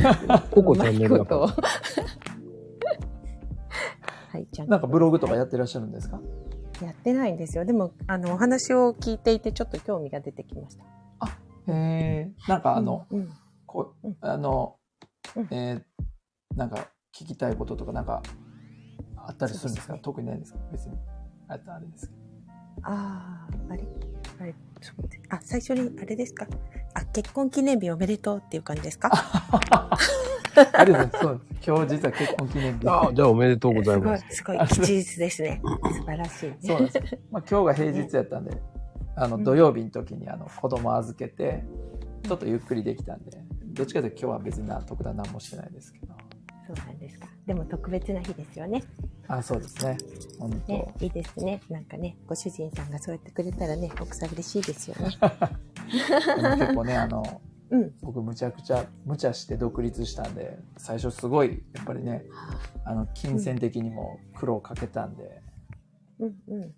Speaker 1: ココチャンネル
Speaker 3: うま
Speaker 1: だ
Speaker 3: いこと
Speaker 1: か
Speaker 3: を
Speaker 1: ら。
Speaker 3: はい、ちゃん
Speaker 2: なんかブログとか
Speaker 3: や
Speaker 2: やってらっしゃるんですか
Speaker 3: ってないんですよ。でも、あの、お話を聞いていてちょっと興味が出てきました。
Speaker 2: へえなんかあの、
Speaker 3: うん、うん
Speaker 2: こう
Speaker 3: うん
Speaker 2: あの、
Speaker 3: うん
Speaker 2: えーなんか聞きたいこととかなんかあったりするんですか
Speaker 3: そうですね
Speaker 2: 特にないんですか別にあったらあれですけど
Speaker 3: ああ、あれあれちょっと待ってあ、最初に、あれですかあ、結婚記念日おめでとうっていう感じですか
Speaker 2: ありがとうございます。そうです今日実は結婚記念日。
Speaker 1: あじゃあおめでとうございます。
Speaker 3: すごい、すごい、吉日ですね。素晴らしい、ね。
Speaker 2: そうなんです。 まあ今日が平日やったんで、あの
Speaker 3: うん
Speaker 2: 土曜日の時にあの子供預けて、ちょっとゆっくりできたんで、どっちかというと今日は別にな特段何もしてないですけど。
Speaker 3: そうなんですか。でも特別な日ですよね。
Speaker 2: あ、そうですね。本当。
Speaker 3: ね、いいですね。なんかね、ご主人さんがそうやってくれたらね、奥さん嬉しいですよ ね。
Speaker 2: でも結構ね、あの、
Speaker 3: うん。
Speaker 2: 僕むちゃくちゃ無茶して独立したんで、最初すごいやっぱりね、あの金銭的にも苦労かけたんで、
Speaker 3: うんうん。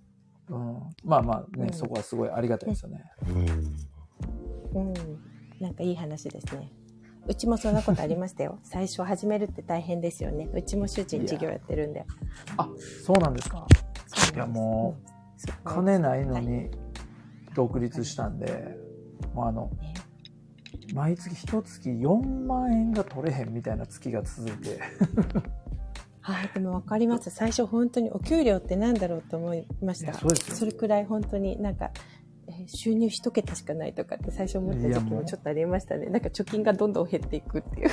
Speaker 2: うん、まあまあね、
Speaker 3: うん
Speaker 2: そこはすごいありがたいですよね。
Speaker 1: うん。
Speaker 3: うん。なんかいい話ですね。うちもそんなことありまし たよ。最初始めるって大変ですよね。うちも主人事業やってるんで。
Speaker 2: あ、そうなんですか。
Speaker 3: そうなんです
Speaker 2: いやもう。
Speaker 3: うんすごい
Speaker 2: 金ないのに独立したんで、もうあの
Speaker 3: ね
Speaker 2: 毎月一月4万円が取れへんみたいな月が続い て
Speaker 3: はい、でも分かります。最初本当にお給料ってなんだろうと思いまし
Speaker 2: い
Speaker 3: た。
Speaker 2: やそうですよ
Speaker 3: れくらい本当になんか、えー収入一桁しかないとかって最初思った
Speaker 2: いや
Speaker 3: 時期
Speaker 2: も
Speaker 3: も
Speaker 2: う
Speaker 3: ちょっとありましたね。なんか貯金がどんどん減っていくっていう。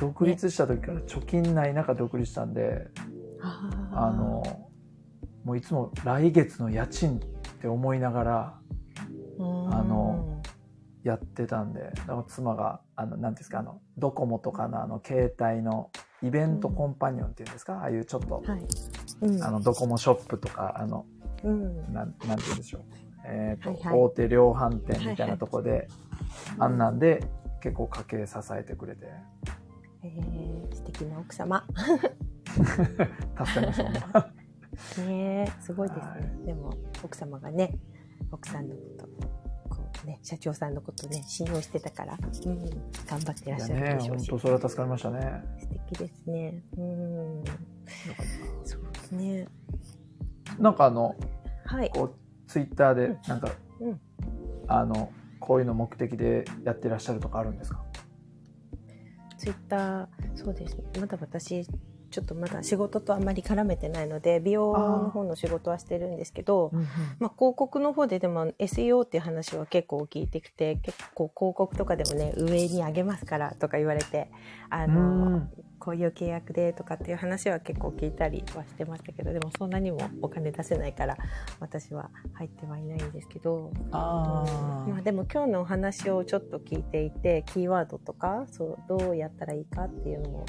Speaker 2: 独立した時から貯金ない中独立したんで
Speaker 3: あ
Speaker 2: あのもういつも来月の家賃って思いながらあの、やってたんでだから妻があの何ですかあのドコモとかのあの携帯のイベントコンパニオンっていうんですかああいうちょっと
Speaker 3: うんはい。うん
Speaker 2: あの、ドコモショップとか、あの、
Speaker 3: うん
Speaker 2: なん、なんて言うんでしょう。えっ、と、
Speaker 3: はいはい
Speaker 2: 大手量販店みたいなとこで、あんなんで、結構家計支えてくれて、
Speaker 3: えー、素敵な奥様
Speaker 2: 助かりましたほん ま。
Speaker 3: ねえすごいですね、
Speaker 2: は
Speaker 3: でも奥様がね奥さんのことこうね社長さんのことね信用してたから、うん、頑張ってらっ
Speaker 2: いや
Speaker 3: しゃる
Speaker 2: ね
Speaker 3: で、しょう
Speaker 2: 本
Speaker 3: し、
Speaker 2: 当それは助かりましたね。よか
Speaker 3: 素敵ですねうん
Speaker 2: っ
Speaker 3: そうですね
Speaker 2: たなんかあの、
Speaker 3: はい
Speaker 2: こう、ツイッターで、なんか、
Speaker 3: うん
Speaker 2: あの、こういうの目的でやってらっしゃるとかあるんですか
Speaker 3: ツイッターそうですねまだ私ちょっとまだ仕事とあんまり絡めてないので美容の方の仕事はしてるんですけどまあ、広告の方ででも SEO っていう話は結構聞いてきて結構広告とかでもね上に上げますからとか言われてあ
Speaker 2: う
Speaker 3: の
Speaker 2: ん
Speaker 3: こういう契約でとかっていう話は結構聞いたりはしてましたけどでもそんなにもお金出せないから私は入ってはいないんですけど
Speaker 2: あ
Speaker 3: まあ、でも今日のお話をちょっと聞いていてキーワードとかそうどうやったらいいかっていうのも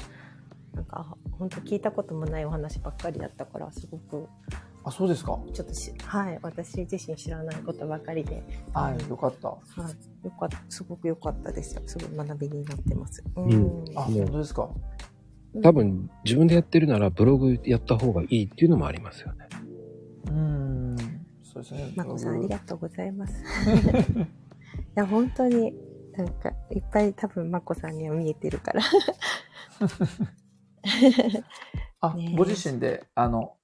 Speaker 3: なんか本当聞いたこともないお話ばっかりだったからすごく
Speaker 2: あ、そうですか。
Speaker 3: ちょっとし、はい、私自身知らないことばかりで、
Speaker 2: はい、よかった。
Speaker 3: はい、よかったすごく良かったですよすごい学びになってます。うん
Speaker 2: あ、
Speaker 1: ね
Speaker 2: 本当ですか。
Speaker 1: 多分自分でやってるならブログやった方がいいっていうのもありますよね。
Speaker 2: うん。そうですね。
Speaker 3: まこさんあ
Speaker 2: ブログ
Speaker 3: りがとうござい ます。いや本当になんかいっぱい多分まこさんには見えてるから。
Speaker 2: あ、
Speaker 3: ね
Speaker 2: ご自身で、あの、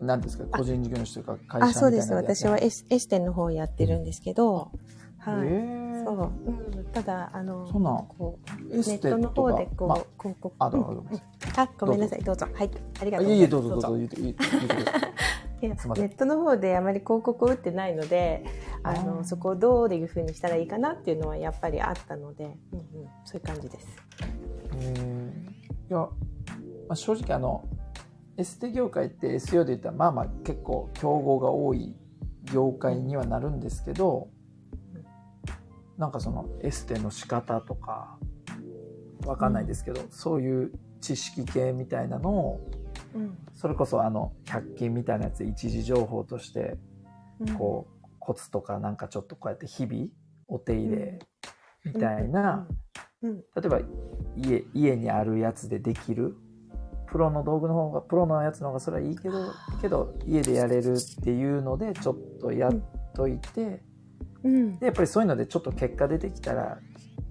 Speaker 2: なんですか、個人事業主というか、会社
Speaker 3: あ
Speaker 2: みたいな
Speaker 3: そうです
Speaker 2: のやって
Speaker 3: 私はエスエステの方やってるんですけど、は
Speaker 2: え
Speaker 3: い、
Speaker 2: ー
Speaker 3: そう、うん、ただあの
Speaker 2: そうなん
Speaker 3: こう
Speaker 2: エ
Speaker 3: ネ
Speaker 2: ス
Speaker 3: ッ
Speaker 2: テ
Speaker 3: トの
Speaker 2: と
Speaker 3: 方
Speaker 2: か
Speaker 3: でこう、
Speaker 2: ま
Speaker 3: 広告
Speaker 2: あ、あ、どうぞどうぞ。
Speaker 3: うんあごめんなさいどうぞはいありがとうございま
Speaker 2: い
Speaker 3: す
Speaker 2: えいえ、どうぞどうぞ、言って、言って言ってください。
Speaker 3: いや
Speaker 2: すいません
Speaker 3: ネットの方であまり広告を打ってないのであの
Speaker 2: あー
Speaker 3: そこをどういうふうにしたらいいかなっていうのはやっぱりあったので、うんうん、そういう感じです。
Speaker 2: えーいや、まあ、正直あのエステ業界って SEO で言ったらまあまあ結構競合が多い業界にはなるんですけどなんかそのエステの仕方とかわかんないですけど、そういう知識系みたいなのを
Speaker 3: うん
Speaker 2: それこそあの100均みたいなやつで一時情報として
Speaker 3: うん
Speaker 2: こうコツとかなんかちょっとこうやって日々お手入れみ
Speaker 3: うん
Speaker 2: たいな
Speaker 3: うん
Speaker 2: 例えば家家にあるやつでできるプロの道具の方がプロのやつの方がそれはいいけどけど家でやれるっていうのでちょっとやっといて、
Speaker 3: うん
Speaker 2: でやっぱりそういうのでちょっと結果出てきたら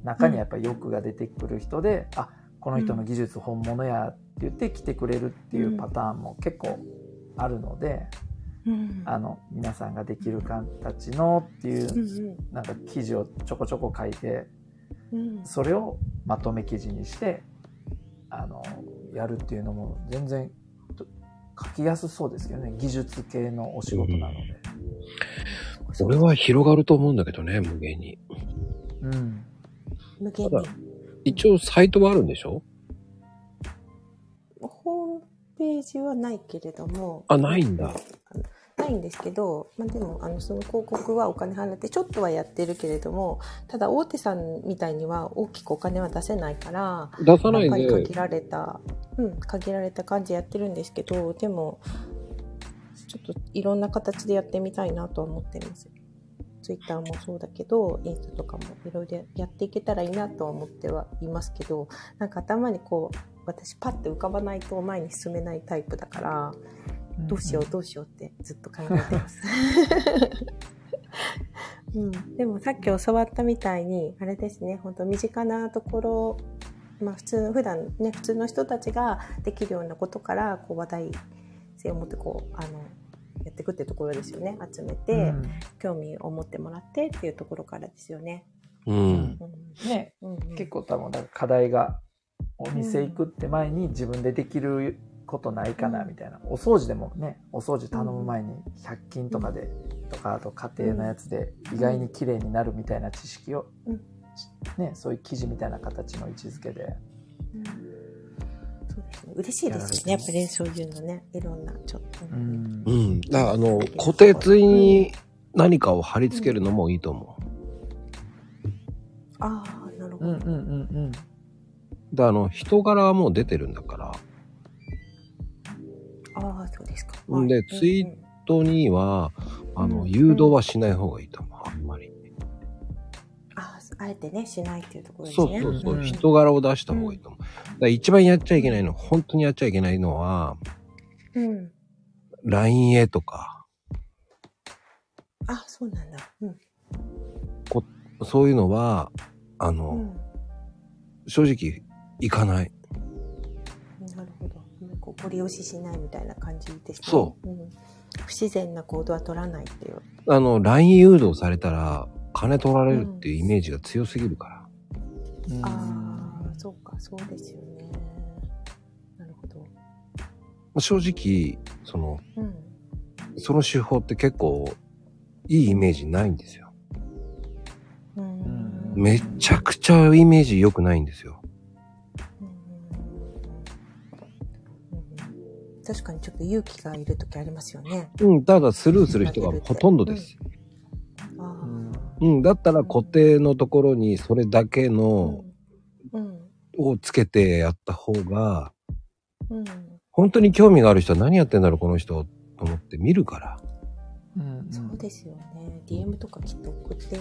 Speaker 2: 中にやっぱり欲が出てくる人で、あこの人の技術本物やって言って来てくれるっていうパターンも結構あるので、
Speaker 3: うん
Speaker 2: あの皆さんができる形のっていううんなんか記事をちょこちょこ書いて
Speaker 3: うん
Speaker 2: それをまとめ記事にしてあのやるっていうのも全然と書きやすそうですけどね技術系のお仕事なので、
Speaker 1: 俺は広がると思うんだけどね、無限に。
Speaker 2: うん、
Speaker 3: 無限
Speaker 1: た
Speaker 3: に
Speaker 1: だ一応サイトはあるんでしょ
Speaker 3: ホームページはないけれども
Speaker 1: あ、ないんだ。
Speaker 3: ないんですけど、まあ、でもあのその広告はお金払ってちょっとはやってるけれどもただ大手さんみたいには大きくお金は出せないから
Speaker 1: 出さない
Speaker 3: やっぱり
Speaker 1: で
Speaker 3: 限、られた、うん、限られた感じやってるんですけどでもちょっといろんな形でやってみたいなとは思ってますツイッターもそうだけどインスタとかもいろいろやっていけたらいいなとは思ってはいますけどなんか頭にこう私パッて浮かばないと前に進めないタイプだからどうしようどうしようってずっと考えてます。 うん、でもさっき教わったみたいにあれですね本当身近なところ、まあ、普通の普段ね普通の人たちができるようなことからこう話題性を持ってこうあのやっていくってところですよね集めて、
Speaker 2: うん
Speaker 3: 興味を持ってもらってっていうところからですよね。
Speaker 1: うん。
Speaker 3: うん
Speaker 2: ね
Speaker 3: うんうん
Speaker 2: 結構多分だから課題がお店行くって前に自分でできることないかなみたいな、お掃除でもねお掃除頼む前に100均とかで、とかあと家庭のやつで意外に綺麗になるみたいな知識を、
Speaker 3: うん
Speaker 2: ね、そういう記事みたいな形の位置づけで
Speaker 3: うんそうですね嬉しいですよねやっぱりそういうのねいろんなちょっと。
Speaker 2: うん
Speaker 1: うん。だからあの、固定ついに何かを貼り付けるのもいいと思う。
Speaker 3: ああなるほ
Speaker 2: うんう
Speaker 3: ど。
Speaker 2: んうん
Speaker 1: だからあの、人柄はもう出てるんだから、
Speaker 3: ああ、そうですか。
Speaker 1: うんで
Speaker 3: はい
Speaker 1: ツイ
Speaker 3: うん
Speaker 1: 人には、あ
Speaker 3: う
Speaker 1: の、
Speaker 3: ん
Speaker 1: 誘導はしない方がいいと思う、あんまり。
Speaker 3: ああ、あえてね、しないっていうところです
Speaker 1: そう
Speaker 3: ね。
Speaker 1: そうそう、
Speaker 2: うん
Speaker 1: 人柄を出した方がいいと思う。だから一番やっちゃいけないの、本当にやっちゃいけないのは、
Speaker 3: うん。
Speaker 1: LINE へとか、
Speaker 3: あ、そうなんだ。うん。
Speaker 1: そういうのは、あ
Speaker 3: う
Speaker 1: の、
Speaker 3: ん。
Speaker 1: 正直、行かない。
Speaker 3: なるほど。うんこうご利用ししないみたいな感じですね。。
Speaker 1: そう
Speaker 3: ん、不自然な行動は取らないっていう。
Speaker 1: あの、LINE 誘導されたら、金取られるっていうイメージが強すぎるから。
Speaker 2: うん
Speaker 3: ああ、そうか、そうですよね。なるほど。
Speaker 1: まあ正直、その、
Speaker 3: うん。
Speaker 1: その手法って結構、いいイメージないんですよ。
Speaker 3: うん。
Speaker 1: めちゃくちゃイメージ良くないんですよ。
Speaker 3: うんうん確かにちょっと勇気がいる時ありますよね。
Speaker 1: うん、ただスルーする人がほとんどです。
Speaker 3: ああ。
Speaker 1: うん、だったら固定のところにそれだけの
Speaker 3: うん。
Speaker 1: をつけてやった方が、
Speaker 3: うん。
Speaker 1: 本当に興味がある人は何やってんだろう、この人、と思って見るから。
Speaker 2: うんうん
Speaker 3: そうですよね。DM とかきっと送って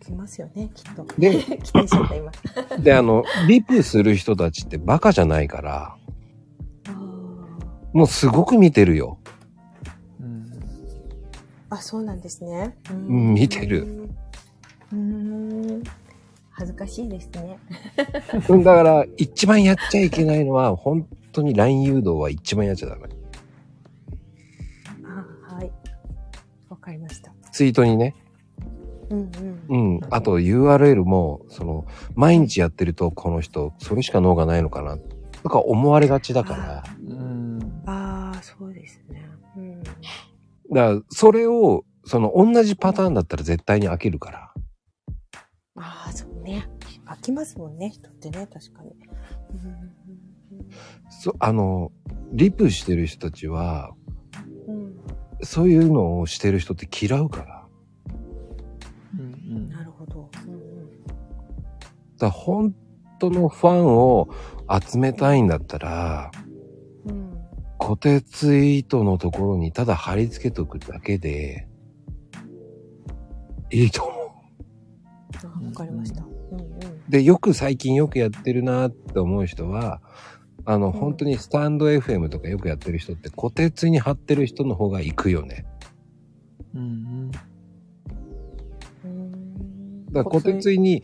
Speaker 3: ききますよね、きっと。
Speaker 1: で、
Speaker 3: 来てしまった今。
Speaker 1: で、あの、リプする人たちってバカじゃないから、
Speaker 3: あ
Speaker 1: もうすごく見てるよ。
Speaker 2: うん
Speaker 3: あ、そうなんですね。う
Speaker 1: うん見てる。
Speaker 3: うーん。恥ずかしいですね。
Speaker 1: うんだから、一番やっちゃいけないのは、本当に LINE 誘導は一番やっちゃダメ。
Speaker 3: あはい。わかりました。
Speaker 1: ツイートにね。
Speaker 3: うんうん。
Speaker 1: うん。あと URL も、その、毎日やってると、この人、それしか脳がないのかな、とか思われがちだから。
Speaker 2: うん
Speaker 3: ああ、そうですね。うん。
Speaker 1: だから、それを、その、同じパターンだったら絶対に飽きるから。
Speaker 3: ああ、そうね。飽きますもんね、人ってね、確かに。
Speaker 1: そ、あの、リプしてる人たちは、
Speaker 3: うん。うん
Speaker 1: そういうのをしてる人って嫌うから。だか
Speaker 2: うん
Speaker 3: なるほど。うんうん。
Speaker 1: ら、本当のファンを集めたいんだったら、
Speaker 3: うん。
Speaker 1: 固定ツイートのところにただ貼り付けとくだけで、いいと思う。
Speaker 3: あーわかりました。うんうん。
Speaker 1: で、よく最近よくやってるなって思う人は、あの、本当にスタンド FM とかよくやってる人って固定ツイに貼ってる人の方が行くよね。
Speaker 2: うん
Speaker 3: うーん
Speaker 1: だから固定ツイに、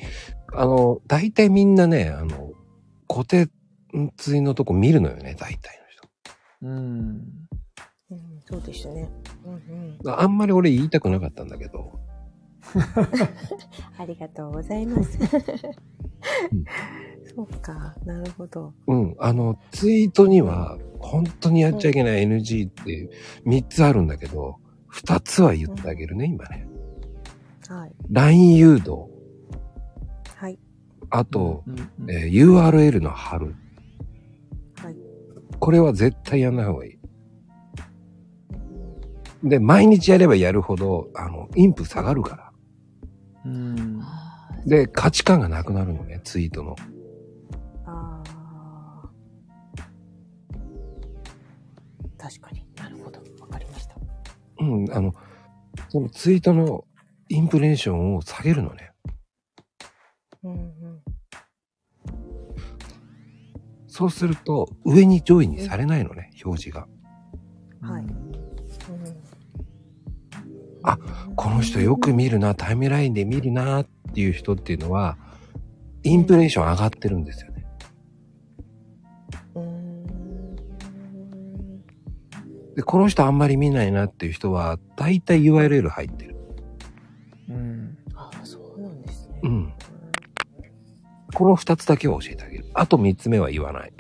Speaker 1: あの、大体みんなね、あの、固定ツイのとこ見るのよね、大体の人。
Speaker 2: うん
Speaker 3: うん、そうでしたね。うんうん。
Speaker 1: だからあんまり俺言いたくなかったんだけど、
Speaker 3: ありがとうございます。そうか、なるほど。
Speaker 1: うん、あの、ツイートには、本当にやっちゃいけない NG って3つあるんだけど、2つは言ってあげるね、今ね。
Speaker 3: はい。
Speaker 1: LINE 誘導、
Speaker 3: はい。
Speaker 1: あと、
Speaker 2: うんうん
Speaker 1: えー URL の貼る。
Speaker 3: はい。
Speaker 1: これは絶対やんない方がいい。で、毎日やればやるほど、あの、インプ下がるから。
Speaker 2: うん
Speaker 3: あ
Speaker 1: で、価値観がなくなるのね、ツイートの。
Speaker 3: あー。確かになるほど。わかりました。
Speaker 1: うん、あの、そのツイートのインプレーションを下げるのね。
Speaker 3: うんうん。
Speaker 1: そうすると、上に上位にされないのね、表示が。
Speaker 3: はい
Speaker 1: あこの人よく見るな、タイムラインで見るなっていう人っていうのは、インプレーション上がってるんですよね。
Speaker 3: うーん。
Speaker 1: で、この人あんまり見ないなっていう人は、だいたい URL 入ってる。
Speaker 2: うん
Speaker 3: ああ、そうなんですね。
Speaker 1: うん。この二つだけは教えてあげる。あと三つ目は言わない。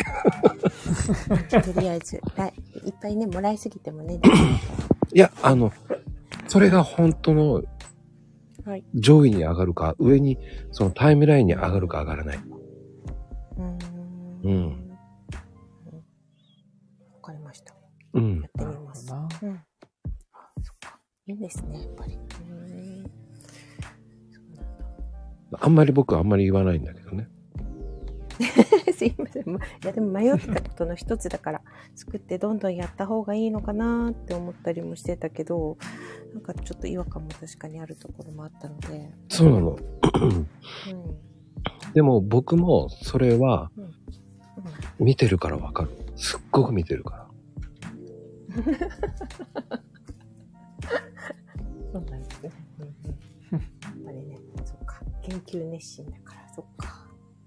Speaker 3: とりあえず、はい。いっぱいね、もらいすぎてもね。できないか
Speaker 1: いや、あの、それが本当の
Speaker 3: らはい。
Speaker 1: 上位に上がるか、上に、そのタイムラインに上がるか上がらないか。
Speaker 3: うー
Speaker 1: うん
Speaker 3: ん。わかりました。
Speaker 1: うん
Speaker 3: やっ。てみます。
Speaker 2: なるほ
Speaker 3: うん。あ、そっか。いいですね、やっぱり。うーん。そうなんだ
Speaker 1: あんまり僕はあんまり言わないんだけどね。
Speaker 3: すいません。まいや、でも迷ってたことの一つだから、作ってどんどんやった方がいいのかなって思ったりもしてたけど、なんかちょっと違和感も確かにあるところもあったので、
Speaker 1: そうなの。
Speaker 3: うん。
Speaker 1: でも僕もそれは
Speaker 3: うん
Speaker 1: 見てるからわかる。すっごく見てるから。
Speaker 3: そうなんですね。うんうん、やっぱりね、そっか。研究熱心だから、そっか。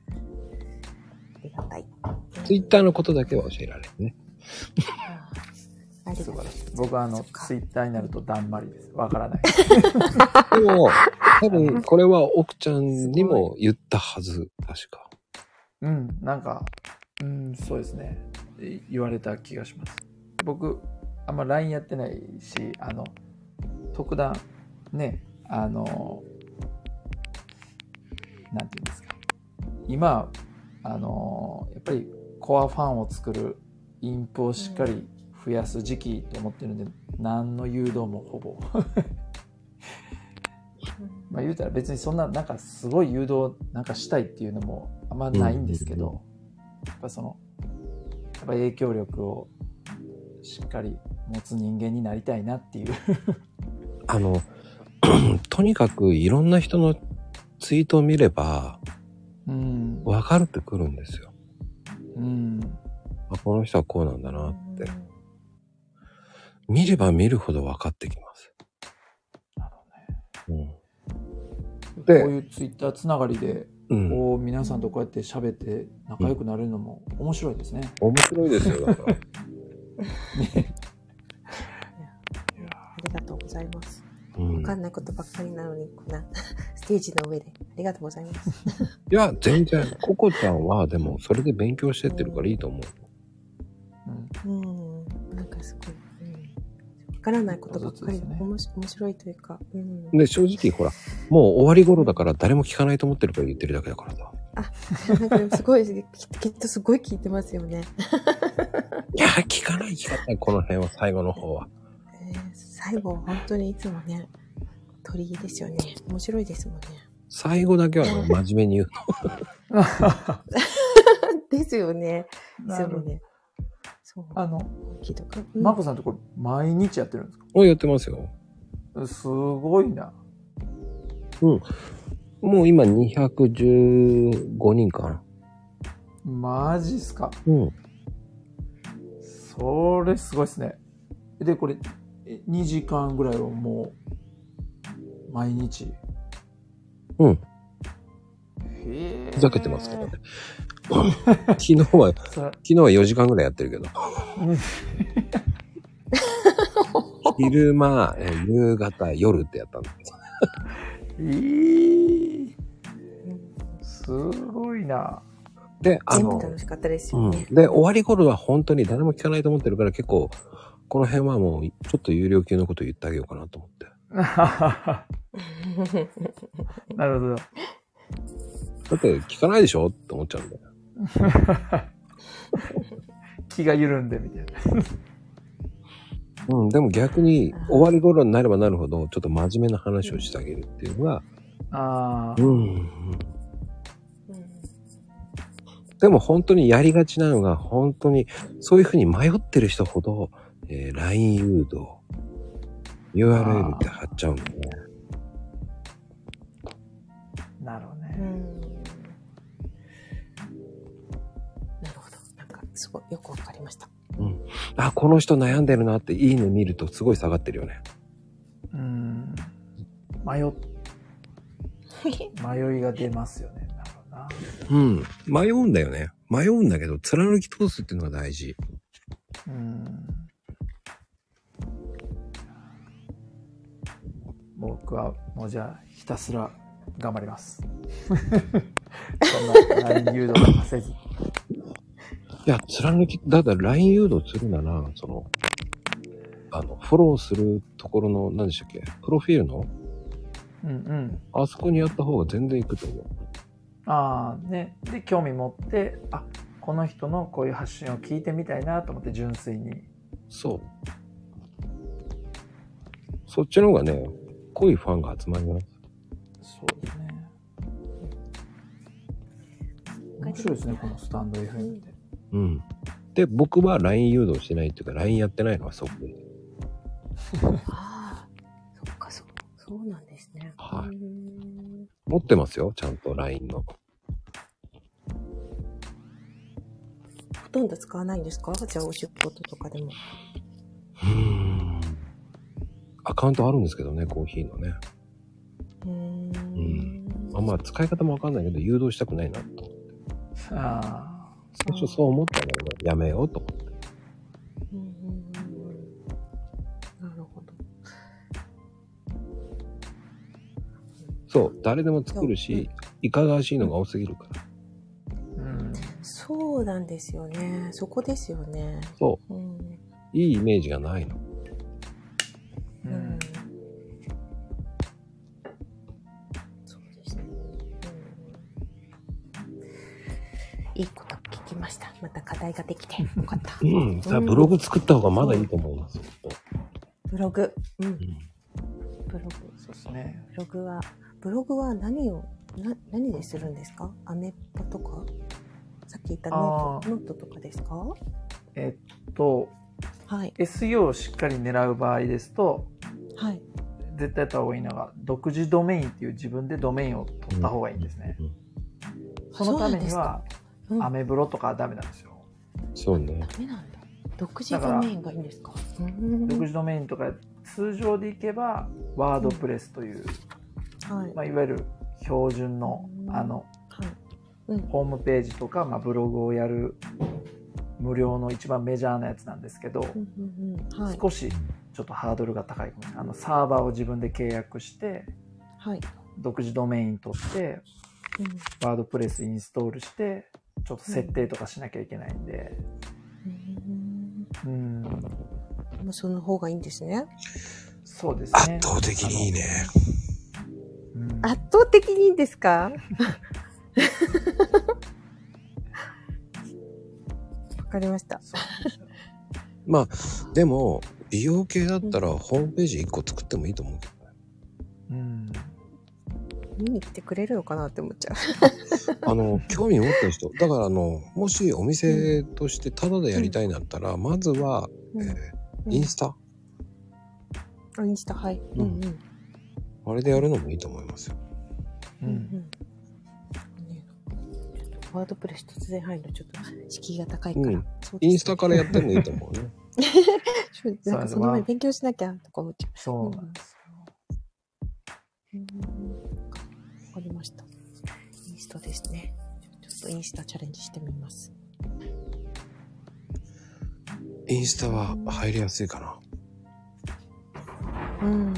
Speaker 3: ありがたい。
Speaker 1: ツイッターのことだけは教えられるね。
Speaker 3: あーありがたい。
Speaker 2: 僕はあの、ツイッターになるとだんまりです。わ からない。
Speaker 1: でも、多分これは奥ちゃんにも言ったはず。確か。
Speaker 2: うん、なんか、うん、そうですね。い言われた気がします。僕、あんま LINE やってないし、あの、特段、ね、あの、なんていうんですか。今、あの、やっぱりコアファンを作るインプをしっかり増やす時期と思ってるんで、何の誘導もほぼ。まあ言うたら別にそんな、なんかすごい誘導なんかしたいっていうのもあんまないんですけ
Speaker 1: うん
Speaker 2: ど、やっぱその、やっぱ影響力をしっかり持つ人間になりたいなっ ていう。
Speaker 1: あの、 とにかくいろんな人のツイートを見れば、
Speaker 2: うん。
Speaker 1: わかるってくるんですよ。
Speaker 2: うん。
Speaker 1: あ、この人はこうなんだなって。見れば見るほど分かってきます。
Speaker 2: なるほ
Speaker 1: うん。
Speaker 2: どね
Speaker 1: で
Speaker 2: こういうツイッターつながりで、
Speaker 1: うん。
Speaker 2: こう皆さんとこうやって喋って仲良くなれるのも面白いですね。
Speaker 1: 面白いですよ、だから。
Speaker 3: うんありがとうございます。
Speaker 1: う
Speaker 3: わ
Speaker 1: ん、い
Speaker 3: かんないことばっかりなのに、こんな ステージの上で。ありがとうございます。
Speaker 1: や、全然、ココちゃんは、でも、それで勉強してってるからいいと思う。
Speaker 2: うん。
Speaker 3: うん。なんかすごい。うんわからないことばっか
Speaker 2: そうで
Speaker 3: り、
Speaker 2: すね
Speaker 3: おもし面白いというか。うん。
Speaker 1: で、正直、ほら、もう終わり頃だから、誰も聞かないと思ってるから言ってるだけだからさ。
Speaker 3: なん かでもすごい、ききっとすごい聞いてますよね。
Speaker 1: いや、聞かない、聞かない、この辺は、最後の方は。
Speaker 3: えー最後、本当にいつもね、鳥居ですよね。面白いですもんね。
Speaker 1: 最後だけはね、真面目に言う
Speaker 3: ですよね。ですよね。そう。
Speaker 2: あの、
Speaker 3: 聞いたか。
Speaker 2: マコさんってこれ毎日やってるんですか
Speaker 1: の。もうやってますよ。
Speaker 2: すごいな。
Speaker 1: もう今、215人かな。
Speaker 2: マジっすか。
Speaker 1: うん。
Speaker 2: それすごいですね。で、これ、え2時間ぐらいはもう、毎日。
Speaker 1: うん。
Speaker 2: へえ。
Speaker 1: ふざけてますけどね。昨日は、昨
Speaker 2: それ
Speaker 1: 日は4時間ぐらいやってるけど。昼間、えー夕方、夜ってやったんだけど。
Speaker 2: えー
Speaker 3: うん
Speaker 2: すごいな。
Speaker 1: で、あ
Speaker 3: 全部
Speaker 1: の、
Speaker 3: 楽しかったです
Speaker 1: う
Speaker 3: よ
Speaker 1: ん
Speaker 3: ね。。
Speaker 1: で、終わり頃は本当に誰も聞かないと思ってるから結構、この辺はもう、ちょっと有料級のこと言ってあげようかなと思って。
Speaker 2: なるほど。
Speaker 1: だって、聞かないでしょって思っちゃうんだよ。
Speaker 2: 気が緩んでみたいな。
Speaker 1: うん、でも逆に、終わり頃になればなるほど、ちょっと真面目な話をしてあげるっていうのが、
Speaker 2: あ
Speaker 1: うん、
Speaker 2: あ、
Speaker 1: うん。
Speaker 3: うん
Speaker 1: でも本当にやりがちなのが、本当に、そういうふうに迷ってる人ほど、えー LINE 誘導、URL って貼っちゃうんだよね。
Speaker 2: なるほど
Speaker 3: う
Speaker 2: ね。
Speaker 3: んなるほど。なんか、すごい、よくわかりました。
Speaker 1: あ、この人悩んでるなって、いいね見るとすごい下がってるよね。
Speaker 2: うん。迷っ、迷いが出ますよね。なるほどな。
Speaker 1: うん。迷うんだよね。迷うんだけど、貫き通すっていうのが大事。
Speaker 2: うん僕はもうじゃあひたすら頑張り ます。そんな LINE 誘導とかせず。
Speaker 1: いや、貫き、だから LINE 誘導するなら、その、あの、フォローするところの、何でしたっけプロフィールの
Speaker 2: うんうん。
Speaker 1: あそこにやった方が全然いくと思う。
Speaker 2: ああね。で興味持ってあこの人のこういう発信を聞いてみたいなと思って純粋に。
Speaker 1: そう。そっちの方がね、濃いファンが集まります。
Speaker 2: そうですね。面白いですね、このスタンド FM って。
Speaker 1: うん。で、僕は LINE 誘導してないっていうか、LINE やってないのはそこ。
Speaker 3: ああ、そっか、そう、そうなんですね。
Speaker 1: はいう
Speaker 3: ーん
Speaker 1: 持ってますよ、ちゃんと LINE の。
Speaker 3: ほとんど使わないんですかじゃあ、お仕事とかでも。
Speaker 1: うーん。アカウントあるんですけどね、コーヒーのね。
Speaker 3: うーん。
Speaker 1: あんま使い方もわかんないけど、誘導したくないなと。
Speaker 2: あ
Speaker 1: 最初そう思ったんだけど、やめようと思って。
Speaker 3: うんうんうんうんなるほど。
Speaker 1: そう、誰でも作る
Speaker 3: そうう
Speaker 1: し、いかがわしいのが多すぎるから。
Speaker 2: あ、うん。
Speaker 3: そうなんですよね。そこですよね。
Speaker 1: そ
Speaker 3: うん。
Speaker 1: う、いいイメージがないの。
Speaker 2: う
Speaker 3: うんん。そうですね。うんいいこと聞きました。また課題ができて。よかった。
Speaker 1: うん。さあ、ブログ作った方がまだいいと思います。
Speaker 3: ブログ。うん
Speaker 1: う。ん
Speaker 3: ブログ。
Speaker 2: そうですね。
Speaker 3: ブログは、ブログは何を、な何でするんですかアメッパとかさっき言ったノートノートとかですか
Speaker 2: えっと、
Speaker 3: はい。
Speaker 2: SEO をしっかり狙う場合ですと、
Speaker 3: はい。
Speaker 2: 絶対やった方がいいのが、独自ドメインっていう自分でドメインを取った方がいいんですね。
Speaker 1: うん
Speaker 2: そのためには、
Speaker 3: そうな
Speaker 2: ア
Speaker 3: んで
Speaker 2: メブロとかはダメなんですよ。
Speaker 1: そうね。
Speaker 3: すか、うん、ダメなんだ。独自ドメインがいいんですかうーん
Speaker 2: 独自ドメインとか、通常でいけば、ワードプレスという、
Speaker 3: はい。
Speaker 2: まあ、いわゆる標準の
Speaker 3: うん
Speaker 2: あの
Speaker 3: はい。うん。
Speaker 2: ホームページとか、まあ、ブログをやる無料の一番メジャーなやつなんですけど、
Speaker 3: うんうんうん。はい。
Speaker 2: 少しちょっとハードルが高いかもしれないあのサーバーを自分で契約して
Speaker 3: はい。
Speaker 2: 独自ドメイン取ってワードプレスインストールしてちょっと設定とかしなきゃいけないんで、う
Speaker 3: うん。
Speaker 2: ん、
Speaker 3: まあ、その方がいいんですね。
Speaker 2: そうです
Speaker 1: 圧
Speaker 2: ね
Speaker 1: 倒的にいいね。
Speaker 2: あのうん
Speaker 3: 圧倒的にいいんです かわかりました。
Speaker 2: そうなんですよ
Speaker 1: まあ、でも、美容系だったらホームページ1個作ってもいいと思うけ どね。
Speaker 2: うん
Speaker 3: 見に来てくれるのかなって思っちゃう。
Speaker 1: あの、興味持ってる人。だから、あの、もしお店としてタダでやりたいんだったら、まずは、えーインスタ、
Speaker 3: タ。インスタ、はい。
Speaker 1: う
Speaker 3: うんんうん。
Speaker 1: あれでやるのもいいと思いますよ。
Speaker 2: う
Speaker 3: うんんねちょっとワードプレス突然入るのちょっと敷居が高いから。
Speaker 1: うん
Speaker 3: そうですね
Speaker 1: インスタからやってもいいと思うね。
Speaker 3: そうなんかその前に勉強しなきゃとか思っちゃ
Speaker 2: そうなんです
Speaker 3: う。うんわかりました。インスタですね。ちょっとインスタチャレンジしてみます。
Speaker 1: インスタは入りやすいかな。
Speaker 3: うん。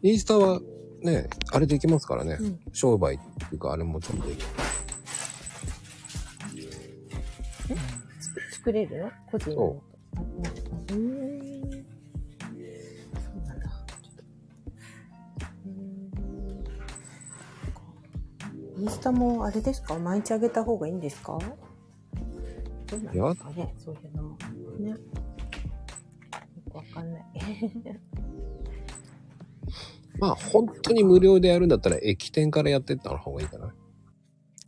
Speaker 1: インスタはね、あれできますからね。
Speaker 3: うん
Speaker 1: 商売っていうか、あれもちゃんとできる。
Speaker 3: 作れるの個人の
Speaker 1: そ。
Speaker 3: あうん。そうなんだ。ちょっとうんインスタもあれですか毎日あげた方がいいんですかどうなんですかねそういうのも。ね。よくわかんない。
Speaker 1: まあ、本当に無料でやるんだったら、駅店からやってった方がいいかな。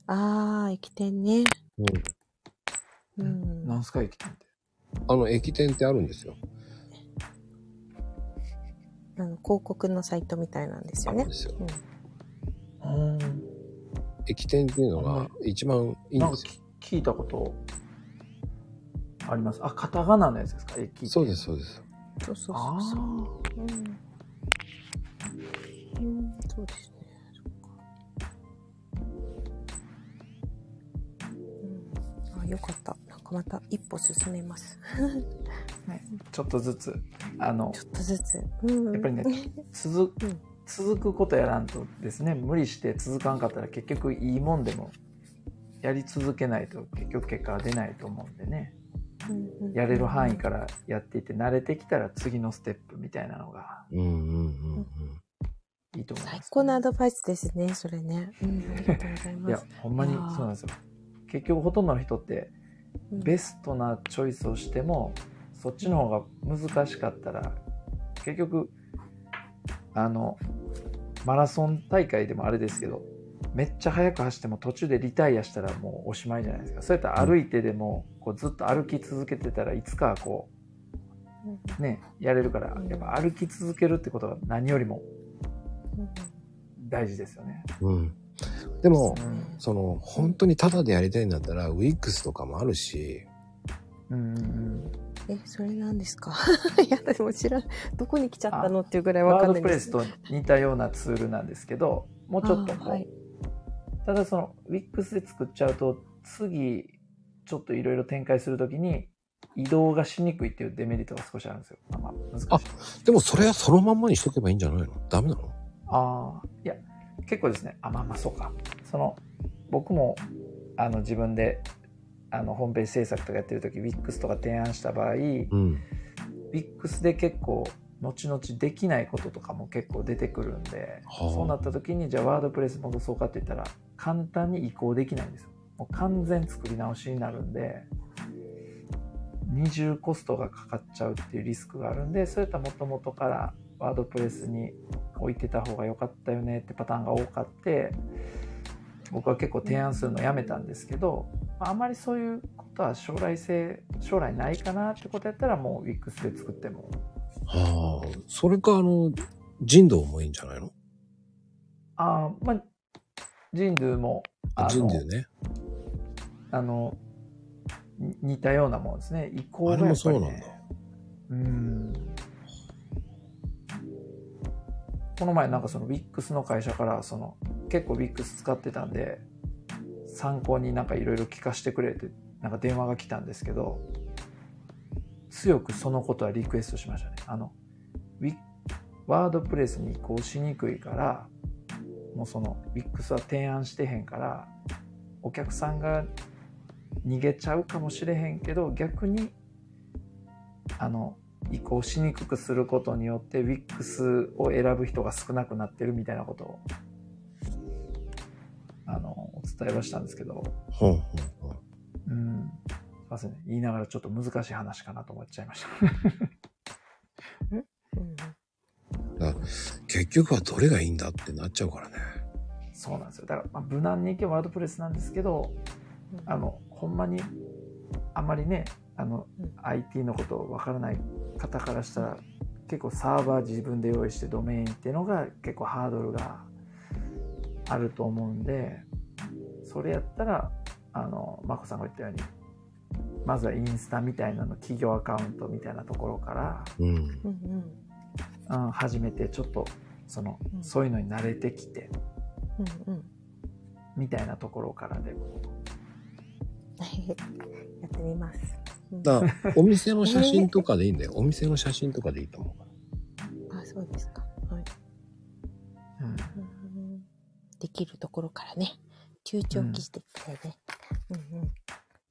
Speaker 3: あー、駅店ね。
Speaker 1: うん。
Speaker 3: う
Speaker 2: うん
Speaker 3: ん。
Speaker 2: 何すか駅って
Speaker 1: あの、駅店ってあるんですよ。
Speaker 3: あの広告のサイトみたいなんです
Speaker 1: あ
Speaker 3: よ
Speaker 1: る
Speaker 3: ね
Speaker 1: んで。すよ。
Speaker 3: うん、
Speaker 2: うん
Speaker 1: 駅店っていうの
Speaker 2: は
Speaker 1: が一番いい
Speaker 2: なんん
Speaker 1: で
Speaker 2: か
Speaker 1: すよ。
Speaker 2: き聞いたことありますあカタカナのやつですか駅って
Speaker 1: そうです、そうです。
Speaker 3: そうそうそ
Speaker 2: あ
Speaker 3: うそう。
Speaker 2: あ
Speaker 3: うん、うん、そうですね。そっか。うん、あ、よかった。なんかまた一歩進 めます。
Speaker 2: ちょっとずつあの
Speaker 3: ちょっとずつ。うん、
Speaker 2: やっぱりね続く
Speaker 3: うん
Speaker 2: 続くことやらんとですね無理して続かんかったら結局いいもんでもやり続けないと結局結果は出ないと思うんでね
Speaker 3: うんうん
Speaker 2: やれる範囲からやっていって慣れてきたら次のステップみたいなのが
Speaker 1: うんうんうんうん。
Speaker 2: いいと思います、
Speaker 3: 最高のアドバイスですね、それね。 うん、ありがとうござい
Speaker 2: い
Speaker 3: ま
Speaker 2: や
Speaker 3: す。
Speaker 2: ほんまに
Speaker 3: いやー
Speaker 2: そうなんですよ結局ほとんどの人って
Speaker 3: うん
Speaker 2: ベストなチョイスをしてもそっちの方が難しかったら結局あのマラソン大会でもあれですけどめっちゃ速く走っても途中でリタイアしたらもうおしまいじゃないですかそうやったら歩いてでもこうずっと歩き続けてたらいつかはこ
Speaker 5: うん
Speaker 2: うねやれるからやっぱ歩き続けるってことが何よりも
Speaker 5: うん
Speaker 2: 大事ですよね。
Speaker 1: うん。でも、
Speaker 2: う
Speaker 1: その、本当にタダでやりたいんだったら、ウィックスとかもあるし、
Speaker 2: んうんうん、
Speaker 5: え、それなんです かいや、でも知らん。どこに来ちゃったのっていうぐらいわ
Speaker 2: ワ
Speaker 5: か
Speaker 2: ー
Speaker 5: ん
Speaker 2: ド
Speaker 5: ない
Speaker 2: プレ
Speaker 5: で
Speaker 2: ス
Speaker 5: す。
Speaker 2: と似たようなツールなんですけどもうちょっとこう、
Speaker 5: あーはい
Speaker 2: ただその WIX で作っちゃうと次ちょっといろいろ展開するときに移動がしにくいっていうデメリットが少しあるんですよ。まあ、難しい
Speaker 1: あでもそれはそのまんまにしとけばいいんじゃないのダメなの
Speaker 2: ああいや結構ですねあまあまあそうかその僕もあの自分であのホームページ制作とかやってる時 WIX とか提案した場合
Speaker 1: うん。
Speaker 2: WIX で結構後々できないこととかも結構出てくるんで、
Speaker 1: はあ
Speaker 2: そうなった時にじゃあワードプレス戻そうかって言ったら簡単に移行できないんですよもう完全作り直しになるんで二重コストがかかっちゃうっていうリスクがあるんでそういったもともとからワードプレスに置いてた方が良かったよねってパターンが多かって僕は結構提案するのやめたんですけど、まあ、あまりそういうことは将来性将来ないかなってことやったらもう WIX で作っても
Speaker 1: はあ。それか、あの、人道もいいんじゃないの
Speaker 2: ああまあジンドゥもあ
Speaker 1: あ
Speaker 2: の
Speaker 1: 人道ね。
Speaker 2: あのに似たようなものですね移行が
Speaker 1: あ
Speaker 2: や
Speaker 1: れ
Speaker 2: っぱり、ね、
Speaker 1: もそうなんだ。
Speaker 2: うんこの前なんかその WIX の会社からその結構 WIX 使ってたんで参考になんかいろいろ聞かせてくれってなんか電話が来たんですけど強くそのことはリクエストしましたねあのウィワードプレスに移行しにくいからもうその WIX は提案してへんからお客さんが逃げちゃうかもしれへんけど逆にあの移行しにくくすることによって WIX を選ぶ人が少なくなってるみたいなことをあのお伝えはしたんですけど、
Speaker 1: ほんほんほん。
Speaker 2: うん、すいませんね言いながらちょっと難しい話かなと思っちゃいました。
Speaker 5: うん
Speaker 1: 結局はどれがいいんだってなっちゃうからね。
Speaker 2: そうなんですよだから、まあ、無難にいけばワードプレスなんですけど
Speaker 5: うん
Speaker 2: あのほんまにあんまりねあの、
Speaker 5: うん
Speaker 2: IT のことわからない方からしたら結構サーバー自分で用意してドメインっていうのが結構ハードルがあると思うんでそれやったらあのまこさんが言ったようにまずはインスタみたいなの企業アカウントみたいなところから
Speaker 1: うん。
Speaker 5: うんうん
Speaker 2: うん、始めてちょっとその、
Speaker 5: うん
Speaker 2: そういうのに慣れてきて
Speaker 5: うんうん
Speaker 2: みたいなところからでも
Speaker 5: はい やってみます。うん
Speaker 1: だからお店の写真とかでいいんだよ。お店の写真とかでいいと思うから。
Speaker 5: あ、そうですか。はい。
Speaker 2: うん
Speaker 5: うんできるところからね、躊躇期していきたいね。うん、うん、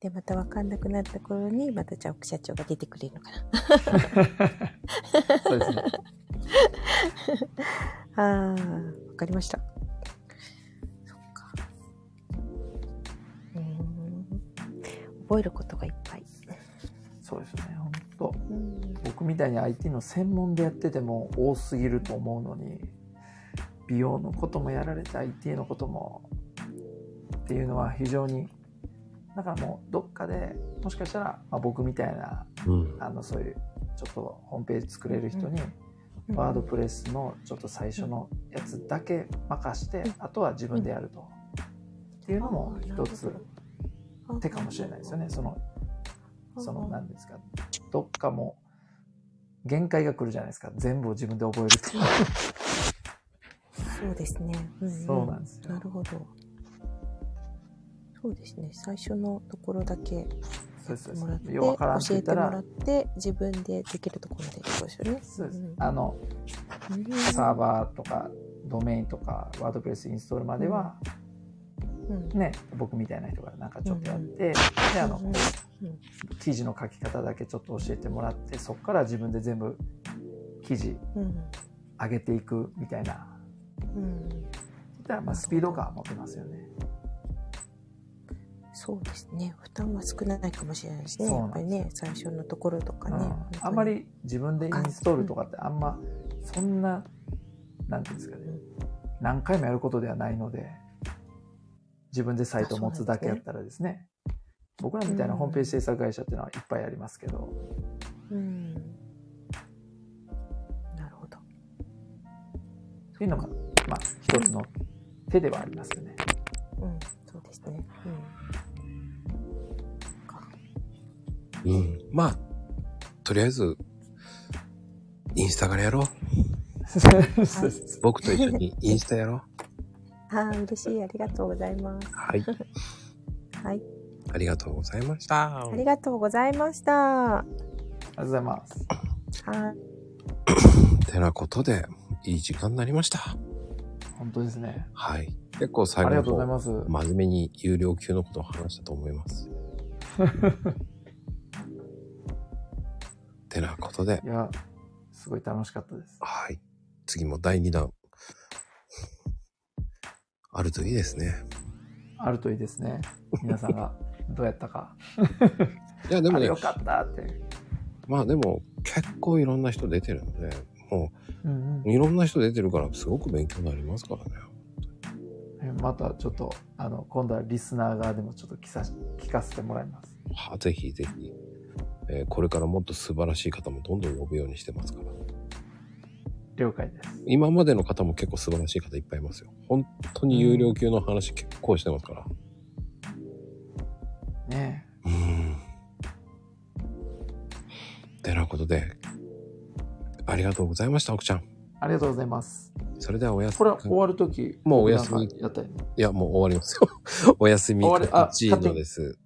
Speaker 5: で、またわかんなくなった頃に、またじゃあ奥社長が出てくれるのか
Speaker 2: そうですね。
Speaker 5: な。ああ、わかりました。そっか。うん。覚えることがいっぱい。
Speaker 2: そうですね。本当
Speaker 5: うん。
Speaker 2: 僕みたいに IT の専門でやってても多すぎると思うのに、美容のこともやられて IT のこともっていうのは非常にだからもうどっかでもしかしたら、まあ、僕みたいな
Speaker 1: うん。
Speaker 2: あのそういうちょっとホームページ作れる人に、
Speaker 5: うん
Speaker 2: ワードプレスのちょっと最初のやつだけ任して、
Speaker 5: うん
Speaker 2: あとは自分でやると、っていうのも一つ手かもしれないですよねそのその何ですかどっかも限界が来るじゃないですか全部を自分で覚えるっていう
Speaker 5: そうですね。うんうん
Speaker 2: そうなんですよ
Speaker 5: なるほど。そうですね。最初のところだけ
Speaker 2: そうです
Speaker 5: も
Speaker 2: そ
Speaker 5: ら
Speaker 2: う
Speaker 5: っ
Speaker 2: で
Speaker 5: て
Speaker 2: すようわからんって
Speaker 5: 教
Speaker 2: 言
Speaker 5: え
Speaker 2: ってた
Speaker 5: もら
Speaker 2: ら
Speaker 5: って自分でできるところまでってことですよね。
Speaker 2: そうです
Speaker 5: ん
Speaker 2: あの
Speaker 5: うん
Speaker 2: サーバーとかドメインとかワードプレスインストールまでは
Speaker 5: うん
Speaker 2: ね僕みたいな人がなんかちょっとやってであの
Speaker 5: うんうん
Speaker 2: 記事の書き方だけちょっと教えてもらってそこから自分で全部記事
Speaker 5: うん
Speaker 2: 上げていくみたいな
Speaker 5: うん
Speaker 2: だからまあスピード感は持てますよね。
Speaker 5: そうですね。負担は少ないかもしれないですね。
Speaker 2: そう
Speaker 5: や
Speaker 2: なん
Speaker 5: っ
Speaker 2: です
Speaker 5: ぱり
Speaker 2: よ
Speaker 5: ね、最初のところとかね。
Speaker 2: うん
Speaker 5: 本当に
Speaker 2: あんま。り自分でインストールとかってあんまそんななんていうんですかね何回もやることではないので自分でサイトを持つだけやったらですね、僕らみたいなホームページ制作会社っていうのはいっぱいありますけど、
Speaker 5: うん。なるほど。
Speaker 2: というのが、まあ、一つの手ではありますよね。
Speaker 5: うん、そうですね。
Speaker 1: うん。まあ、とりあえず、インスタからやろう。
Speaker 2: そうです
Speaker 1: 僕と一緒にインスタ やろう。
Speaker 5: うん。ああ、嬉しい。ありがとうございます。
Speaker 1: はい。
Speaker 5: はい。
Speaker 1: ありがとうございました。
Speaker 5: ありがとうございました。は
Speaker 2: ありがとうございます。
Speaker 5: い。
Speaker 1: てなことで、いい時間になりました。
Speaker 2: 本当ですね。
Speaker 1: はい。結構
Speaker 2: あ
Speaker 1: 最後
Speaker 2: りが
Speaker 1: の
Speaker 2: とうござい
Speaker 1: 方、
Speaker 2: ます。
Speaker 1: 真面目に有料級のことを話したと思い ます。てなことで
Speaker 2: い、や、すごい楽しかったです。
Speaker 1: はい。次も第2弾。 あるといいですね。
Speaker 2: あるといいですね。皆さんがどうやったか。
Speaker 1: いや、でも
Speaker 2: あれ
Speaker 1: ね
Speaker 2: よ、かったって。
Speaker 1: まあでも結構いろんな人出てるんで、も
Speaker 2: うん
Speaker 1: ういろんな人出てるからすごく勉強になりますからね。
Speaker 2: うん、またちょっと、あの、今度はリスナー側でもちょっと聞か聞かせてもらいます。
Speaker 1: はぜひぜひ、えーこれからもっと素晴らしい方もどんどん呼ぶようにしてますから。
Speaker 2: 了解です。
Speaker 1: 今までの方も結構素晴らしい方いっぱいいますよ。本当に有料級の話結構してますから。
Speaker 2: ね
Speaker 1: うーん。てなことで、ありがとうございました、奥ちゃん。
Speaker 2: えありがとうございます。
Speaker 1: それではおやす
Speaker 2: こ
Speaker 1: み
Speaker 2: れ。終わるとき、
Speaker 1: もうお休み
Speaker 2: なんかやったよね
Speaker 1: いや、もう終わりますよ。おやすみ
Speaker 2: 終わ
Speaker 1: カ
Speaker 2: りあ
Speaker 1: プチーノです。